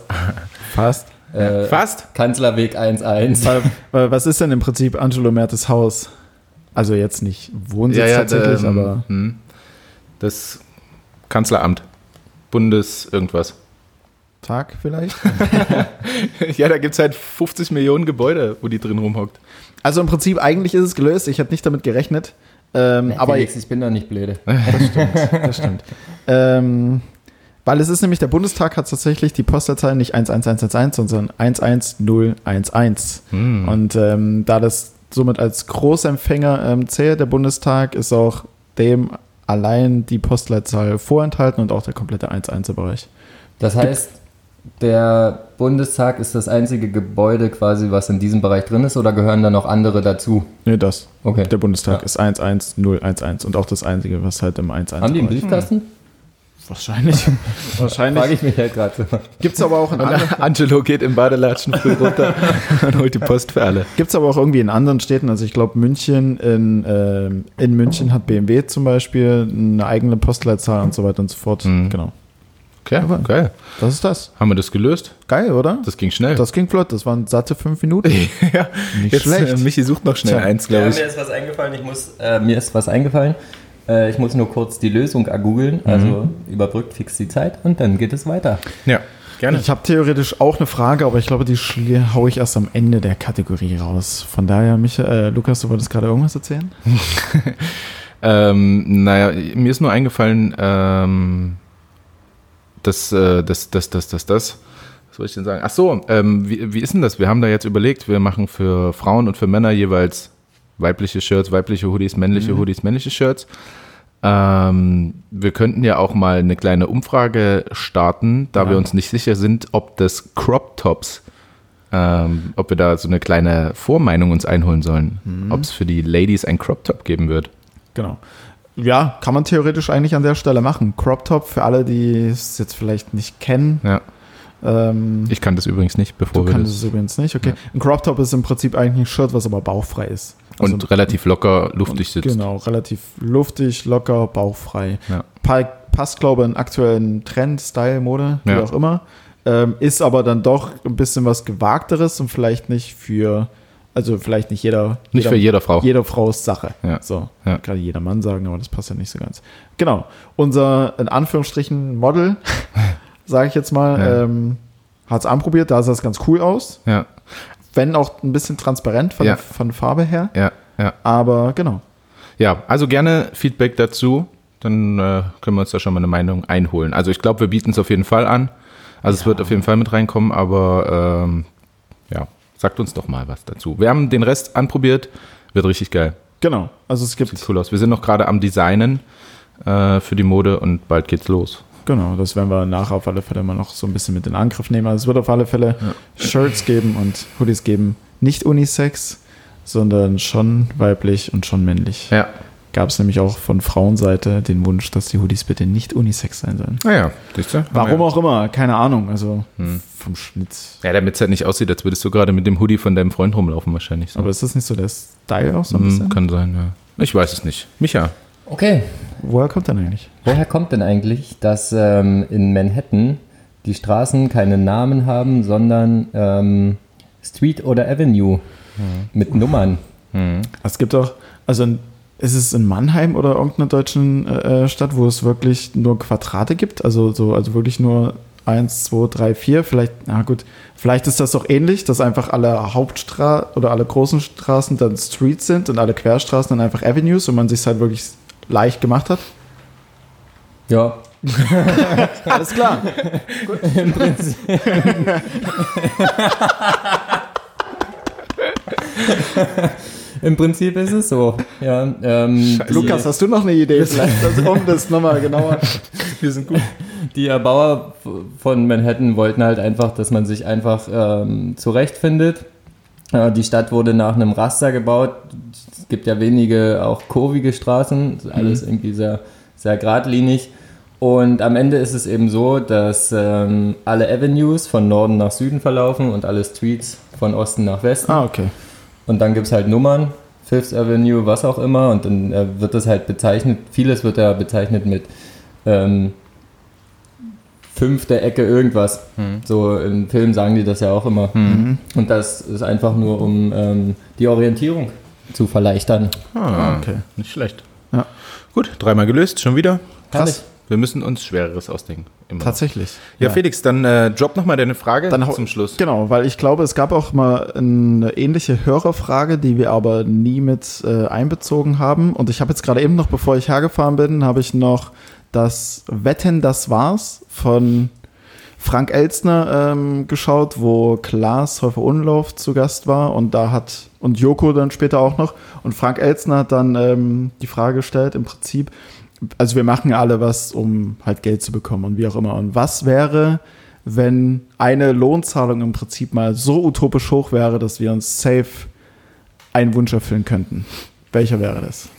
S1: Fast.
S3: äh,
S2: Fast?
S3: Kanzlerweg 11.
S1: Weil, weil was ist denn im Prinzip Angelo Mertes Haus? Also jetzt nicht Wohnsitz tatsächlich,
S2: ähm,
S1: aber
S2: hm. Das Kanzleramt. Bundes irgendwas.
S1: Tag vielleicht?
S2: ja, da gibt es halt 50 Millionen Gebäude, wo die drin rumhockt.
S1: Also im Prinzip, eigentlich ist es gelöst. Ich hätte nicht damit gerechnet. Ähm, aber
S3: Felix, ich bin doch nicht blöde.
S1: Ähm, Weil es ist nämlich, der Bundestag hat tatsächlich die Postleitzahl nicht 11111, sondern 11011.
S3: Hm.
S1: Und ähm, da das somit als Großempfänger ähm, zählt, der Bundestag, ist auch dem allein die Postleitzahl vorenthalten und auch der komplette 1-1-Bereich.
S3: Das heißt, der Bundestag ist das einzige Gebäude quasi, was in diesem Bereich drin ist, oder gehören da noch andere dazu?
S1: Nee, das.
S3: Okay.
S1: Der Bundestag
S3: Ja.
S1: ist 11011 und auch das einzige, was halt im 1
S3: Haben die einen Briefkasten?
S1: Wahrscheinlich.
S3: Frage
S1: Wahrscheinlich.
S3: ich mich halt gerade so.
S1: Gibt es aber auch in anderen
S2: Angelo geht im Badelatschen früh runter und holt die Post für alle.
S1: Gibt es aber auch irgendwie in anderen Städten, also ich glaube München, in, ähm, in München hat BMW zum Beispiel eine eigene Postleitzahl und so weiter und so fort. Genau.
S2: Okay, geil.
S1: Das ist das.
S2: Haben wir das gelöst?
S1: Geil, oder? Das,
S2: Das ging schnell.
S1: ging flott, das waren satte fünf Minuten.
S2: ja, nicht
S1: schlecht.
S2: Michi sucht noch schnell
S1: Tja.
S2: eins,
S3: Ja,
S2: glaube ich.
S3: mir ist was eingefallen. Ich muss, äh, mir ist was eingefallen. Äh, ich muss nur kurz die Lösung googeln. Also überbrückt fix die Zeit und dann geht es weiter.
S2: Ja, gerne.
S1: Ich habe theoretisch auch eine Frage, aber ich glaube, die schlie- hau ich erst am Ende der Kategorie raus. Von daher, Michael, äh, Lukas, du wolltest gerade irgendwas erzählen?
S2: Ähm, naja, mir ist nur eingefallen, ähm, dass äh, das, das, das, das, das. Was soll ich denn sagen? Ach so, ähm, wie, wie ist denn das? Wir haben da jetzt überlegt, wir machen für Frauen und für Männer jeweils weibliche Shirts, weibliche Hoodies, männliche Hoodies, männliche Shirts. Ähm, wir könnten ja auch mal eine kleine Umfrage starten, da wir uns nicht sicher sind, ob das Crop Tops, ähm, ob wir da so eine kleine Vormeinung uns einholen sollen, ob es für die Ladies ein Crop Top geben wird.
S1: Genau. Ja, kann man theoretisch eigentlich an der Stelle machen. Crop Top für alle, die es jetzt vielleicht nicht kennen.
S2: Ja.
S1: Ähm,
S2: Ich kann das übrigens nicht, bevor
S1: Du
S2: wir
S1: kannst
S2: das.
S1: es übrigens nicht, okay. Ein Crop Top ist im Prinzip eigentlich ein Shirt, was aber bauchfrei ist. Also
S2: Und relativ locker luftig sitzt.
S1: genau, relativ luftig, locker, bauchfrei.
S2: Ja.
S1: Pa passt, glaube ich, in aktuellen Trend, Style, Mode, wie
S2: Ja.
S1: auch immer. Ähm, ist aber dann doch ein bisschen was Gewagteres und vielleicht nicht für, also vielleicht nicht jeder.
S2: Nicht für jeder Frau.
S1: Jeder Frau's Sache.
S2: Ja.
S1: So,
S2: Ja.
S1: kann jeder Mann sagen, aber das passt ja nicht so ganz. Genau, unser in Anführungsstrichen Model, sage ich jetzt mal,
S2: Ja.
S1: ähm, hat es anprobiert, da sah es ganz cool aus.
S2: Ja,
S1: Wenn auch ein bisschen transparent von,
S2: Ja.
S1: von Farbe her.
S2: ja, ja.
S1: Aber genau.
S2: Ja, also gerne Feedback dazu. Dann äh, können wir uns da schon mal eine Meinung einholen. Also ich glaube, wir bieten es auf jeden Fall an. Also es wird auf jeden Fall mit reinkommen, aber ähm, ja, sagt uns doch mal was dazu. Wir haben den Rest anprobiert, wird richtig geil.
S1: Genau. Also es gibt,
S2: Sieht cool aus. Wir sind noch gerade am Designen äh, für die Mode und bald geht's los.
S1: genau, das werden wir nachher auf alle Fälle mal noch so ein bisschen mit in Angriff nehmen. Also es wird auf alle Fälle Shirts geben und Hoodies geben. Nicht Unisex, sondern schon weiblich und schon männlich.
S2: Ja.
S1: Gab es nämlich auch von Frauenseite den Wunsch, dass die Hoodies bitte nicht Unisex sein sollen.
S2: Naja, Ah siehst du?
S1: Warum auch immer, keine Ahnung. Also
S2: Hm.
S1: vom Schnitt.
S2: Ja, damit es halt nicht aussieht, als würdest du gerade mit dem Hoodie von deinem Freund rumlaufen wahrscheinlich. So.
S1: Aber ist das nicht so der Style auch so ein
S2: Hm,
S1: bisschen?
S2: kann sein, ja. Ich weiß es nicht. Micha.
S3: Okay.
S1: Woher kommt denn eigentlich?
S3: Woher kommt denn eigentlich, dass ähm, in Manhattan die Straßen keine Namen haben, sondern ähm, Street oder Avenue mit Nummern?
S1: Es gibt auch, also in, ist es in Mannheim oder irgendeiner deutschen äh, Stadt, wo es wirklich nur Quadrate gibt? Also so, also wirklich nur 1, 2, 3, 4, vielleicht, na gut, vielleicht ist das doch ähnlich, dass einfach alle Hauptstraßen oder alle großen Straßen dann Streets sind und alle Querstraßen dann einfach Avenues und man sich halt wirklich leicht gemacht hat.
S3: Ja.
S1: Alles klar.
S3: Im Prinzip. Im Prinzip ist es so. Ja, ähm, die-
S1: Lukas, hast du noch eine Idee? Vielleicht, also, um das nochmal genauer.
S2: Wir sind gut.
S3: die Erbauer von Manhattan wollten halt einfach, dass man sich einfach ähm, zurechtfindet. Äh, die Stadt wurde nach einem Raster gebaut. Es gibt ja wenige auch kurvige Straßen, alles irgendwie sehr, sehr geradlinig. Und am Ende ist es eben so, dass ähm, alle Avenues von Norden nach Süden verlaufen und alle Streets von Osten nach Westen.
S1: Ah, okay.
S3: Und dann gibt es halt Nummern, Fifth Avenue, was auch immer. Und dann äh, wird das halt bezeichnet, vieles wird da bezeichnet mit ähm, fünfte Ecke irgendwas. So im Film sagen die das ja auch immer. Und das ist einfach nur, um ähm, die Orientierung zu verleichtern.
S2: Ah,
S1: okay.
S2: Nicht schlecht.
S1: Ja.
S2: Gut, dreimal gelöst, schon wieder.
S1: Krass.
S2: Wir müssen uns Schwereres ausdenken. Immer.
S1: Tatsächlich.
S2: Ja, Felix, dann äh, drop nochmal deine Frage
S1: Dann hau-
S2: zum Schluss.
S1: Genau, weil ich glaube, es gab auch mal eine ähnliche Hörerfrage, die wir aber nie mit äh, einbezogen haben. Und ich habe jetzt gerade eben noch, bevor ich hergefahren bin, habe ich noch das Wetten, das war's von Frank Elstner ähm, geschaut, wo Klaas Häufer Unlauf zu Gast war und da hat und Joko dann später auch noch und Frank Elstner hat dann ähm, die Frage gestellt im Prinzip, also wir machen alle was, um halt Geld zu bekommen und wie auch immer und was wäre, wenn eine Lohnzahlung im Prinzip mal so utopisch hoch wäre, dass wir uns safe einen Wunsch erfüllen könnten? Welcher wäre das?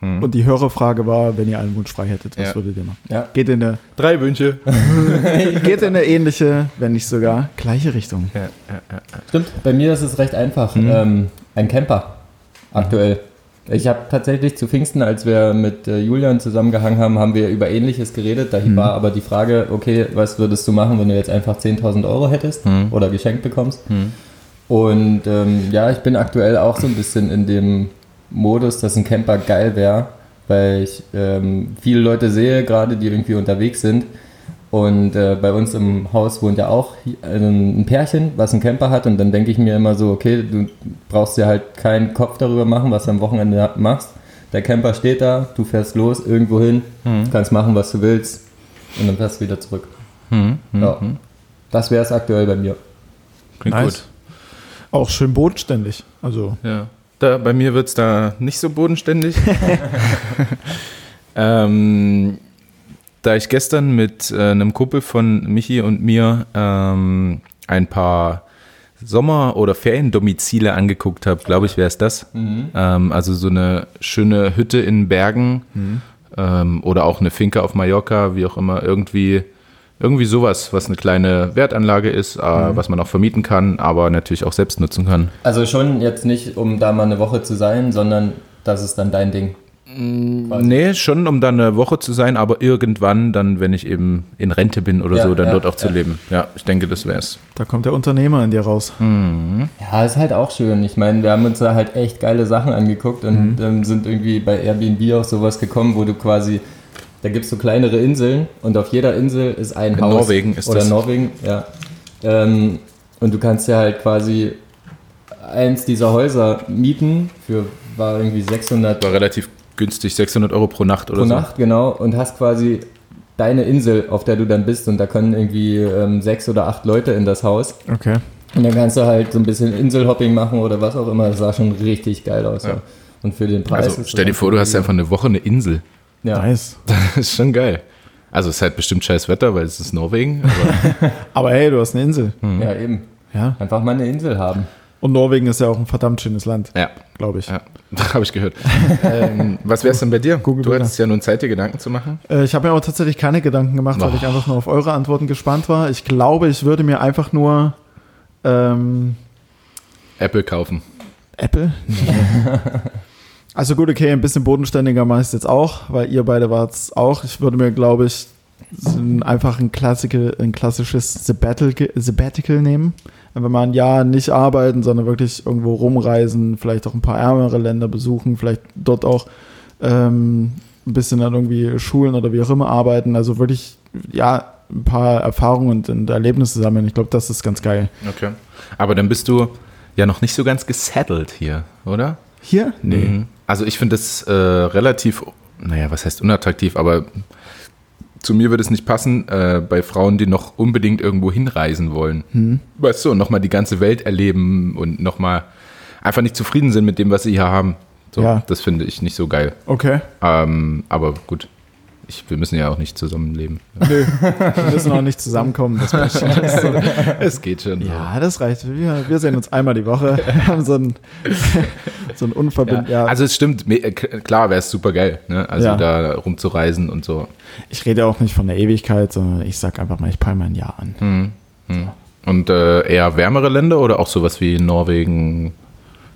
S1: Und die Hörerfrage war, wenn ihr einen Wunsch frei hättet, was
S2: Ja.
S1: würdet ihr machen?
S3: Ja.
S1: Geht in eine
S2: Drei Wünsche.
S1: Geht in eine ähnliche, wenn nicht sogar gleiche Richtung.
S2: Ja, ja, ja.
S3: Stimmt, bei mir ist es recht einfach. Ähm, ein Camper aktuell. Ich habe tatsächlich zu Pfingsten, als wir mit äh, Julian zusammengehangen haben, haben wir über Ähnliches geredet. Da war aber die Frage, okay, was würdest du machen, wenn du jetzt einfach 10.000 Euro hättest oder geschenkt bekommst? Und ähm, ja, ich bin aktuell auch so ein bisschen in dem Modus, dass ein Camper geil wäre, weil ich ähm, viele Leute sehe, gerade die irgendwie unterwegs sind. Und äh, bei uns im Haus wohnt ja auch hi- ein ein Pärchen, was einen Camper hat. Und dann denke ich mir immer so, okay, du brauchst dir halt keinen Kopf darüber machen, was du am Wochenende machst. Der Camper steht da, du fährst los irgendwo hin, kannst machen, was du willst. Und dann fährst du wieder zurück.
S2: Hm,
S3: Ja. Das wäre es aktuell bei mir.
S2: Klingt
S1: Nice.
S2: gut.
S1: Auch schön bodenständig. Also
S2: Ja. Da, bei mir wird es da nicht so bodenständig. ähm, da ich gestern mit äh, einem Kumpel von Michi und mir ähm, ein paar Sommer- oder Feriendomizile angeguckt habe, glaube ich, wäre es das. Ähm, also so eine schöne Hütte in Bergen ähm, oder auch eine Finke auf Mallorca, wie auch immer, irgendwie, irgendwie sowas, was eine kleine Wertanlage ist, äh, was man auch vermieten kann, aber natürlich auch selbst nutzen kann.
S3: Also schon jetzt nicht, um da mal eine Woche zu sein, sondern das ist dann dein Ding. quasi.
S2: Nee, schon um dann eine Woche zu sein, aber irgendwann dann, wenn ich eben in Rente bin oder
S3: Ja,
S2: so, dann
S3: ja,
S2: dort auch zu
S3: ja.
S2: leben. Ja, ich denke, das wär's.
S1: da kommt der Unternehmer in dir raus.
S3: Ja, ist halt auch schön. Ich meine, wir haben uns da halt echt geile Sachen angeguckt und
S2: Mhm.
S3: ähm, sind irgendwie bei Airbnb auf sowas gekommen, wo du quasi, da gibt's so kleinere Inseln und auf jeder Insel ist ein
S2: In
S3: Haus.
S2: Norwegen ist
S3: Oder
S2: das.
S3: Norwegen, ja. Ähm, und du kannst ja halt quasi eins dieser Häuser mieten für, war irgendwie 600
S2: War relativ günstig, 600 Euro pro Nacht oder
S3: pro
S2: so.
S3: Nacht, genau, und hast quasi deine Insel, auf der du dann bist und da können irgendwie ähm, sechs oder acht Leute in das Haus.
S1: Okay.
S3: Und dann kannst du halt so ein bisschen Inselhopping machen oder was auch immer. Das sah schon richtig geil aus. Ja. Und für den Preis.
S2: Also
S3: ist
S2: stell
S3: das
S2: dir vor, du hast
S3: irgendwie-
S2: einfach eine Woche eine Insel.
S3: Ja.
S1: Nice.
S2: Das ist schon geil. Also es ist halt bestimmt scheiß Wetter, weil es ist Norwegen. Aber
S1: Aber hey, du hast eine Insel.
S3: ja, eben.
S1: Ja.
S3: Einfach mal eine Insel haben.
S1: Und Norwegen ist ja auch ein verdammt schönes Land,
S2: ja,
S1: glaube ich.
S2: ja habe ich gehört. ähm, was wär's denn bei dir?
S1: Google
S2: du
S1: Bilder.
S2: hattest ja nun Zeit, dir Gedanken zu machen.
S1: Äh, Ich habe mir aber tatsächlich keine Gedanken gemacht, weil
S2: Oh.
S1: ich einfach nur auf eure Antworten gespannt war. Ich glaube, ich würde mir einfach nur ähm,
S2: Apple kaufen.
S1: Apple. also gut, okay, ein bisschen bodenständiger mache ich es jetzt auch, weil ihr beide wart's auch. Ich würde mir, glaube ich, so ein- einfach ein, Klassike, ein klassisches Sabbatical, Sabbatical nehmen. Einfach mal ein Jahr nicht arbeiten, sondern wirklich irgendwo rumreisen, vielleicht auch ein paar ärmere Länder besuchen, vielleicht dort auch ähm, ein bisschen dann irgendwie Schulen oder wie auch immer arbeiten. Also wirklich, ja, ein paar Erfahrungen und, und Erlebnisse sammeln. Ich glaube, das ist ganz geil.
S2: Okay. Aber dann bist du ja noch nicht so ganz gesettelt hier, oder?
S1: Hier? Nee.
S2: Mhm. Also ich finde das äh, relativ, naja, was heißt unattraktiv, aber zu mir würde es nicht passen, äh, bei Frauen, die noch unbedingt irgendwo hinreisen wollen.
S1: Mhm.
S2: Weißt du, und nochmal die ganze Welt erleben und nochmal einfach nicht zufrieden sind mit dem, was sie hier haben. So,
S1: Ja.
S2: Das finde ich nicht so geil.
S1: Okay.
S2: Ähm, aber gut, ich, wir müssen ja auch nicht zusammenleben.
S1: Nö, wir müssen auch nicht zusammenkommen. Das passt schon.
S2: es geht schon. so.
S1: ja, das reicht. Wir, wir sehen uns einmal die Woche. Wir haben so ein, so ein
S2: Ja.
S1: unverbindliches. Ja.
S2: Also es stimmt, mir- äh, k- klar wäre es super geil, ne? also
S1: Ja.
S2: da rumzureisen und so.
S1: ich rede auch nicht von der Ewigkeit, sondern ich sag einfach mal, ich peile mal ein Jahr
S2: Hm.
S1: an.
S2: Und äh, eher wärmere Länder oder auch sowas wie Norwegen,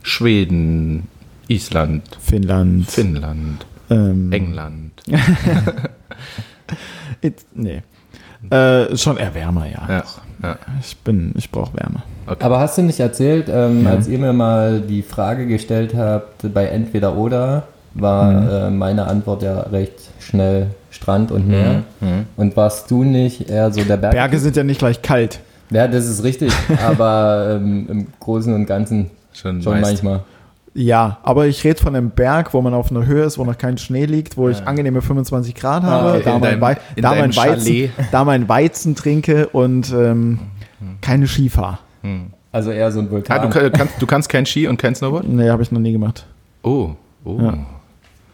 S2: Schweden, Island,
S1: Finnland.
S2: Finnland,
S3: Mhm.
S1: ähm,
S2: England.
S1: It, nee. Äh, schon eher wärmer, ja.
S2: Ja, ja.
S1: Ich bin, ich brauche Wärme.
S3: Aber hast du nicht erzählt, ähm, als ihr mir mal die Frage gestellt habt, bei Entweder oder, war
S2: Mhm.
S3: äh, meine Antwort ja recht schnell Strand und Meer.
S2: Mhm.
S3: Und warst du nicht eher so der Berg?
S1: Berge sind ja nicht gleich kalt.
S3: Ja, das ist richtig. aber ähm, im Großen und Ganzen
S2: Schon
S3: schon
S2: meist.
S3: manchmal.
S1: Ja, aber ich rede von einem Berg, wo man auf einer Höhe ist, wo noch kein Schnee liegt, wo ich angenehme 25 Grad habe,
S2: okay.
S1: da,
S2: Ah, In
S1: mein
S2: deinem-
S1: Wei-
S2: in
S1: da,
S2: deinem
S1: mein Weizen,
S2: Chalet.
S1: da mein Weizen trinke und ähm,
S2: Mhm.
S1: keine Skifahr.
S3: Also eher so ein
S2: Ah, du,
S3: Vulkan.
S2: kann- kannst, du kannst kein Ski und kein Snowboard?
S1: Nee, habe ich noch nie gemacht.
S2: Oh, oh.
S1: Ja.
S2: Ja,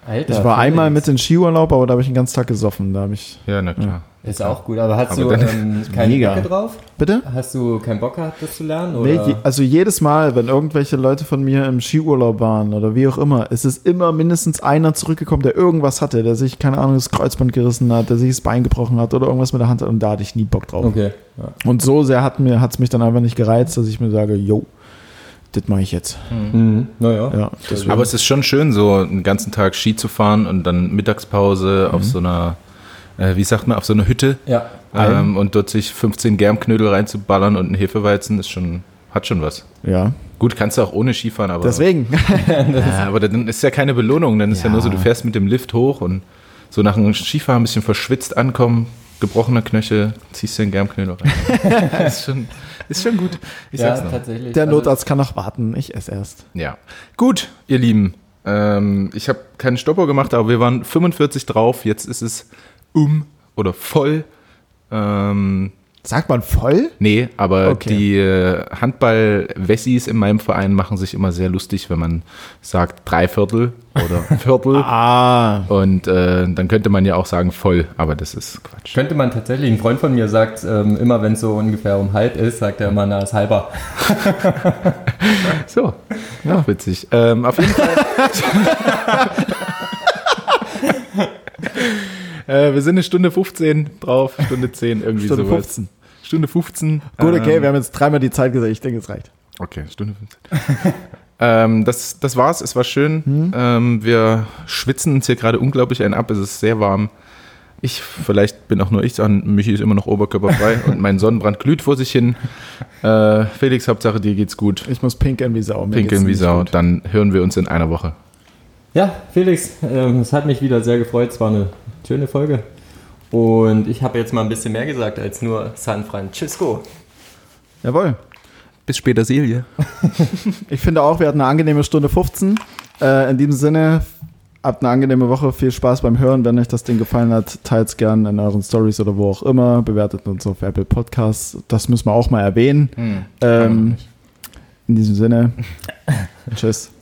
S3: Alter,
S1: Ich war
S3: Felix.
S1: einmal mit in Skiurlaub, aber da habe ich den ganzen Tag gesoffen. Da habe ich.
S2: na klar.
S3: Ist auch gut, aber hast
S2: Aber
S3: du
S2: dann-
S3: ähm, keine
S1: mega.
S3: Böcke drauf?
S1: Bitte?
S3: Hast du keinen Bock gehabt, das zu lernen?
S1: Nee,
S3: Oder?
S1: je, also jedes Mal, wenn irgendwelche Leute von mir im Skiurlaub waren oder wie auch immer, es ist immer mindestens einer zurückgekommen, der irgendwas hatte, der sich, keine Ahnung, das Kreuzband gerissen hat, der sich das Bein gebrochen hat oder irgendwas mit der Hand hat und da hatte ich nie Bock drauf.
S3: okay. Ja.
S1: Und so sehr hat mir hat's mich dann einfach nicht gereizt, dass ich mir sage, yo, das mache ich jetzt.
S3: Mhm. Naja.
S1: Ja, deswegen.
S2: Aber es ist schon schön, so einen ganzen Tag Ski zu fahren und dann Mittagspause auf so einer, äh, wie sagt man, auf so einer Hütte
S3: Mhm. Ja.
S2: ähm, und dort sich 15 Germknödel reinzuballern und einen Hefeweizen ist schon, hat schon was.
S1: ja.
S2: Gut, kannst du auch ohne Ski fahren, aber,
S1: Deswegen.
S2: Ja, Äh, aber dann ist ja keine Belohnung. Dann ist ja.
S1: Ja.
S2: nur so, du fährst mit dem Lift hoch und so nach einem Skifahren ein bisschen verschwitzt ankommen, gebrochener Knöchel, ziehst dir einen Germknödel rein. ist, schon, ist schon gut. Ich
S3: Ja,
S2: sag's noch.
S3: tatsächlich.
S1: Der
S3: Also,
S1: Notarzt kann noch warten, ich esse erst.
S2: Ja. Gut, ihr Lieben. Ähm, ich habe keinen Stopper gemacht, aber wir waren 45 drauf. Jetzt ist es um oder voll. Ähm,
S1: Sagt man voll?
S2: nee, aber
S1: Okay.
S2: die äh, Handball-Wessis in meinem Verein machen sich immer sehr lustig, wenn man sagt Dreiviertel oder Viertel.
S1: Ah.
S2: Und äh, dann könnte man ja auch sagen voll, aber das ist Quatsch.
S3: Könnte man tatsächlich, ein Freund von mir sagt ähm, immer, wenn es so ungefähr um halb ist, sagt er immer, na, ist halber.
S2: So, ja, witzig. Ähm, auf jeden Fall. äh, wir sind eine Stunde 15 drauf, Stunde 10, irgendwie
S1: Stunde
S2: sowas.
S1: 15.
S2: Stunde 15.
S1: Gut, okay,
S2: ähm,
S1: wir haben jetzt dreimal die Zeit gesagt, ich denke, es reicht.
S2: Okay, Stunde 15. ähm, das, das war's, es war schön. Ähm, wir schwitzen uns hier gerade unglaublich einen ab, es ist sehr warm. Ich, vielleicht bin auch nur ich an, Michi ist immer noch oberkörperfrei und mein Sonnenbrand glüht vor sich hin. Äh, Felix, Hauptsache dir geht's gut.
S1: Ich muss pinkeln wie Sau. mir geht's
S2: Pinkeln wie
S1: nicht
S2: Sau.
S1: gut.
S2: Dann hören wir uns in einer Woche.
S3: Ja, Felix, ähm, es hat mich wieder sehr gefreut. Es war eine schöne Folge. Und ich habe jetzt mal ein bisschen mehr gesagt als nur San Francisco.
S1: Jawohl.
S2: Bis später, Silje.
S1: Ich finde auch, wir hatten eine angenehme Stunde 15. Äh, in diesem Sinne, habt eine angenehme Woche. Viel Spaß beim Hören. Wenn euch das Ding gefallen hat, teilt es gern in euren Stories oder wo auch immer. Bewertet uns auf Apple Podcasts.
S2: Hm.
S1: Das müssen wir auch mal erwähnen. Ähm, in diesem Sinne, tschüss.